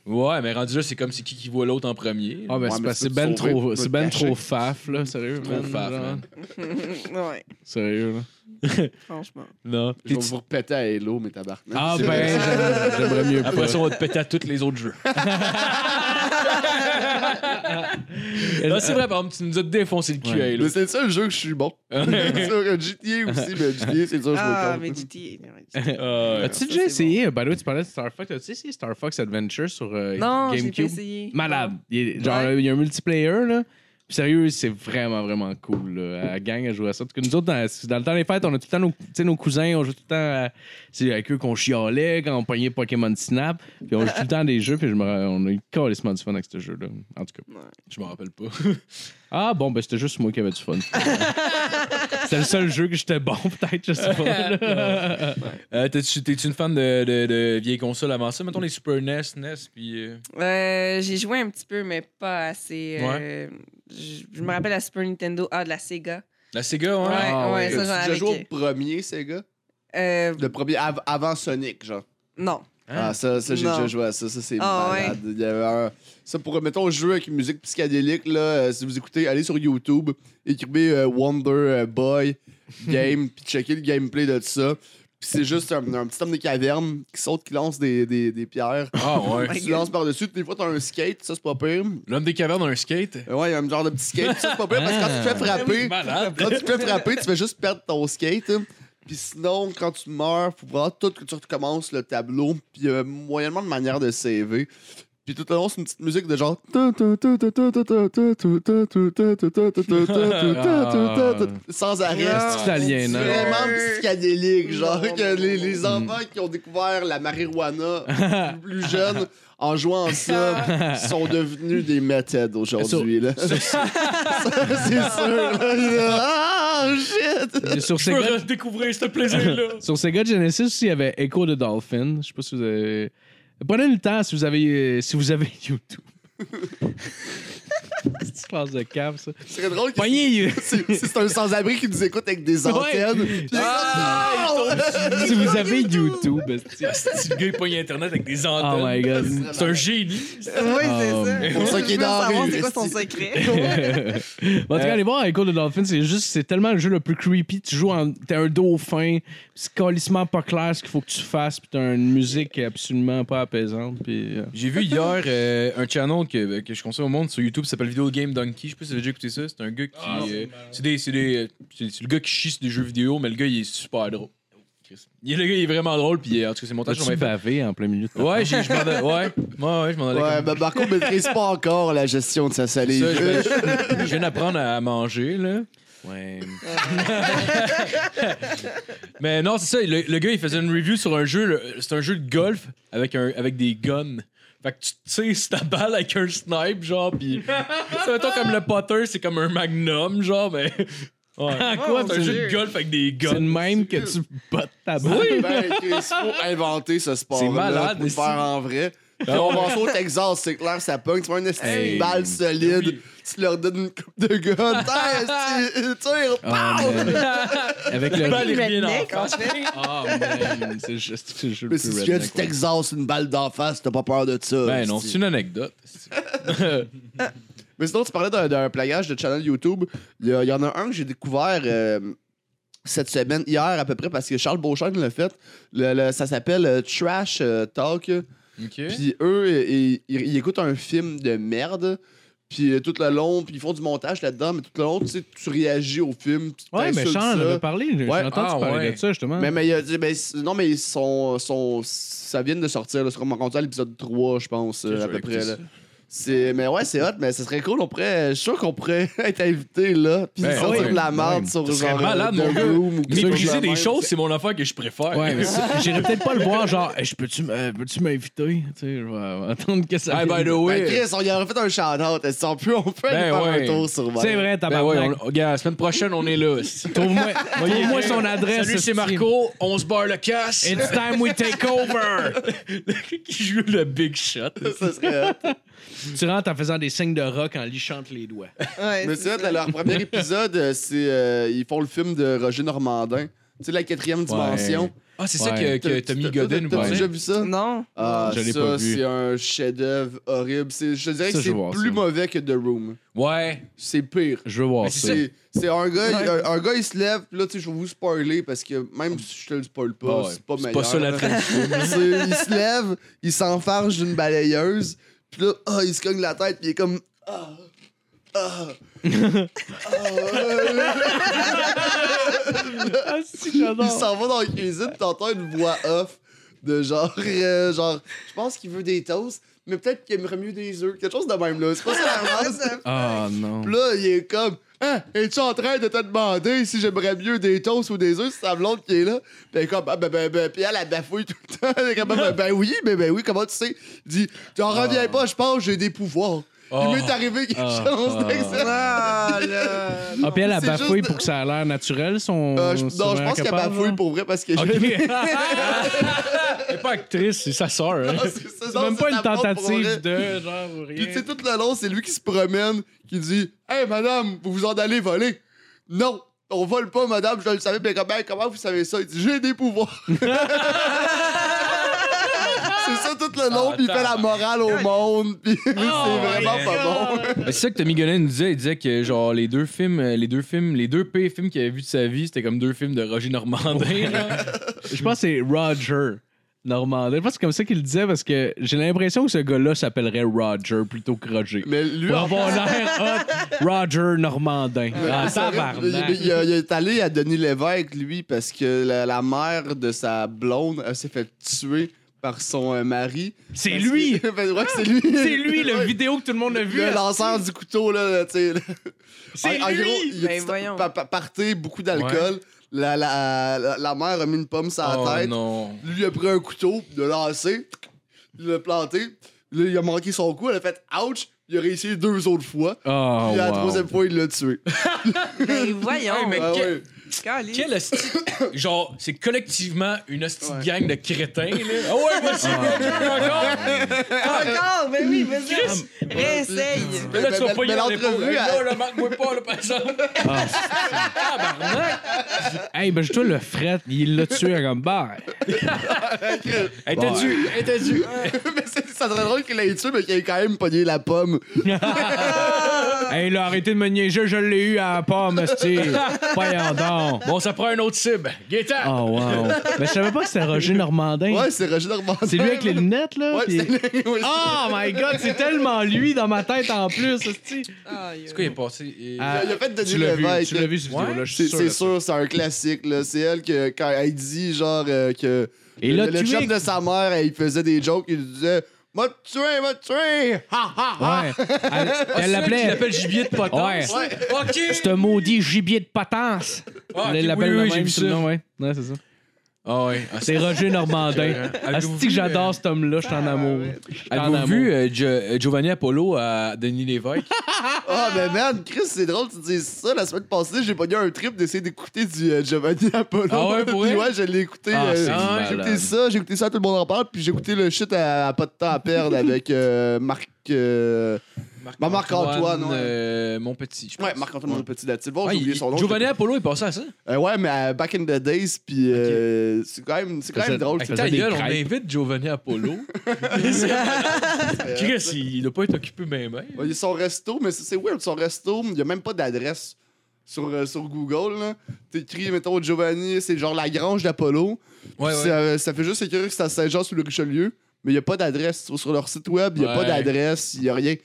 Ouais, mais rendu là, c'est comme c'est qui qui voit l'autre en premier.
Ah, ben,
Ouais,
c'est
mais
parce que
tu
c'est
peux
ben
te sauver, tu
trop,
peux
c'est
te
ben
cacher.
trop faf, là, sérieux.
Trop
man,
faf,
genre.
man.
[laughs] ouais,
Sérieux, là.
franchement.
Non.
Je vais vous repéter à Hello, mais tabarnak.
Ah, ben, j'aimerais- j'aimerais mieux pas.
Après ça, on va te péter à tous les autres jeux. [laughs] Non, c'est vrai, par exemple, tu nous as défoncé le cul
Ouais.
à Halo.
Mais c'est le seul jeu que je suis bon. [laughs] sur un GTA aussi, mais GTA, c'est sûr, je
Ah, mais
me compte.
GTA. non,
Euh,
As-tu
ça,
déjà
c'est
essayé, by the way, tu parlais de Star Fox, as-tu essayé Star Fox Adventure sur euh,
Non, j'ai pas
GameCube?
essayé.
Malade. Il est- genre,
Ouais.
il y a un multiplayer, là. Puis sérieux, c'est vraiment, vraiment cool. là. La gang a joué à ça. Parce que nous autres, dans, dans le temps des fêtes, on a tout le temps nos, tu sais, nos cousins, on joue tout le temps à- c'est avec eux qu'on chialait quand on pognait Pokémon Snap. Puis on joue tout le temps à des jeux, puis je me, ra- on a eu carrément du fun avec ce jeu-là. En tout cas.
Je m'en rappelle pas.
Ah bon, ben c'était juste moi qui avais du fun. c'était le seul jeu que j'étais bon, [laughs] peut-être, je sais pas. là.
Euh, T'es-tu t'es-tu une fan de, de- de vieilles consoles avant ça? Mettons les Super E NES, NES, puis... euh,
Euh, j'ai joué un petit peu, mais pas assez. euh, Je je me rappelle la Super Nintendo. Ah, de la Sega.
La Sega, hein? ouais.
Ouais,
Ah,
ouais,
ouais.
T'as-tu
ça, j'en
déjà
avais.
joué au premier, Sega
Euh,
Le premier, av- avant Sonic, genre.
non.
Hein?
Ah, ça, ça j'ai
Non.
déjà joué à ça. Ça, c'est
Ah,
malade. Il y avait un- Ça, pour, mettons, jouer avec une musique psychédélique, là, euh, si vous écoutez, allez sur YouTube, écrivez euh, Wonder euh, Boy Game, puis checkez le gameplay de ça. Puis c'est juste un, un petit homme des cavernes qui saute, qui lance des, des, des pierres.
Ah,
Oh
ouais.
tu lances par-dessus, des fois, t'as un skate, ça, c'est pas pire.
[laughs] L'homme des cavernes a un skate.
Euh, Ouais, il y a un genre de petit skate, ça, c'est pas pire, parce que quand tu te
Ah.
fais frapper,
Malade.
quand tu te fais frapper, tu fais juste perdre ton skate. hein. Puis sinon, quand tu meurs, faut voir tout que tu recommences le tableau. Puis il y a moyennement de manière de saver. Puis tout le long, c'est une petite musique de genre. Sans arrêt.
Ah.
C'est italien, hein?
Vraiment psychédélique. Genre, que les, les enfants qui ont découvert
[laughs]
la marijuana plus jeunes en jouant ça sont devenus des metheads aujourd'hui. là. [laughs] c'est sûr. là. Ah, shit!
Et Sur
Je veux
Sega,
redécouvrir ce plaisir-là.
sur Sega Genesis aussi, il y avait Echo the Dolphin. Je sais pas si vous avez. Prenez le temps si vous avez, euh, si vous avez [laughs] YouTube. C'est une phrase de cave, ça.
C'est drôle que
Pognez,
c'est c'est un sans-abri qui nous écoute avec des
Ah,
antennes. Puis- Ah!
si vous avez YouTube. esti.
[laughs] C'est le gars, il pogne Internet avec des
Oh
antennes.
my god.
c'est un génie.
Oui,
Oh.
c'est ça.
Pour ça qu'il est
Je veux
dans la
savoir
rue,
c'est quoi son
esti.
secret.
[laughs]
Bon, en tout cas, allez voir Echo the Dolphin, c'est juste, c'est tellement le jeu le plus creepy. Tu joues en. T'es un dauphin, pis c'est calissement pas clair ce qu'il faut que tu fasses, pis t'as une musique absolument pas apaisante, pis. euh,
J'ai vu hier euh, un channel que, que je conseille au monde sur YouTube qui s'appelle Video Game Donkey. Je sais pas si vous avez déjà écouté ça. C'est un gars qui. euh, c'est des- c'est des, euh, c'est- c'est le gars qui chie sur des jeux vidéo, mais le gars, il est super drôle. Chris. Il, le gars, il est vraiment drôle, puis euh, en tout cas, ses montages sont
T'as-tu
bien faits.
bavé en plein milieu de ta-
Ouais, j'ai- je m'en allais- ouais, ouais, ouais, je m'en allais.
Ouais,
comme-
ben Marco maîtrise pas encore la gestion de sa salive.
Ça, je, je viens d'apprendre à manger, là. Ouais. Mais non, c'est ça. Le, le gars, il faisait une review sur un jeu. le- C'est un jeu de golf avec, un, avec des guns. Fait que tu tires sur ta balle avec un snipe, genre, pis. Ça, mettons, comme le Potter, c'est comme un magnum, genre, mais. [laughs] Ouais.
quoi,
c'est un
tu-
jeu de golf avec des
C'est
guns.
le même que tu bottes ta balle.
[laughs] Ben, Chris, faut inventer ce sport.
C'est malade,
Pour le
mais
faire en vrai. Puis on va ça au Texas, c'est clair, ça pogne. Tu vois une petite
Hey.
balle solide,
Oui.
tu leur donnes une coupe
[laughs]
de gun. Hey, tu tires,
Ah,
pow!
Avec
La
le.
balle est bien en
Redneck, en
face.
fait.
Ah, man, c'est juste le jeu le
Mais si
plus
tu viens du
redneck.
Texas, une balle d'en face, t'as pas peur de ça.
Ben non,
esti.
c'est une anecdote.
[laughs] Mais sinon, tu parlais d'un- d'un plagage de channel YouTube. Il y, a- il y en a un que j'ai découvert euh, cette semaine, hier à peu près, parce que Charles Beauchamp l'a fait. Le- le- ça s'appelle euh, Trash euh, Talk.
Ok.
Puis eux, ils, ils- ils écoutent un film de merde. Puis euh, tout le long, puis ils font du montage là-dedans, mais tout le long, tu sais, tu réagis au film. puis tu
Ouais, mais
t'insultes
Charles
ça.
avait parlé. J'ai
Ouais,
entendu
ah,
parler
ouais.
de ça, justement.
Mais, mais il a dit, ben, c- non, mais ils sont, sont- ça vient de sortir, là, c'est comme rendu à l'épisode 3, je pense, euh, à peu près. là. C'est, mais ouais, c'est hot, mais ce serait cool. On pourrait, je suis sûr qu'on pourrait [laughs] être invité là, puis
Ben,
sortir
ouais,
de la merde
ouais.
sur
Ce serait
genre
malade,
euh, The
mon gars.
Room ou quelque chose
Maîtriser
de
des
même.
choses, c'est mon affaire que je préfère.
Ouais,
[laughs]
mais c'est- j'irais peut-être pas le voir, genre, Hey, je peux-tu me- euh, peux-tu m'inviter? Tu sais, je vais attendre que ça.
Hey, by the
vienne.
way.
Ben, Chris, on y aurait fait un shout-out. Est-ce qu'on peut, on peut aller
Ben,
faire
ouais.
un tour sur
C'est
Ben
vrai, tabarnak.
ouais, on- regarde, la semaine prochaine, on est là. aussi.
Trouve-moi trouve-moi son adresse.
Salut, c'est
esti.
Marco. On se barre le casse.
It's time we [laughs] take over!
[laughs] qui joue le big shot.
[laughs] Ça serait hot.
tu rentres en faisant des signes de rock en lichant entre les doigts.
Ouais,
Mais
c'est
c'est hot,
ça.
là, leur premier
[laughs]
épisode, euh, c'est. euh, ils font le film de Roger Normandin. Tu sais, la quatrième dimension.
Ah, c'est ça
Ouais.
que, que Tommy Godin nous
T'as
parlait.
déjà vu ça?
Non.
Ah,
Je l'ai
ça,
pas vu.
c'est un chef-d'œuvre horrible. C'est- Je te dirais
Ça,
que
je
c'est
vais voir
plus
ça.
mauvais que The Room.
Ouais.
C'est pire.
Je veux voir
Mais
ça.
C'est c'est un gars,
Ouais.
un, un gars, il se lève, puis là, tu sais, je vais vous spoiler parce que même si je te le spoil pas,
Ah ouais.
c'est pas meilleur.
ça la traduction.
[laughs] C'est- il se lève, il s'enfarge d'une balayeuse, puis là, ah, il se cogne la tête, puis il est comme. Ah, ah,
[laughs]
ah.
Ah, si,
Il
j'adore.
s'en va dans la cuisine, pis t'entends une voix off de genre, euh, genre, je pense qu'il veut des toasts, mais peut-être qu'il aimerait mieux des œufs, quelque chose de même là. C'est pas ça la phrase.
Ah non.
Pis là, il est comme, hein, es-tu en train de te demander si j'aimerais mieux des toasts ou des œufs, c'est sa blonde qui est là? Pis elle est comme, ah ben ben ben, pis elle, elle bafouille tout le temps. Elle est comme, ben, ben oui, ben ben oui, comment tu sais? Il dit, j'en reviens pas, je pense, j'ai des pouvoirs.
Oh.
Il m'est arrivé quelque
Ah.
chose d'excellent.
Ah, là.
Ah, puis elle a
C'est
bafouille
juste-
pour que ça a l'air naturel, son.
Euh, je- non, je pense qu'elle bafouille pour vrai parce que
[laughs]
[laughs] j'ai
Elle est pas actrice, c'est sa sœur. hein.
Non, Ah, c'est- c'est-
C'est
non,
même
c'est
pas une
la blonde pour vrai.
tentative de genre ou rien.
Puis tu sais, tout le long, c'est lui qui se promène, qui dit Hey madame, vous vous en allez voler Non, on vole pas, madame, je le savais, mais comment, comment vous savez ça Il dit J'ai des pouvoirs. [laughs] c'est ça tout le long,
Ah,
puis il fait la
tabarnak.
morale au monde, [laughs] puis c'est
my
vraiment pas bon.
Mais c'est ça que Tommy Godin nous disait. Il disait que genre les deux films, euh, les deux films, les deux pires films qu'il avait vus de sa vie, c'était comme deux films de Roger [laughs] Normandin. là.
Je pense que c'est Roger Normandin. Je pense que c'est comme ça qu'il le disait parce que j'ai l'impression que ce gars-là s'appellerait Roger plutôt que Roger.
Mais lui,
Pour
en
avoir
[laughs]
l'air hot, Roger Normandin. Ah,
Ça arrive,
tabarnak.
Il, il- il est allé à Denis Lévesque, lui, parce que la, la mère de sa blonde elle s'est fait tuer par son euh, mari.
C'est
Parce
lui!
que- [laughs] Ben ouais, c'est lui!
[laughs] C'est lui, le
Ouais.
vidéo que tout le monde a vu!
Le
là.
lanceur du couteau, là, tu sais. là.
C'est
En- en gros,
lui!
il y a
Ben
tout-
voyons.
pa- pa- party, beaucoup d'alcool. La, la, la, la mère a mis une pomme sur la
Oh
tête.
non.
Lui a pris un couteau, l'a lancé, l'a planté. Là, il a manqué son coup, elle a fait ouch. Il a réussi deux autres fois.
Ah,
Oh,
puis à la
wow.
troisième fois, il
[laughs]
l'a tué. [laughs]
Ben voyons.
Hey, mais
Ah
que-
ouais.
Caliste.
Quel hostie. [coughs] Genre, c'est collectivement une hostie de
Ouais.
gang de crétins, là. Ah ouais, moi, c'est encore.
Encore, ben oui, vas-y.
Chris.
Réessaye.
Mais là, tu vas
Mais-
pas y
mais
aller.
l'entrevue,
Hey, Là,
elle-
là, manque-moi pas, là, par exemple. [laughs]
Hey, ben, je le fret, il l'a tué comme barre.
Hey, t'as dû- hey, t'as dû-
[laughs] mais c'est- ça serait drôle qu'il l'ait tué, mais qu'il ait quand même pogné la pomme.
Hey, il a arrêté de me niaiser, je l'ai eu à la pomme, hostie. Voyons donc.
Bon, ça prend un autre cible. Gaétan.
Oh, wow. Mais je savais pas que c'était Roger Normandin.
Ouais, c'est Roger Normandin.
c'est lui avec les lunettes, là.
Ouais,
puis-
c'est lui. oui, c'est-
Oh my god, c'est tellement lui dans ma tête en plus, hostie.
Aïe.
C'est quoi, il est passé? Il-
Ah.
Il a fait Denis
Tu l'as vu,
Lévesque.
tu l'as vu, cette
Ouais.
vidéo-là, je
C'est
suis
c'est
sûr.
sûr, c'est un classique. là. C'est elle que, quand elle dit, genre, euh, que
Et
le,
là,
le
tu
chum
es-
de sa mère, elle, il faisait des jokes, il disait « Va te tuer, va te tuer! Ah, Ha, ha, ha!
Ouais. Elle- Elle
Il
l'appelait.
l'appelle gibier de potence.
Ouais. Ah,
OK.
C'est un maudit gibier de patence.
Ah, ok,
Elle l'appelle
oui,
le
oui,
même,
j'ai vu
tout le
ça.
nom, ouais. Ouais, c'est ça.
Ah ouais. Ah,
C'est Roger Normandin.
Avez-vous vu,
Asti que j'adore
euh,
cet homme-là, je suis
Ah,
en amour. Je suis en
Avez-vous
amour.
vu euh, Gio- euh, Giovanni Apollo à Denis [laughs] Lévesque?
Ah, mais man, Chris, c'est drôle, tu dis ça. La semaine passée, j'ai pogné un trip d'essayer d'écouter du euh, Giovanni Apollo.
Ah ouais, pour vrai?
Puis [laughs] ouais, je l'ai écouté.
Ah,
euh,
c'est
j'ai
malade.
écouté ça, j'ai écouté ça, tout le monde en parle, puis j'ai écouté le shit à, à pas de temps à perdre avec euh, Marc... euh, Bah, Marc-Antoine, ouais.
euh, mon petit, je pense.
Ouais, Marc-Antoine mon Petit là-dessus. Bon,
Ouais,
j'ai oublié
il-
son nom.
Giovanni Apollo est passé à ça.
Euh, ouais, mais à Back in the Days, puis euh, c'est quand même, c'est quand même
Faisait-
drôle.
Hey,
faisait
ta
des
gueule, on
crêpes.
invite Giovanni [laughs] Apollo. Chris, il doit pas être occupé même. ben.
Ouais, Il y a son resto, mais c'est c'est weird, son resto, il n'y a même pas d'adresse sur, euh, sur Google. là. T'écris, mettons, Giovanni, c'est genre la grange d'Apollo.
Ouais,
Puis
ouais.
Ça, ça fait juste écrire que c'est à Saint-Jean-sur-le-Richelieu, mais il n'y a pas d'adresse. Sur, sur leur site web, il n'y a
Ouais.
pas d'adresse, il n'y a rien.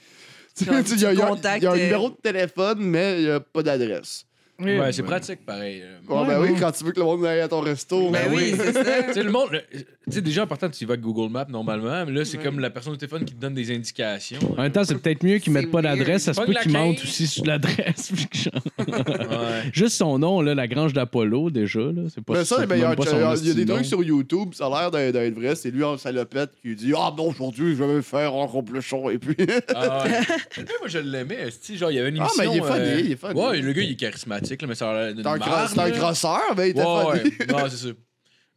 Tu sais,
un
Il y, a- il y a-
contact,
il y a un
euh,
numéro de téléphone, mais il n'y a pas d'adresse.
Ouais, c'est pratique, pareil. euh.
Bon, ben oui, quand tu veux que le monde aille à ton resto.
Ben
ben
oui, c'est
Tu
[laughs]
ça.
sais, le monde, le- tu sais, déjà en partant, tu y vas avec Google Maps normalement, mais là, c'est comme la personne au téléphone qui te donne des indications.
En même temps, c'est peut-être mieux qu'ils
C'est
mettent pas
weird.
d'adresse. Ça se
Pogne
peut
la
qu'ils mentent
quinte.
aussi sur l'adresse. [laughs] puis que genre-
Ah Ouais.
[laughs] Juste son nom, là, la grange d'Apollo, déjà. Là, c'est pas
Mais ça,
c'est
ben, il y
même
a,
pas son
il y a- il y a
hostie
des
de nom.
trucs sur YouTube, ça a l'air d'être- d'être vrai. C'est lui en salopette qui dit Ah bon, aujourd'hui, je vais faire un complochon. Et puis. [laughs]
Ah ouais. Le gars, moi, je l'aimais. esti. Genre, il y avait une
Ah,
émission.
mais il est funny,
euh,
il est funny.
Ouais, le gars, il est charismatique, là, mais ça a l'air d'une
C'est un, gros-
marde,
c'est un
là.
grosseur, mais ben, il était
Ouais,
funny.
ouais. Non, c'est sûr.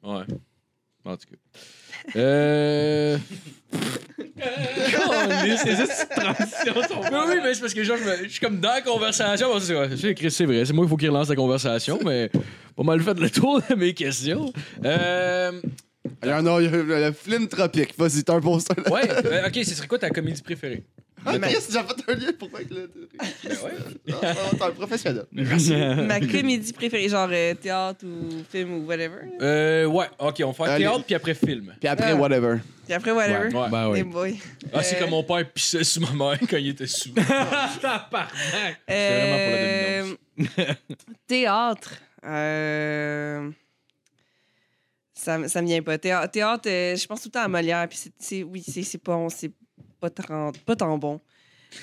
Ouais. En tout cas.
[laughs]
Euh.
C'est juste une [laughs] transition. son-
Mais oui, mais c'est parce que genre, je, me- je suis comme dans la conversation. parce que c'est vrai, c'est Chris, c'est vrai. C'est moi qu'il faut qu'il relance la conversation, mais pas mal fait le tour de mes questions. Euh.
Il y en a, il y a le Flynn Tropic. Vas-y, t'as un bon seul.
Ouais, euh, ok, ce serait quoi ta comédie préférée?
Ah, mais Chris, j'ai fait un lien pour toi que le.
Ben
[laughs]
ouais.
Ah, T'es un professionnel.
Ma comédie préférée, genre euh, théâtre ou film ou whatever.
Euh, ouais, ok, on fait
Allez.
théâtre puis après film.
Puis après,
Ah.
whatever.
Puis après, whatever.
Ouais.
Ben
Eh
oui.
boy.
Ah, c'est
Euh,
comme mon père pissait sur ma mère quand il était sous. C'est vraiment pour la
Euh, Théâtre. Euh, Ça, me- ça me vient pas. Théâtre, théâtre, euh, je pense tout le temps à Molière. Puis c'est, c'est- oui, c'est, c'est pas, c'est pas, tant, pas tant bon.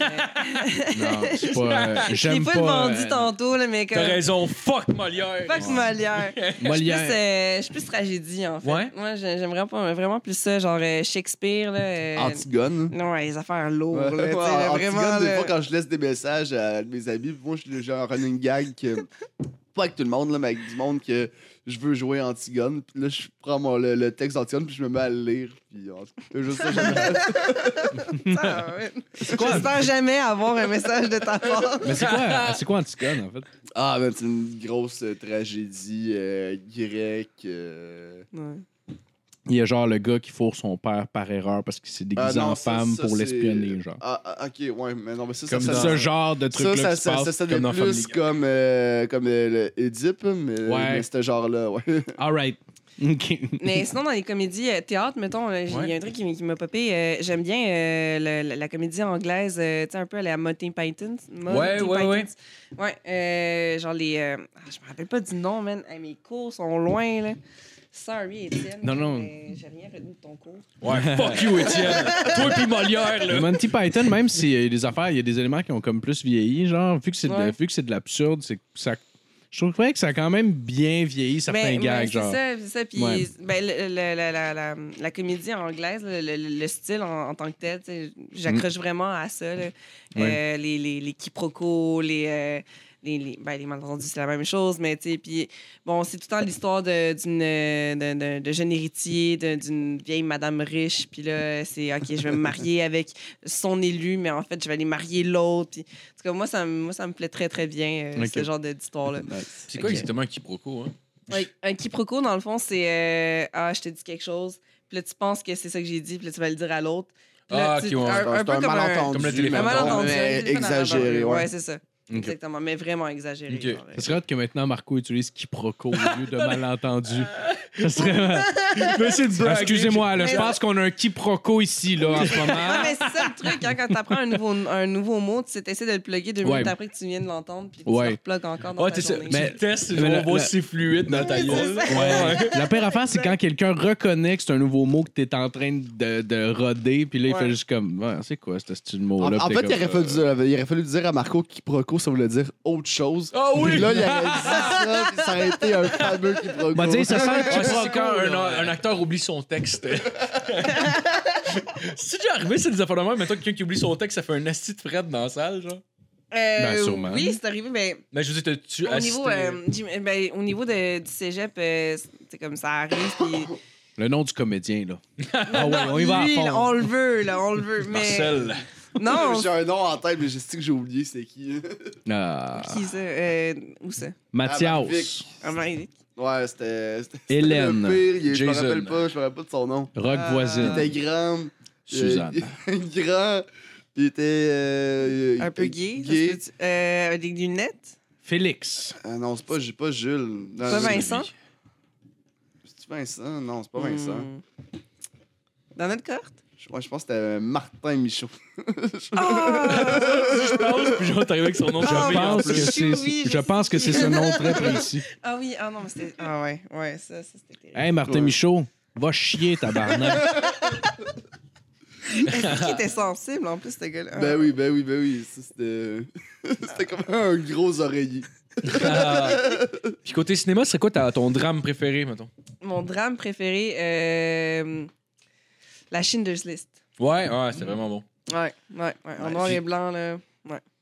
Non, c'est pas. euh,
Je l'ai
J'aime
pas,
pas.
le vendu
euh,
tantôt, là, mais
T'as
comme.
raison, fuck Molière.
Fuck Molière. Je suis plus,
Molière.
euh, je suis plus tragédie, en fait.
Ouais?
Moi, j'ai- j'aimerais pas, vraiment plus ça, genre euh, Shakespeare. Là, euh,
Ah, Antigone.
non, ouais, les affaires lourdes.
hein. Ouais,
là, tu sais, là,
Antigone,
vraiment. euh,
des
là.
fois,
[laughs]
quand je laisse des messages à mes amis, moi, j'ai j'ai un running gag que. Pas avec tout le monde, là, mais avec du monde que je veux jouer Antigone. Puis là, je prends mon- le, le texte d'Antigone, puis je me mets à le lire. Puis en tout cas, juste ça, [laughs] j'aime bien.
Ah, ouais. J'espère jamais avoir un message de ta part.
Mais c'est
[laughs]
quoi, c'est quoi Antigone, en fait?
Ah, mais c'est une grosse euh, tragédie euh, grecque. euh,
Ouais.
Il y a genre le gars qui fourre son père par erreur parce qu'il s'est
Ah,
déguisé
non,
en
ça,
femme
ça,
pour
c'est-
l'espionner, genre.
Ah, ah, ok, ouais, mais non, mais ça,
Comme
ça,
ce
ça,
genre de
ça,
truc-là.
ça,
qui se
ça,
passe
ça, ça
comme dans
devient
Family
plus
Guy.
comme, euh, comme euh, le Oedipe, mais,
Ouais.
mais c'était genre-là, ouais.
All right. OK.
Mais sinon, dans les comédies euh, théâtre, mettons, là, j'ai- il y a un truc qui, m- qui m'a popé. euh, J'aime bien euh, le- la, la comédie anglaise, euh, tu sais, un peu à la Monty Python. Monty
Ouais, ouais,
Python.
ouais.
Ouais, euh, genre les. euh, ah, je me rappelle pas du nom, man. Hey, mes cours sont loin, là. Sorry, Étienne.
Non, non.
mais J'ai rien retenu de ton cours.
Ouais, fuck you, Étienne. Toi puis Molière,
Le
là.
Monty Python, même s'il y a des affaires, il y a des éléments qui ont comme plus vieilli, genre, vu que c'est de-
Ouais.
vu que c'est de, l'absurde, c'est que ça. Je trouve que ça a quand même bien vieilli certains
Ben, ben,
gags,
c'est
genre.
ça, c'est ça. Puis
Ouais.
ben, le- le- la, la- la- la comédie anglaise, le, le- le style en, en tant que tel, tu sais, j'accroche
Mm.
vraiment à ça. là. Euh, les, les, les quiproquos, les, euh, les, les, ben, les malentendus, c'est la même chose. Mais tu sais, puis bon, c'est tout le temps l'histoire de, d'une, euh, d'un- d'un- de jeune héritier, de- d'une vieille madame riche. Puis là, c'est OK, je vais me
[laughs]
marier avec son élu, mais en fait, je vais aller marier l'autre. Puis, en tout cas, moi, ça, me- moi, ça me plaît très, très bien, euh,
Ok.
ce genre de- d'histoire-là.
C'est quoi
Ok.
exactement un quiproquo, hein?
Ouais, un quiproquo, dans le fond, c'est euh, Ah, je t'ai dit quelque chose. Puis là, tu penses que c'est ça que j'ai dit, puis là, tu vas le dire à l'autre. Puis là,
Ah,
tu-
ok, ouais.
un, un peu comme un.
comme le téléphone.
Un malentendu.
mais
un téléphone à
exagéré,
malentendu.
ouais.
Ouais, c'est ça. Exactement, mais vraiment exagéré.
Ok.
genre, ouais.
Ça serait hâte que maintenant Marco utilise quiproquo au lieu
[laughs]
de malentendu. Ça
[laughs]
serait. Monsieur de Brague. Excusez-moi, là, je
Mais-
pense qu'on a un quiproquo ici, là, en ce
[laughs] Non,
moment.
mais c'est ça le truc, hein, quand t'apprends un nouveau, un nouveau mot, tu essaies de le plugger deux
Ouais.
minutes après que tu viens de l'entendre, puis tu
Ouais.
le plugues encore dans
Ah,
ta
tu sais,
journée.
Mais-
tu testes,
mais
on
la-
voit
la-
si c'est fluide dans ta
Oui,
gueule.
c'est ça.
La pire affaire, c'est quand quelqu'un reconnaît que c'est un nouveau mot que t'es en train de, de roder, puis là, il
Ouais.
fait juste comme. Ouais, c'est quoi, ce style de
En,
mot-là?
en
Puis
fait,
t'es
il aurait,
comme,
fallu, il aurait fallu dire à Marco quiproquo, ça voulait dire autre chose.
Ah
Puis
oui!
là, il aurait dit ça, puis ça aurait été un fameux quiproquo.
Bah, dis, ça sent
Ouais,
un
c'est
quiproquo.
quand un,
là.
un acteur oublie son texte. [laughs] si déjà arrivé, c'est des affaires de même, mais toi, quelqu'un qui oublie son texte, ça fait un asti de Fred dans la salle, genre.
Euh,
Ben, sûrement. ah,
Oui, c'est arrivé, mais.
Mais je veux dire, tu
Au niveau, euh, j'im- ben, au niveau de- du cégep, euh, c'est comme ça arrive. Puis...
Le nom du comédien, là. [laughs] ah ouais, on y va à
Lui, là,
fond.
on le veut, là, on
[laughs]
le veut. Mais...
Marcel.
[laughs]
Non,
J'ai un nom en tête, mais je sais que j'ai oublié c'est qui.
Ah,
qui ça? Euh, où ça?
Ah,
Mathias,
Vic.
Ah, ben,
Ouais, c'était. c'était- c'était
Hélène,
Le pire, il- je me
Jason.
rappelle pas, je me rappelle pas de son nom.
Rock
Ah.
voisine,
Il était grand. euh,
Suzanne.
[laughs] grand. Il était. euh,
un peu
euh,
gay. ça se peut-tu? Euh, avec des lunettes.
Félix.
Ah non, c'est pas, j'ai pas Jules. Non,
Pas
non,
Vincent.
C'est-tu Vincent? Non, c'est pas Vincent.
Hmm. Dans notre
[laughs]
cohorte?
Je, ouais, je pense que c'était euh, Martin Michaud.
Ah!
Je pense, puis genre, t'arrives avec son nom de
Je
Ah,
famille, en
mais
pense
plus.
que c'est,
Oui, je
je
sais
pense que
qui.
c'est ce nom très précis.
ah oui, ah non, mais c'était. Ah ouais, ouais, ça, ça c'était terrible.
Hey, Martin
Ouais.
Michaud, va chier, tabarnak.
Est-ce qu'il était sensible en plus, ce gars-là? Ah.
Ben oui, ben oui, ben oui. Ça, c'était. [laughs] c'était comme un gros oreiller.
Ben,
Ah.
[laughs] Puis côté cinéma, c'est quoi ta- ton drame préféré, mettons?
Mon drame préféré, euh, la Schindler's List.
Ouais, ouais, c'était vraiment bon.
Ouais, ouais, ouais. En
Ouais,
noir
j'ai-
et blanc, là.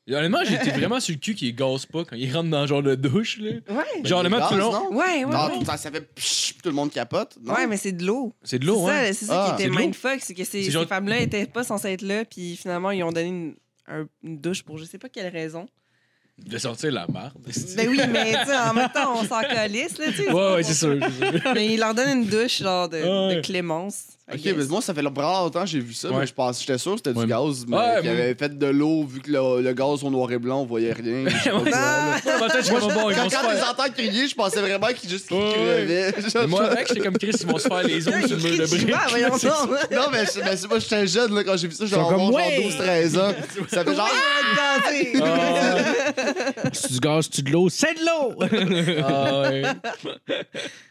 Et honnêtement, j'étais vraiment sur le cul qu'il gosse pas quand il rentre dans le genre de douche, là.
Ouais,
Genre, le mec, tout le long,
Non,
ouais, ouais.
non
ouais.
tout le temps, ça fait psh, puis tout le monde capote. Non?
Ouais, mais c'est de l'eau.
c'est de
C'est
l'eau,
ça,
hein?
c'est ça
Ah.
qui
C'est
était
de l'eau.
mindfuck, c'est que ces,
C'est genre-
ces femmes-là étaient pas censées être là, puis finalement, ils ont donné une, un- une douche pour je sais pas quelle raison.
De sortir la marde.
Ben oui, mais tu sais, en même temps, on s'en calisse, là, tu sais.
Ouais, ouais, c'est sûr. [laughs] c'est sûr.
Mais ils leur donnent une douche, genre, de,
Ah ouais.
de clémence. I
Ok,
guess.
mais moi, ça fait vraiment longtemps que j'ai vu ça,
Ouais.
mais je pense, j'étais sûr que c'était
Ouais.
du gaz, mais
Ouais,
qu'il
mais-
avait fait de l'eau, vu que le, le gaz au noir et blanc, on voyait rien. je
[laughs]
sais pas quoi,
Ah.
là.
Peut-être qu'ils vont bon, ils
Quand,
vont se
quand
faire-
les entends crier, je pensais vraiment qu'ils juste qu'ils
Ouais, ouais.
crevaient. [laughs] Je-
Mais Moi, avec, j'étais comme Chris, ils vont se faire les
Ah, [laughs]
ongles
ils
sur le mur
crient
de
du
briques.
vent,
[laughs]
voyons
[laughs]
donc.
Non, mais, je- mais c'est moi, j'étais jeune là, quand j'ai vu ça, j'avais
comme,
genre
ouais. [laughs]
12-13 ans. Ça fait genre.
Arrête de danser.
c'est du gaz, c'est de l'eau, c'est de l'eau.
Ah, ouais.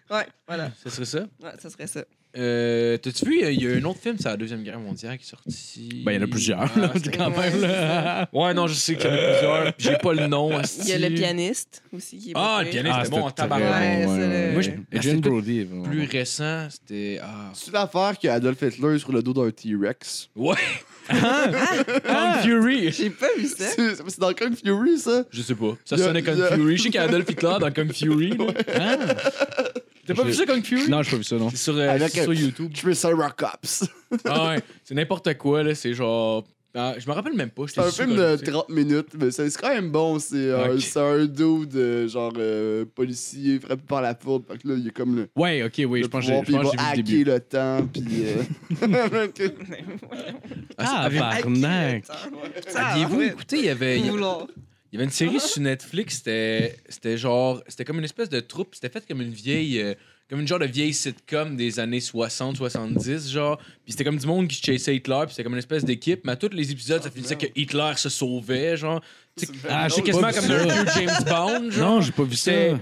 Ah.
Ouais, voilà,
Ce serait ça.
ouais, ça serait ça.
Euh, T'as-tu vu, il y a un autre film, c'est la Deuxième Guerre mondiale qui est sorti.
Ben, il y en a plusieurs,
Ah,
là,
c'était-
quand même. Là.
ouais, non, je sais qu'il y en a plusieurs. puis J'ai pas le nom.
Il y a le pianiste aussi qui est
Ah,
pas
le
pire.
pianiste, c'était bon en tabarnak.
Ouais, c'est le-
Moi,
Moi,
je...
je-
Adrian Brody. vraiment.
Plus récent, c'était. Ah.
C'est l'affaire qu'Adolf Hitler est sur le dos d'un T-Rex.
Ouais! Kung Fury!
J'ai pas vu ça.
C'est c'est dans Kung Fury,
Euh,
ça?
Je sais pas. Ça
Il y a-
sonnait Kung
il y a-
Fury. Je sais qu'il y a Adolf Hitler dans Kung Fury. là.
Ah.
T'as pas vu ça, Kung Fury?
[laughs] Non, je pas vu ça, non.
C'est sur, euh,
Avec
c'est sur
un-
YouTube.
Triceratops.
Ah ouais, c'est n'importe quoi, là. C'est genre. Ah, je me rappelle même pas.
C'est un film de 30 minutes, mais c'est c'est quand même bon. C'est euh,
Ok.
c'est un dude, euh, genre, euh, policier frappé par la fourbe. Fait que là, il est comme le.
Ouais, ok, oui, je
le
pense que j'ai- je
pouvoir, puis il
pense que
va
j'ai vu le
hacker
début.
le temps, puis. euh,
[laughs]
Ah,
À qui
barnac.
le temps?
Aviez-vous
Ouais.
écouté, il y avait. il y avait-
Vouloir.
Il y avait une série sur Netflix, c'était c'était genre c'était comme une espèce de troupe, c'était fait comme une vieille euh, comme une genre de vieille sitcom des années 60 70 genre, puis c'était comme du monde qui chassait Hitler, puis c'était comme une espèce d'équipe, mais à tous les épisodes ça finissait que Hitler se sauvait genre.
euh,
[laughs]
[laughs]
Ah, je sais
quasiment
pas
comme
vu
dans le
ça.
vieux James Bond. genre.
Non, j'ai pas vu ça.
C'est-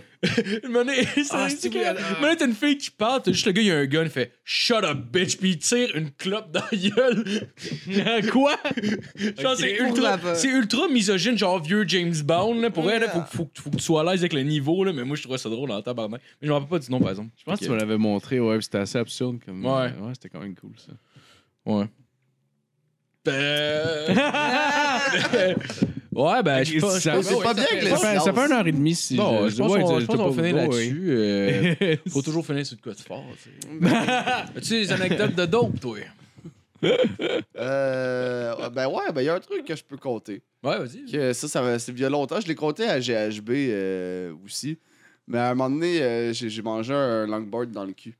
Une monnaie, [laughs] c'est
Ah, c'est
ridicule.
oui, elle-
Une monnaie, t'as une fille qui parle, t'as juste le gars, il y a un gun, il fait Shut up, bitch, puis il tire une clope dans la gueule. [laughs] Quoi? Genre, c'est ultra,
Bravo.
c'est ultra misogyne, genre vieux James Bond. Là. Pour vrai, là, faut,
Yeah.
faut, faut que tu sois à l'aise avec le niveau, là, mais moi, je trouvais ça drôle en tabarnak. Mais je me rappelle pas du nom, par exemple.
Je pense
Fait
que tu me l'avais montré, ouais, puis c'était assez absurde. Comme... euh,
Ouais.
c'était quand même cool, ça.
Ouais. Euh, ouais, ben, je sais pas.
Oh, c'est pas bien que les
Ça fait, ça fait une heure et demie si
Bon, je pense
ouais,
qu'on
je-
je
je
pense
t'ai
qu'on
pas-
finit
ouais.
là-dessus. euh,
[laughs]
faut toujours finir sur de quoi de fort. Tu sais. As-tu des anecdotes de dope, toi?
Euh, ben ouais, ben il y a un truc que je peux compter.
Ouais, vas-y.
Que ça, ça va- c'est il y a longtemps. Je l'ai compté à GHB euh, aussi. Mais à un moment donné, euh, j'ai j'ai mangé un langboard dans le cul.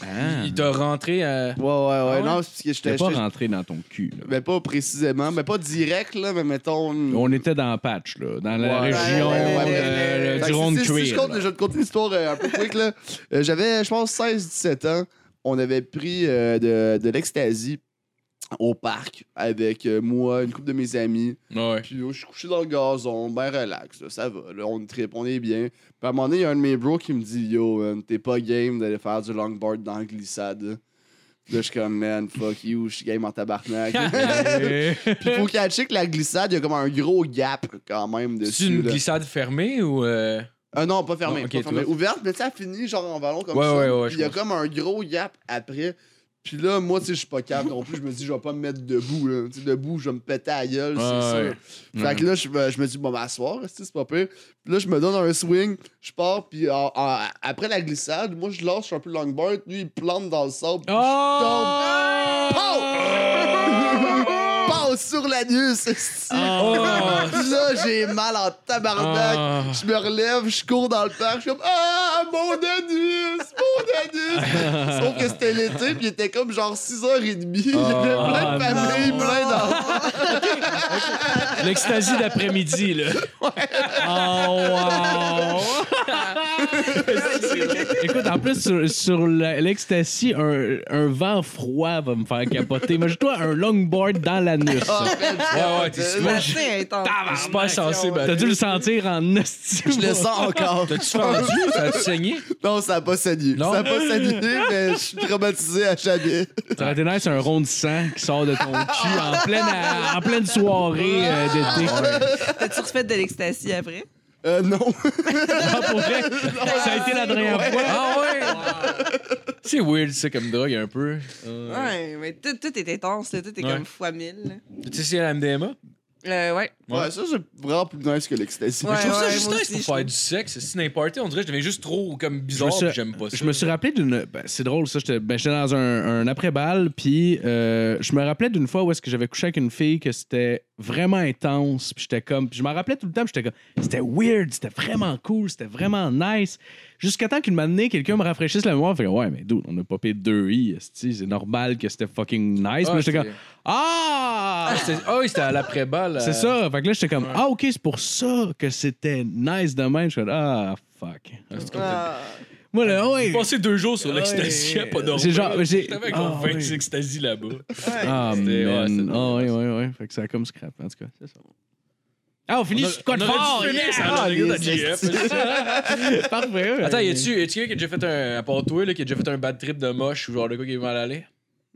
Ah.
Il t'a rentré euh, à.
Ah Ouais, ouais, ouais.
ouais?
Non, c'est parce que j'étais.
T'es pas
j'étais-
rentré dans ton cul. là.
Mais pas précisément, mais pas direct, là, mais mettons.
On était dans Patch, là, dans la
Ouais.
région
Ouais, ouais, ouais,
euh,
Fait que
du rond de
si- si- Si je
cuir. [laughs]
compte, je vais te conter l'histoire euh, un peu quick, là. Euh, J'avais, je pense, 16-17 ans. On avait pris euh, de, de l'ecstasy au parc avec euh, moi, une couple de mes amis.
Ouais.
Puis euh, je suis couché dans le gazon, ben relax, là, ça va, là, on tripe, on est bien. Puis à un moment donné, il y a un de mes bros qui me dit Yo, man, t'es pas game d'aller faire du longboard dans la glissade. Puis là, je suis comme, man, fuck you, je suis game
[laughs]
en tabarnak. Puis faut catcher que la glissade, il y a comme un gros gap quand même
C'est
dessus.
une
là.
glissade fermée ou. euh,
Ah non, pas fermée.
Non, ok,
pas fermée.
toi.
Ouverte, mais tu sais, elle finit genre en ballon comme
Ouais,
ça.
ouais, ouais,
Puis
je
il y a
pense.
comme un gros gap après. Puis là, moi, tu sais, je suis pas capable non plus. Je me dis, je vais pas me mettre debout. Là. Tu sais, debout, je vais me péter à la gueule,
Ouais,
c'est
ouais. Mm-hmm.
sûr. Fait que là, je me, je me dis, bon, ben, m'asseoir, esti, c'est pas pire. Puis là, je me donne un swing, je pars, puis en- en- après la glissade, moi, je lâche un peu le longboard. Lui, il plante dans le sable.
Oh!
Ah!
[laughs] Puis je tombe. Pow! Pow sur l'anus, esti.
Oh!
Puis là, j'ai mal en tabarnak.
Ah.
Je me relève, je cours dans le parc, je suis comme Ah, mon anus, mon anus. Sauf que c'était l'été, puis il était comme genre 6h30. Il y avait
Oh,
plein de familles, plein d'enfants.
L'extasie d'après-midi, là. Oh, wow.
[laughs] Écoute, en plus, sur, sur la- l'ecstasy, un, un vent froid va me faire capoter. Imagine-toi un longboard dans l'anus.
Ah, ben,
Ouais, ouais, t'es
je-
Moi,
C'est assez intense.
Super sensible.
T'as dû le sentir en esti.
Je le sens encore.
T'as-tu fendu? T'as-tu saigné?
Non, ça n'a pas saigné.
Non.
Ça n'a pas saigné, mais je suis traumatisé à jamais.
Ça aurait été nice un rond de sang qui sort de
[laughs]
ton cul en pleine, en pleine soirée euh, d'été.
T'as-tu refait de l'extasie après?
Euh, non.
Ah, pour vrai? ça a été la dernière fois.
Ah ouais! C'est weird, ça, comme drogue, un peu.
Ouais, mais tout, tout est intense, là. Tout est
Ouais.
comme fois mille.
Tu sais, c'est la MDMA?
là. Euh, ouais.
Ouais, ça, c'est vraiment plus nice que l'ecstasy.
Ouais.
je trouve ça juste
moi
nice
aussi,
pour
je
faire
trouve.
du sexe. Si n'importe on dirait que je deviens juste trop comme
Je
bizarre
me
pis
suis-
j'aime pas ça.
Je me suis rappelé d'une. ben, c'est drôle, ça. J'étais ben, j'étais dans un, un après-balle, puis euh, je me rappelais d'une fois où est-ce que j'avais couché avec une fille que c'était vraiment intense, puis j'étais comme. puis je m'en rappelais tout le temps, puis j'étais comme. C'était weird, c'était vraiment cool, c'était vraiment nice. Jusqu'à temps qu'une matinée, quelqu'un me rafraîchisse la mémoire, fait ouais, mais d'où on a popé deux i, esti, c'est normal que c'était fucking nice.
Ah,
mais j'étais
c'est-
comme. Ah!
C'est- Ah oui, c'était à l'après-balle. euh.
C'est euh, ça. Fait que là, j'étais comme, ah, OK, c'est pour ça que c'était nice de même. Je suis comme, ah, fuck.
Ah.
Moi, là, ouais.
J'ai passé deux jours sur l'ecstasy,
Ouais.
pas dormir.
Ah C'est genre- j'ai-
J'étais avec
Ah,
un
oui.
20 ecstasy là-bas.
Ah,
C'était- ouais,
man.
c'était
Ah, ouais, ouais, ouais. Fait que ça a comme scrap, en tout cas. C'est ça. Ah, on finit
On a-
sur quoi de
on aurait dû
fort? Ah,
finir
yeah!
sur la anecdote de JF.
Parfait, ouais.
Attends, y a-tu y a-tu quelqu'un qui a déjà fait un, à part toi, là, qui a déjà fait un bad trip de moche ou genre de quoi qui est mal allé?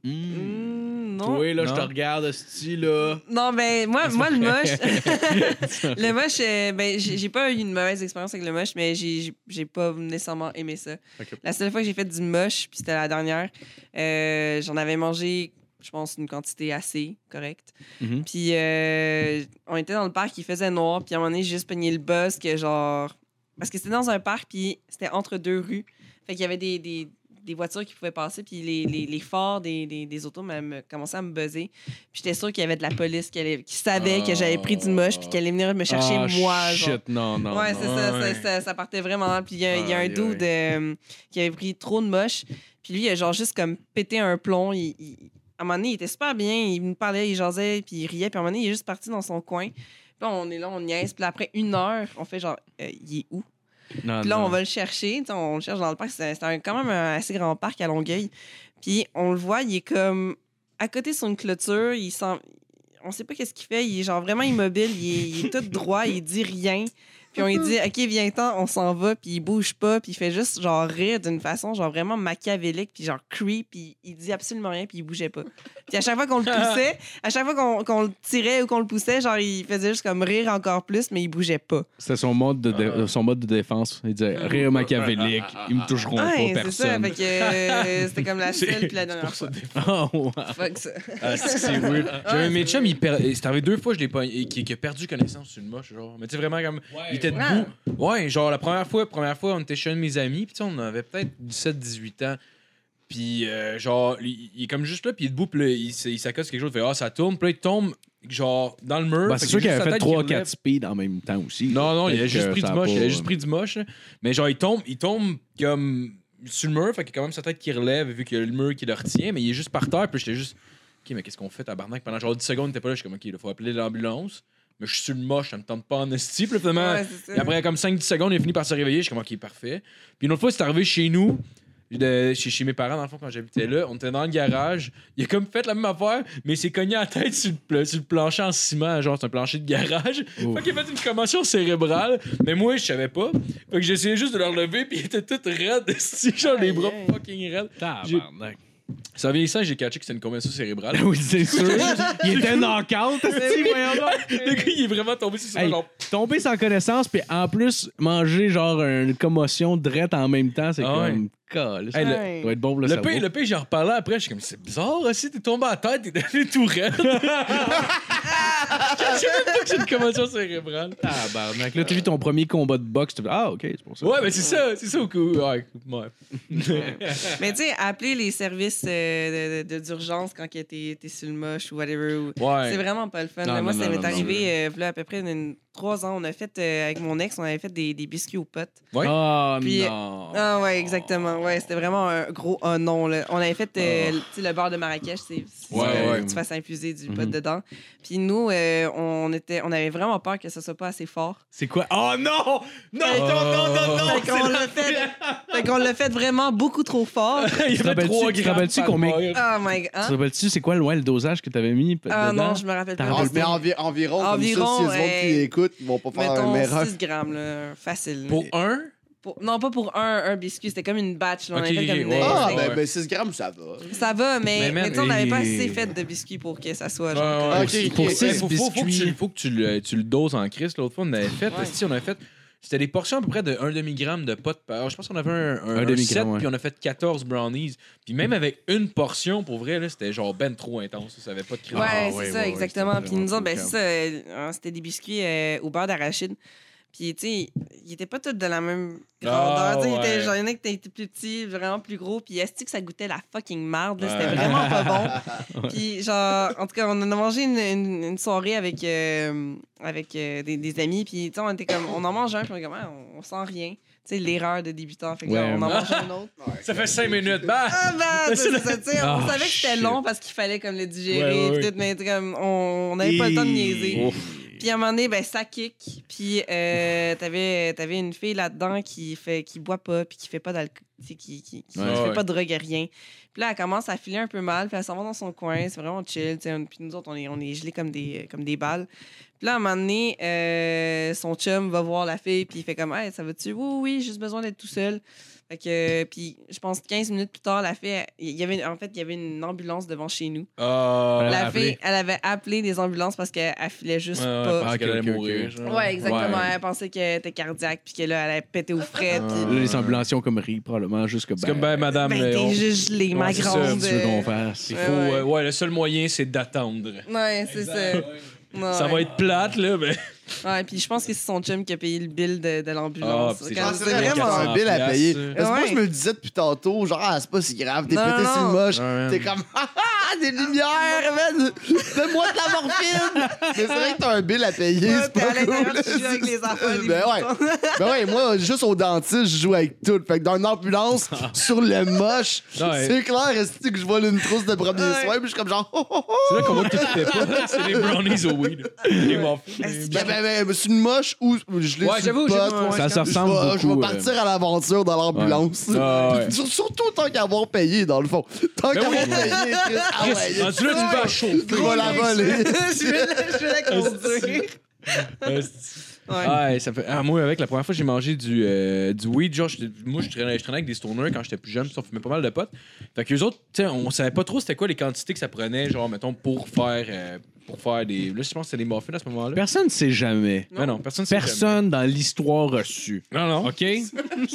Mm.
Mm, non.
Toi, là, je te
Non.
regarde, style là.
Non, ben, moi, moi le moche. [laughs] le moche, euh, ben, j'ai j'ai pas eu une mauvaise expérience avec le moche, mais j'ai j'ai- j'ai pas nécessairement aimé ça. La seule fois que j'ai fait du moche, puis c'était la dernière, euh, j'en avais mangé, je pense, une quantité assez correcte.
Mhm.
Puis euh, on était dans le parc, il faisait noir, puis à un moment donné, j'ai juste pogné le buzz que genre. Parce que c'était dans un parc, puis c'était entre deux rues. Fait qu'il y avait des, des, des voitures qui pouvaient passer, puis les, les, les phares des, des, des autos m'a- me- commençaient à me buzzer. Puis j'étais sûre qu'il y avait de la police qui, allait- qui savait que j'avais pris du moche, puis qu'elle allait venir me chercher
Ah,
moi. genre.
Shit, non, non.
Ouais,
non.
c'est ça,
Ouais.
ça, ça- ça partait vraiment mal. Puis il y a, il y a un
Aïe,
dude euh, qui avait pris trop de moche. Puis lui, il a genre juste comme pété un plomb. Il- il- à un moment donné, il était super bien. Il nous parlait, il jasait, puis il riait. Puis à un moment donné, il est juste parti dans son coin. Puis là, on est là, on niaise. Puis là, après une heure, on fait genre, Euh, il est où?
Non,
Puis là,
non.
on va le chercher. Tu sais, on le cherche dans le parc. C'est c'est un- quand même un assez grand parc à Longueuil. Puis on le voit, il est comme à côté sur une clôture. Il s'en- on sait pas qu'est-ce qu'il fait. Il est genre vraiment immobile, il est, il est tout droit, il dit rien. Puis on lui dit, OK, viens-t'en, on s'en va, puis il bouge pas, puis il fait juste genre rire d'une façon genre vraiment machiavélique, puis genre creep, puis il dit absolument rien, puis il bougeait pas. Puis à chaque fois qu'on le poussait, à chaque fois qu'on qu'on le tirait ou qu'on le poussait, genre il faisait juste comme rire encore plus, mais il bougeait pas.
C'était son mode de, dé- son mode de défense. Il disait rire machiavélique, ils me toucheront
Ouais,
pas
c'est ça,
personne.
fait que euh,
[laughs]
c'était comme la seule puis la dernière fois.
Oh, wow.
Fuck ça.
Ah, c'est que c'est weird. J'avais un
c'est
de mes chums, il per- c'est arrivé deux fois, je l'ai pas... et qui, qui a perdu connaissance sur une moche, genre. Mais tu sais, vraiment, comme. il était debout. Ouais, genre, la première fois, première fois, on était chez un de mes amis, puis tu sais, on avait peut-être 17, 18 ans. Puis, euh, genre, il, il est comme juste là, puis il est debout, puis là, il, s- il s'accoste quelque chose, il fait Ah, ça tourne, puis là, il tombe, genre, dans le mur.
Ben,
Fait
c'est
que
sûr
juste
qu'il
sa
avait fait
tête qui
3-4
relève.
speed en même temps aussi.
Non, non, il a
Peut-être
juste
que
pris
ça
du
a
moche, il
pas-
a juste pris du moche. là. Mais genre, il tombe, il tombe comme sur le mur, fait qu'il y a quand même sa tête qui relève, vu qu'il y a le mur qui le retient, mais il est juste par terre, puis j'étais juste, OK, mais qu'est-ce qu'on fait, tabarnak? Pendant genre 10 secondes, t'es pas là, je suis comme, OK, il faut appeler l'ambulance, mais je suis sur le moche, ça me tente pas en esti, puis là, finalement,
Ouais, c'est
et
ça.
après, comme 5-10 secondes, il a fini par se réveiller. Je suis comme, OK, parfait. Puis une autre fois, c'est arrivé chez nous, de- chez, chez mes parents, dans le fond, quand j'habitais là. On était dans le garage. Il a comme fait la même affaire, mais il s'est cogné la tête sur le, pla- sur le plancher en ciment. Genre, c'est un plancher de garage. Fait qu'il a fait une commotion cérébrale. Mais moi, je savais pas. Fait que j'essayais juste de le relever, puis il était tout raide. [laughs] esti, Genre, les bras
Aïe, aïe.
fucking raides.
Tabarnak.
Ça vieillissant, j'ai catché que c'était une commotion cérébrale.
Ah Oui, c'est sûr. Il était knock-out, esti, voyons
[laughs]
donc.
Le gars, il est vraiment tombé sur son
Hey,
genre,
tomber sans connaissance, puis en plus, manger genre une commotion drette en même temps, c'est
Ah
comme. Calice.
Hey, le-
Ça doit être bon pour le,
Le
cerveau.
pire, le pire, j'en reparlais après, je suis comme, c'est bizarre aussi, t'es tombé à la tête, t'es devenu tout raide. [laughs] je sais même pas que j'ai une commotion cérébrale.
Ah, Tabarnak. Là, tu vis ton premier combat de boxe. tu fais, Ah, ok, c'est pour ça.
Ouais, mais c'est ça, c'est ça au coup. Ouais, ouais.
Mais tu sais, appeler les services euh, de- de- d'urgence quand que t'es t'es sur le moche ou whatever. ou-
Ouais.
C'est vraiment pas le fun.
Non,
Là, moi,
non,
ça
non,
m'est
non,
arrivé euh, là, à peu près une- une- trois ans. On a fait, euh, avec mon ex, on avait fait des, des biscuits aux potes.
Ouais.
Oh
Puis-
non.
Ah ouais, exactement. Ouais, c'était vraiment un gros oh non. là. On avait fait euh,
Oh.
le- tu sais, le bar de Marrakech, c'est c'est
Ouais,
que
ouais.
tu fasses infuser du
Mhm.
pot dedans. Puis nous, euh, on, était, on avait vraiment peur que ça soit pas assez fort.
C'est quoi? Oh non! Non,
Oh.
non, non, non, non!
Fait qu'on l'a fait, fait qu'on l'a fait vraiment beaucoup trop fort.
[laughs]
Il y
te rappelles-tu- tu te rappelles-tu combien-
Oh my
Tu
god. Hein?
te rappelles-tu, c'est quoi loin le dosage que t'avais mis p-
Ah
dedans?
non, je me rappelle
T'en
pas.
Ah,
rappelles
mais envi- environ, comme
Environ,
ça, si les autres qui
euh,
écoutent, ils vont pas faire un
Mettons
erreur.
6 grammes, là, facile.
Pour un?
Pour- non, pas pour un, un biscuit, c'était comme une batch. Là, on
Ok,
avait fait
ok,
comme
ouais.
des-
Ah,
Ouais.
ben, ben 6 grammes, ça va.
Ah!
Ça va, mais,
Mais man,
mais tu sais, on n'avait pas
et-
assez fait de biscuits pour que ça soit.
Ouais,
Genre,
ouais.
Ok, ok.
Pour six
Ouais,
faut, faut- faut que tu, faut que tu le, tu le doses en crise. L'autre fois, on avait fait,
Ouais.
si on avait fait, c'était des portions à peu près de 1 demi-gramme de potes par heure. Je pense qu'on avait un, un,
Un
un
demi-gramme,
set,
ouais.
puis on a fait 14 brownies. Puis même avec une portion, pour vrai, là, c'était genre ben trop intense. Ça avait pas de crise.
Ouais,
Ah,
c'est
ouais,
ça,
ouais, ouais,
exactement.
c'était
Puis ils nous
vraiment
ont, ben,
cool,
c'est ça, euh, hein, c'était des biscuits euh, au beurre d'arachide. Puis, tu sais, ils étaient pas tous de la même grandeur.
Ah,
tu sais, ils étaient-
ouais.
J'en ai un qui était plus petit, vraiment plus gros. Puis, est-ce que ça goûtait la fucking marde? là, C'était vraiment pas
[laughs]
bon. Puis, genre, en tout cas, on en a mangé une, une- une soirée avec, euh, avec euh, des, des amis. Puis, tu sais, on était comme, on en mange un, puis on est comme, Ah, on, on sent rien. Tu sais, l'erreur de débutant. Fait que là,
Ouais.
on en mange un autre.
Ça fait 5 minutes. Bah!
Ah ben, c'est ça, tu sais, on
Ah,
savait que c'était
shit.
long parce qu'il fallait comme le digérer,
Ouais, ouais,
pis
ouais.
tout, mais comme on n'avait pas le temps de niaiser. Puis à un moment donné, ben, ça kick. Puis euh, t'avais, t'avais une fille là-dedans qui fait qui boit pas, puis qui fait pas d'alcool, qui, qui, qui, qui
Ouais,
fait
ouais.
pas de drogue et rien. Puis là, elle commence à filer un peu mal, puis elle s'en va dans son coin, c'est vraiment chill. tu sais, on- Puis nous autres, on est, on est gelés comme des, comme des balles. Puis là, à un moment donné, euh, son chum va voir la fille, puis il fait comme Hey, ça va-tu? Oui, oui, oui, j'ai juste besoin d'être tout seul. Fait que, puis je pense 15 minutes plus tard, la fille, elle- il y avait, une- en fait, il y avait une ambulance devant chez nous.
Ah.
la
appelé.
fille, elle avait appelé des ambulances parce qu'elle elle filait juste
Ouais, ouais,
pas.
parce
Ah,
qu'elle
ok,
allait
ok,
mourir.
ok.
genre.
Ouais, exactement.
Ouais.
Elle pensait qu'elle était cardiaque, puis que là, elle allait péter aux frettes.
Ah.
Là, les ambulanciers ont comme ri, probablement, juste que.
C'est comme, ben, madame,
Ben,
euh, on-
t'es juste gelée, ma
Ouais, c'est ça,
grande.
tu veux qu'on fasse?
il
Ouais,
faut,
ouais.
euh, ouais, le seul moyen, c'est d'attendre.
Ouais, c'est ça. Ouais,
Ça va
ouais.
être plate, là, mais.
Ouais, puis je pense que c'est son chum qui a payé le bill de, de
Ah,
l'ambulance.
puis c'est
Comme
juste-
c'est
Ah,
c'est
vraiment.
un bill à payer.
Ouais.
Parce que Moi, je me le disais depuis tantôt, genre, ah, c'est pas si grave, t'es
Non,
pété sur
non.
le moche.
Ouais,
T'es comme, [laughs] ah, ah, des lumières, man! Donne-moi de la morphine! Mais c'est vrai que t'as un bill à payer,
Ouais,
c'est
t'es à
pas
l'intérieur,
cool.
tu joues avec les enfants, les
ben ouais. Ben ouais, moi, juste au dentiste, je joue avec tout. Fait que dans une ambulance, sur
[laughs]
le moche,
Ah. Ouais.
c'est clair, est-ce que je vois une trousse de premier
Ouais.
soin, puis je suis comme genre, oh, oh, oh.
[laughs] C'est là qu'on voit que tu fais pas. C'est les brownies au weed. Les waffles. les
Est-ce que-
Ben, ben, mais je suis une moche ou je l'ai
Ouais,
sur
j'avoue,
le pot.
j'avoue, ouais.
Ça se
Je
ressemble
vais, je vais
beaucoup. euh.
partir à l'aventure dans l'ambulance.
Ah ouais.
Sur- Surtout tant qu'avoir payé, dans le fond. Tant
Ben
qu'avoir
oui.
payé, Chris, ah
Chris,
ouais,
rendu là, tu vas chauffer.
tu vas la [laughs] voler.
je vais la- je vais la conduire. Ouais.
Ouais, ça fait. Ah, moi, avec la première fois que j'ai mangé du, euh, du weed, genre, j'étais- moi, je traînais, je traînais avec des stoners quand j'étais plus jeune, puis on fumait pas mal de potes. Fait que les autres, tu sais, on savait pas trop c'était quoi les quantités que ça prenait, genre, mettons, pour faire, euh, pour faire des. Là, je pense que c'était des morphines à ce moment-là.
Personne ne sait jamais.
Non, non, personne sait
Personne dans l'histoire reçue.
jamais. Non, non. [laughs]
OK?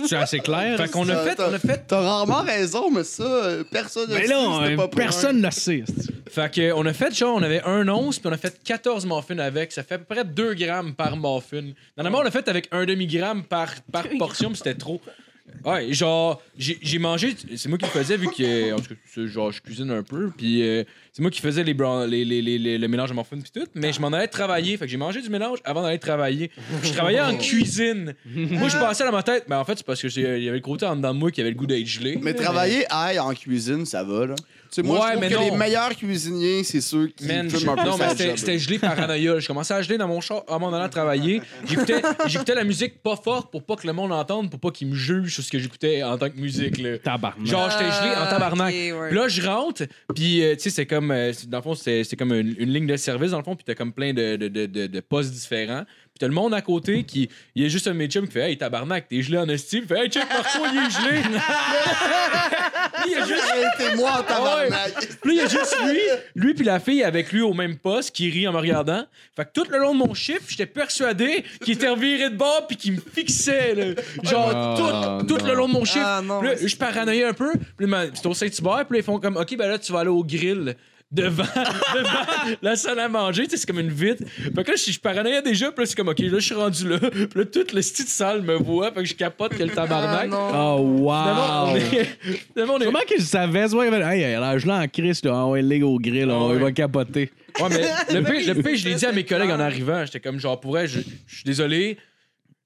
C'est assez clair?
Fait qu'on a fait, on a fait,
T'as rarement raison, mais ça, euh, personne ne
Mais
sait,
là,
c'était
euh,
pas pour
personne ne le sait.
fait que, on a fait, genre, on avait un once, puis on a fait 14 morphines avec. Ça fait à peu près 2 grammes par morphine. Normalement, on l'a fait avec un demi-gramme par, par portion, puis c'était trop. Ouais, genre, j'ai j'ai mangé, c'est moi qui le faisais vu que, en tout cas, c'est genre, je cuisine un peu, puis euh, c'est moi qui faisais les brown- les, les, les, les- le mélange à morphine puis tout, mais je m'en allais travailler, fait que j'ai mangé du mélange avant d'aller travailler. Je travaillais en cuisine. moi, je pensais dans ma tête, mais en fait, c'est parce que j'ai- il y avait le côté en dedans de moi qui avait le goût d'être gelé.
Mais travailler aïe en cuisine, ça va, là. Tu sais, moi,
Ouais,
je trouve
mais
que
non.
les meilleurs cuisiniers, c'est ceux qui
Man,
filment
je-
un peu
non, mais
sa
c'était-
job. [laughs]
c'était gelé paranoïa. Je commençais à geler dans mon char Ah, avant d'aller travailler. J'écoutais j'écoutais la musique pas forte pour pas que le monde entende, pour pas qu'il me juge sur ce que j'écoutais en tant que musique. Là.
Tabarnak.
Genre, j'étais gelé en tabarnak.
Ah, ok, ouais.
Puis là, je rentre, puis euh, tu sais, c'est comme, euh, c'est- dans le fond, c'est c'est comme une, une ligne de service, dans le fond, puis t'as comme plein de, de, de, de- de postes différents. Puis t'as le monde à côté qui, il y a juste un de mes chums qui fait, hey, tabarnak, t'es gelé en hostie. Il fait, hey, check, Marco, il est gelé. [laughs] il y a juste
C'était moi en tabarnak.
Là, il y a juste lui, lui puis la fille avec lui au même poste qui rit en me regardant. Fait que tout le long de mon chiffre, j'étais persuadé qu'il était reviré de bord puis qu'il me fixait. là. Genre,
Ah,
tout, tout
non.
le long de mon chiffre.
Ah, non,
Puis là,
c'est-
je paranoïais un peu. Puis là, c'était au Saint-Hubert. Puis là, ils font comme, OK, ben là, tu vas aller au grill. Devant, [laughs] devant la salle à manger, tu sais, c'est comme une vitre. Fait que là, je, je paranoïais déjà, puis là, c'est comme, OK, là, je suis rendu là. Puis là, toute le style de salle me voit, fait que je capote que le
Ah,
tabarnak.
non.
Oh,
Finalement,
wow!
on est- [laughs] finalement, on est-
[laughs] Comment qu'ils savaient? Ouais, ben, hey, elle a gelé en Christ, là. Ah ouais, ligue au grill,
Ah
on
ouais.
va capoter.
Ouais, mais le pire, le pire, je l'ai dit à mes collègues en arrivant. J'étais comme, genre, pourrais, je je suis désolé.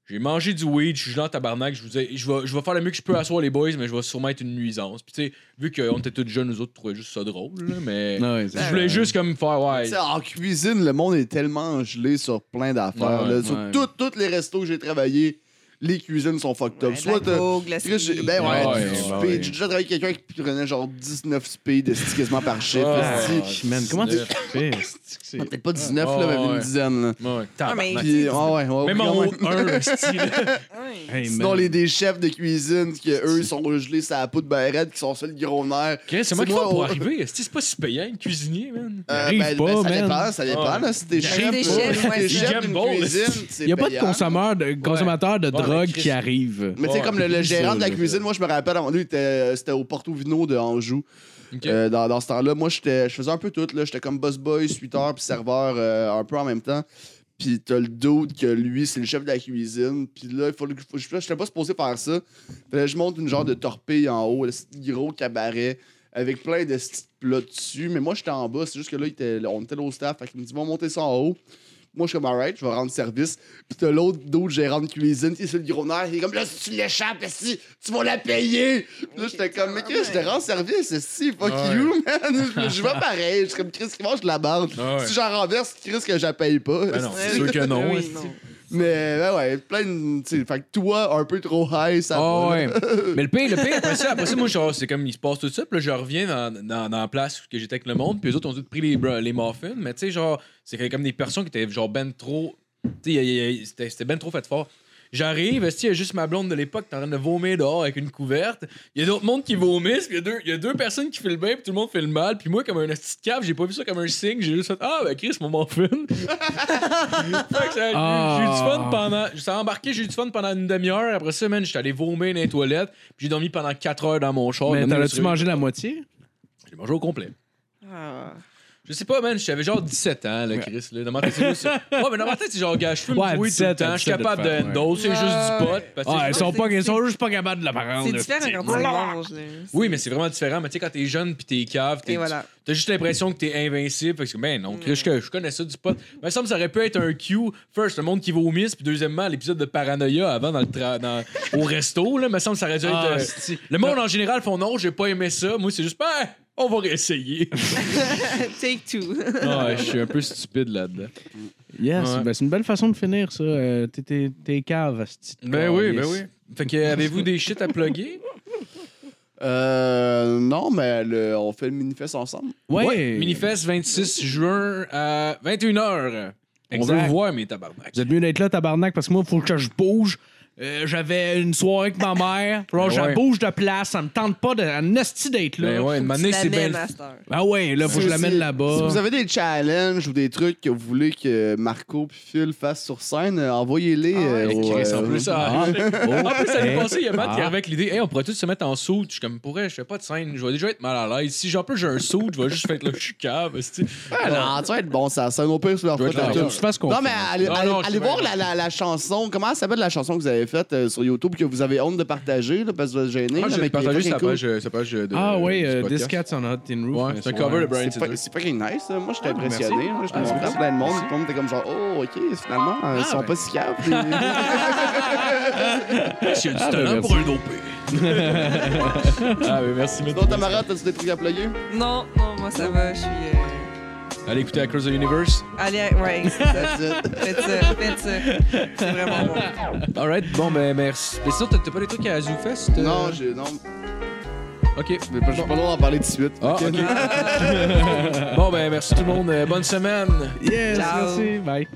J'ai mangé du weed, je suis dans tabarnak. Je vous dis, je vais, je vais faire le mieux que je peux à soir, les boys, mais je vais sûrement être une nuisance. Puis, tu sais, vu qu'on était tous jeunes, nous autres, on trouvait juste ça drôle, là, mais.
Ouais, c'est
Je
vrai.
voulais juste comme faire, ouais.
Tu sais, en cuisine, le monde est tellement gelé sur plein d'affaires.
Ouais,
là. sur
ouais.
tout- tous les restos que j'ai travaillé, les cuisines sont fucked up.
Ouais,
Soit
de Ben, la
t'as-
coke, de la
Chris, j'ai-
speed.
ben ouais,
Ouais,
du
ouais,
speed.
ouais, ouais.
J'ai déjà travaillé avec quelqu'un qui prenait genre 19 speed esti, quasiment par chiffre.
Ah,
esti.
Man, comment tu
Ouais,
fais? C'est-tu que c'est-
Peut-être pas 19, là,
Ah,
mais
ouais.
une dizaine. Là.
ouais,
Ah,
tabarnak.
mais-
Puis, ah ouais, ouais,
Même
quand
en haut
même.
1, style.
Ouais.
Hey,
Sinon,
man.
les des chefs de cuisine, qui eux, ils sont gelés sur la peau de barrette, qui sont sur le gros nerf. Euh,
Chris, c'est moi
C'est
qui fais
moi,
pour
ouais.
arriver. esti, C'est pas si payant, un cuisinier, man.
Euh,
Arrive
ben,
pas,
ben, ça
man.
dépend, ça dépend.
Ouais.
Là, si t'es chef,
des
euh,
chefs,
si t'es
ouais,
chef
c'est-
d'une
Gamble,
cuisine, c'est
Il n'y a pas de
payant.
consommateur de, consommateur de
Ouais,
drogue
mais Chris-
qui arrive.
Mais tu sais,
Ouais,
comme le, le
Ah, c'est
gérant
ça,
de la
là.
cuisine, moi, je me rappelle, on était, euh, c'était au Porto Vino de Anjou.
Ok.
Euh, dans, dans ce temps-là, moi, j'étais- je faisais un peu tout. là. J'étais comme boss boy, suiteur, puis serveur euh, un peu en même temps. Puis t'as le doute que lui, c'est le chef de la cuisine. Puis là, il faut, faut, je j'étais pas supposé faire ça. Fait que je monte une genre de torpille en haut, le petit gros cabaret, avec plein de petits plats dessus. Mais moi, j'étais en bas. C'est juste que là, il était- on était au staff. Fait qu'il me dit, bon, montez ça en haut. Moi, je suis comme, alright, je vais rendre service. Puis t'as l'autre, d'autres gérant de cuisine, qui est sur le gros nerf. Il est comme, là, si tu l'échappes, si, tu vas la payer. Puis là, j'étais comme, mais Chris, je te rends service, si, fuck
Ouais.
you, man. [laughs] Je- Je vois pareil. Je suis comme, Chris, qui mange de la barbe.
Ah ouais.
Si j'en renverse, Chris, que je la paye pas.
Ben non,
esti.
c'est
[laughs]
sûr que non.
Oui,
esti.
non.
Mais, ben ouais, plein de. tu sais, Fait que toi, un peu trop high, ça
Ah
va.
ouais.
[laughs]
Mais le pire, le pire, après ça, après ça, moi, genre, c'est comme, il se passe tout ça, puis là, je reviens dans, dans, dans la place où que j'étais avec le monde, puis eux autres ont dû pris les, bra- les muffins, mais tu sais, genre, c'est comme des personnes qui étaient, genre, ben trop. Tu sais, il y a- il y a- il- c'était c'était ben trop fait fort. J'arrive, esti, il y a juste ma blonde de l'époque qui est en train de vomir dehors avec une couverte. Il y a d'autres mondes qui vomissent, puis il y a deux- il y, a deux personnes qui filment bien, puis tout le monde fait le mal. Puis moi, comme un esti de cave, j'ai pas vu ça comme un signe, j'ai juste fait Ah, ben Chris, mon muffin. [laughs] Fait que ça- j'ai- J'ai eu du fun
Ah.
pendant. Ça a embarqué, j'ai eu du fun pendant une demi-heure. Après ça, man, j'étais allé vomir dans les toilettes, puis j'ai dormi pendant 4 heures dans mon char.
mais
Demain,
t'en
je
as-tu
suis-
mangé la moitié?
J'ai mangé au complet.
Ah.
Je sais pas, man, j'avais genre 17 ans, là, Chris. Là. Dans ma tête, c'est juste ça. Ouais, mais dans ma tête, c'est genre, gars, je fume
Ouais,
du weed tout
17,
le temps, je suis
17 de
capable
faire,
de dose, c'est juste du pot. parce que
Ah,
je-
ils sont, pas, ils sont juste pas capables de la parler.
C'est différent quand tu manges. là.
Oui, mais c'est vraiment différent. Mais tu sais, quand t'es jeune puis t'es cave,
Et
t'es-
voilà. Mm.
t'as juste l'impression que t'es invincible. Parce que, ben non, Chris, je, je connais ça du pot. Mais ça me semble que ça aurait pu être un Q. First, le monde qui vomisse, puis deuxièmement, l'épisode de Paranoia avant dans le tra- dans- au resto. Là, me semble que ça aurait dû être. euh,
Ah, c'est-
le monde en général font non, j'ai pas aimé ça. Moi, c'est juste, ben, On va réessayer.
Take two.
[laughs] Ah, je suis un peu stupide là-dedans.
Yes,
Ouais.
ben, c'est une belle façon de finir, ça. Euh, t'es- T'es t'es cave, c'ti.
Ben oui, ben
yes.
oui. Fait que avez-vous des shit à plugger?
Euh, non, mais le- on fait le mini-fest ensemble.
Ouais,
Minifest 26 juin à 21h. On
Exact.
veut vous voir, mes tabarnak.
Vous êtes mieux d'être là, tabarnak, parce que moi, il faut que je bouge. Euh, J'avais une soirée avec ma mère. Faut
Ben
que
ouais.
je bouge de place. Ça me tente pas de en esti d'être là.
Ben ouais, une
Tu [laughs]
manée, c'est
l'amènes
bien.
à cette heure.
Ah ouais, là, faut que je
Si-
l'amène
si-
là-bas.
Si vous avez des challenges ou des trucs que vous voulez que Marco puis Phil fassent sur scène, euh, envoyez-les. euh,
Ah Chris,
au,
en
euh,
plus, ça. En
Ah.
plus, ça m'est passé, il y a Matt qui
Ah.
avec l'idée, hey, on pourrait tous se mettre en saut. Je suis comme, pourrais, je fais pas de scène, je vais déjà être mal à l'aise. Si j'en peux, j'ai un saut, je vais juste faire le je suis cave. esti.
Ah, non, tu vas être bon, ça scène. Au pire, sur leur
dois
fait
être
à
là.
tout.
Tu te fasses
Non,
confiance.
mais allez,
Non,
allez-
non, je
allez
sais
voir
bien.
la, la, la chanson. Comment ça s'appelle la chanson que vous avez faite euh, sur YouTube que vous avez honte de partager là, parce que vous êtes
Moi,
gêné? là,
Ah, j'ai
mais qui est
partagé
fucking
sa
cool.
page, euh, sa page euh, de.
Ah ouais,
du
euh,
podcast.
This Cat's on Hot Tin Roof.
Ouais,
mais
c'est un cover de Brian
C'est pas-
Singer.
C'est fucking nice. là. Moi, j'étais
Ah,
impressionné.
merci.
Moi, j'étais
Ah,
montré à
merci.
plein de monde. Tout le monde était comme genre, oh, OK, finalement,
Ah,
euh, ils sont
ben.
ouais.
pas si caves. [laughs] puis-
J'ai du
Ah, ben,
talent
merci.
pour un dopé.
[laughs]
Ah, ben merci, Matt.
Sinon, Tamara, t'as-tu des trucs à plugger?
Non, non, moi ça va, je suis. euh,
Allez écouter Across the Universe.
Allez, à- ouais, c'est ça.
That's it.
faites ça, faites ça. C'est vraiment bon.
Alright, bon, ben merci. Mais sinon, t'as t'as pas des trucs à ZooFest? euh?
Non, j'ai non,
Ok.
j'ai pas j'ai pas le droit d'en parler tout de suite.
Ah, ok. bon, ben merci tout le monde. Euh, Bonne semaine.
Yes,
Ciao.
merci. Bye.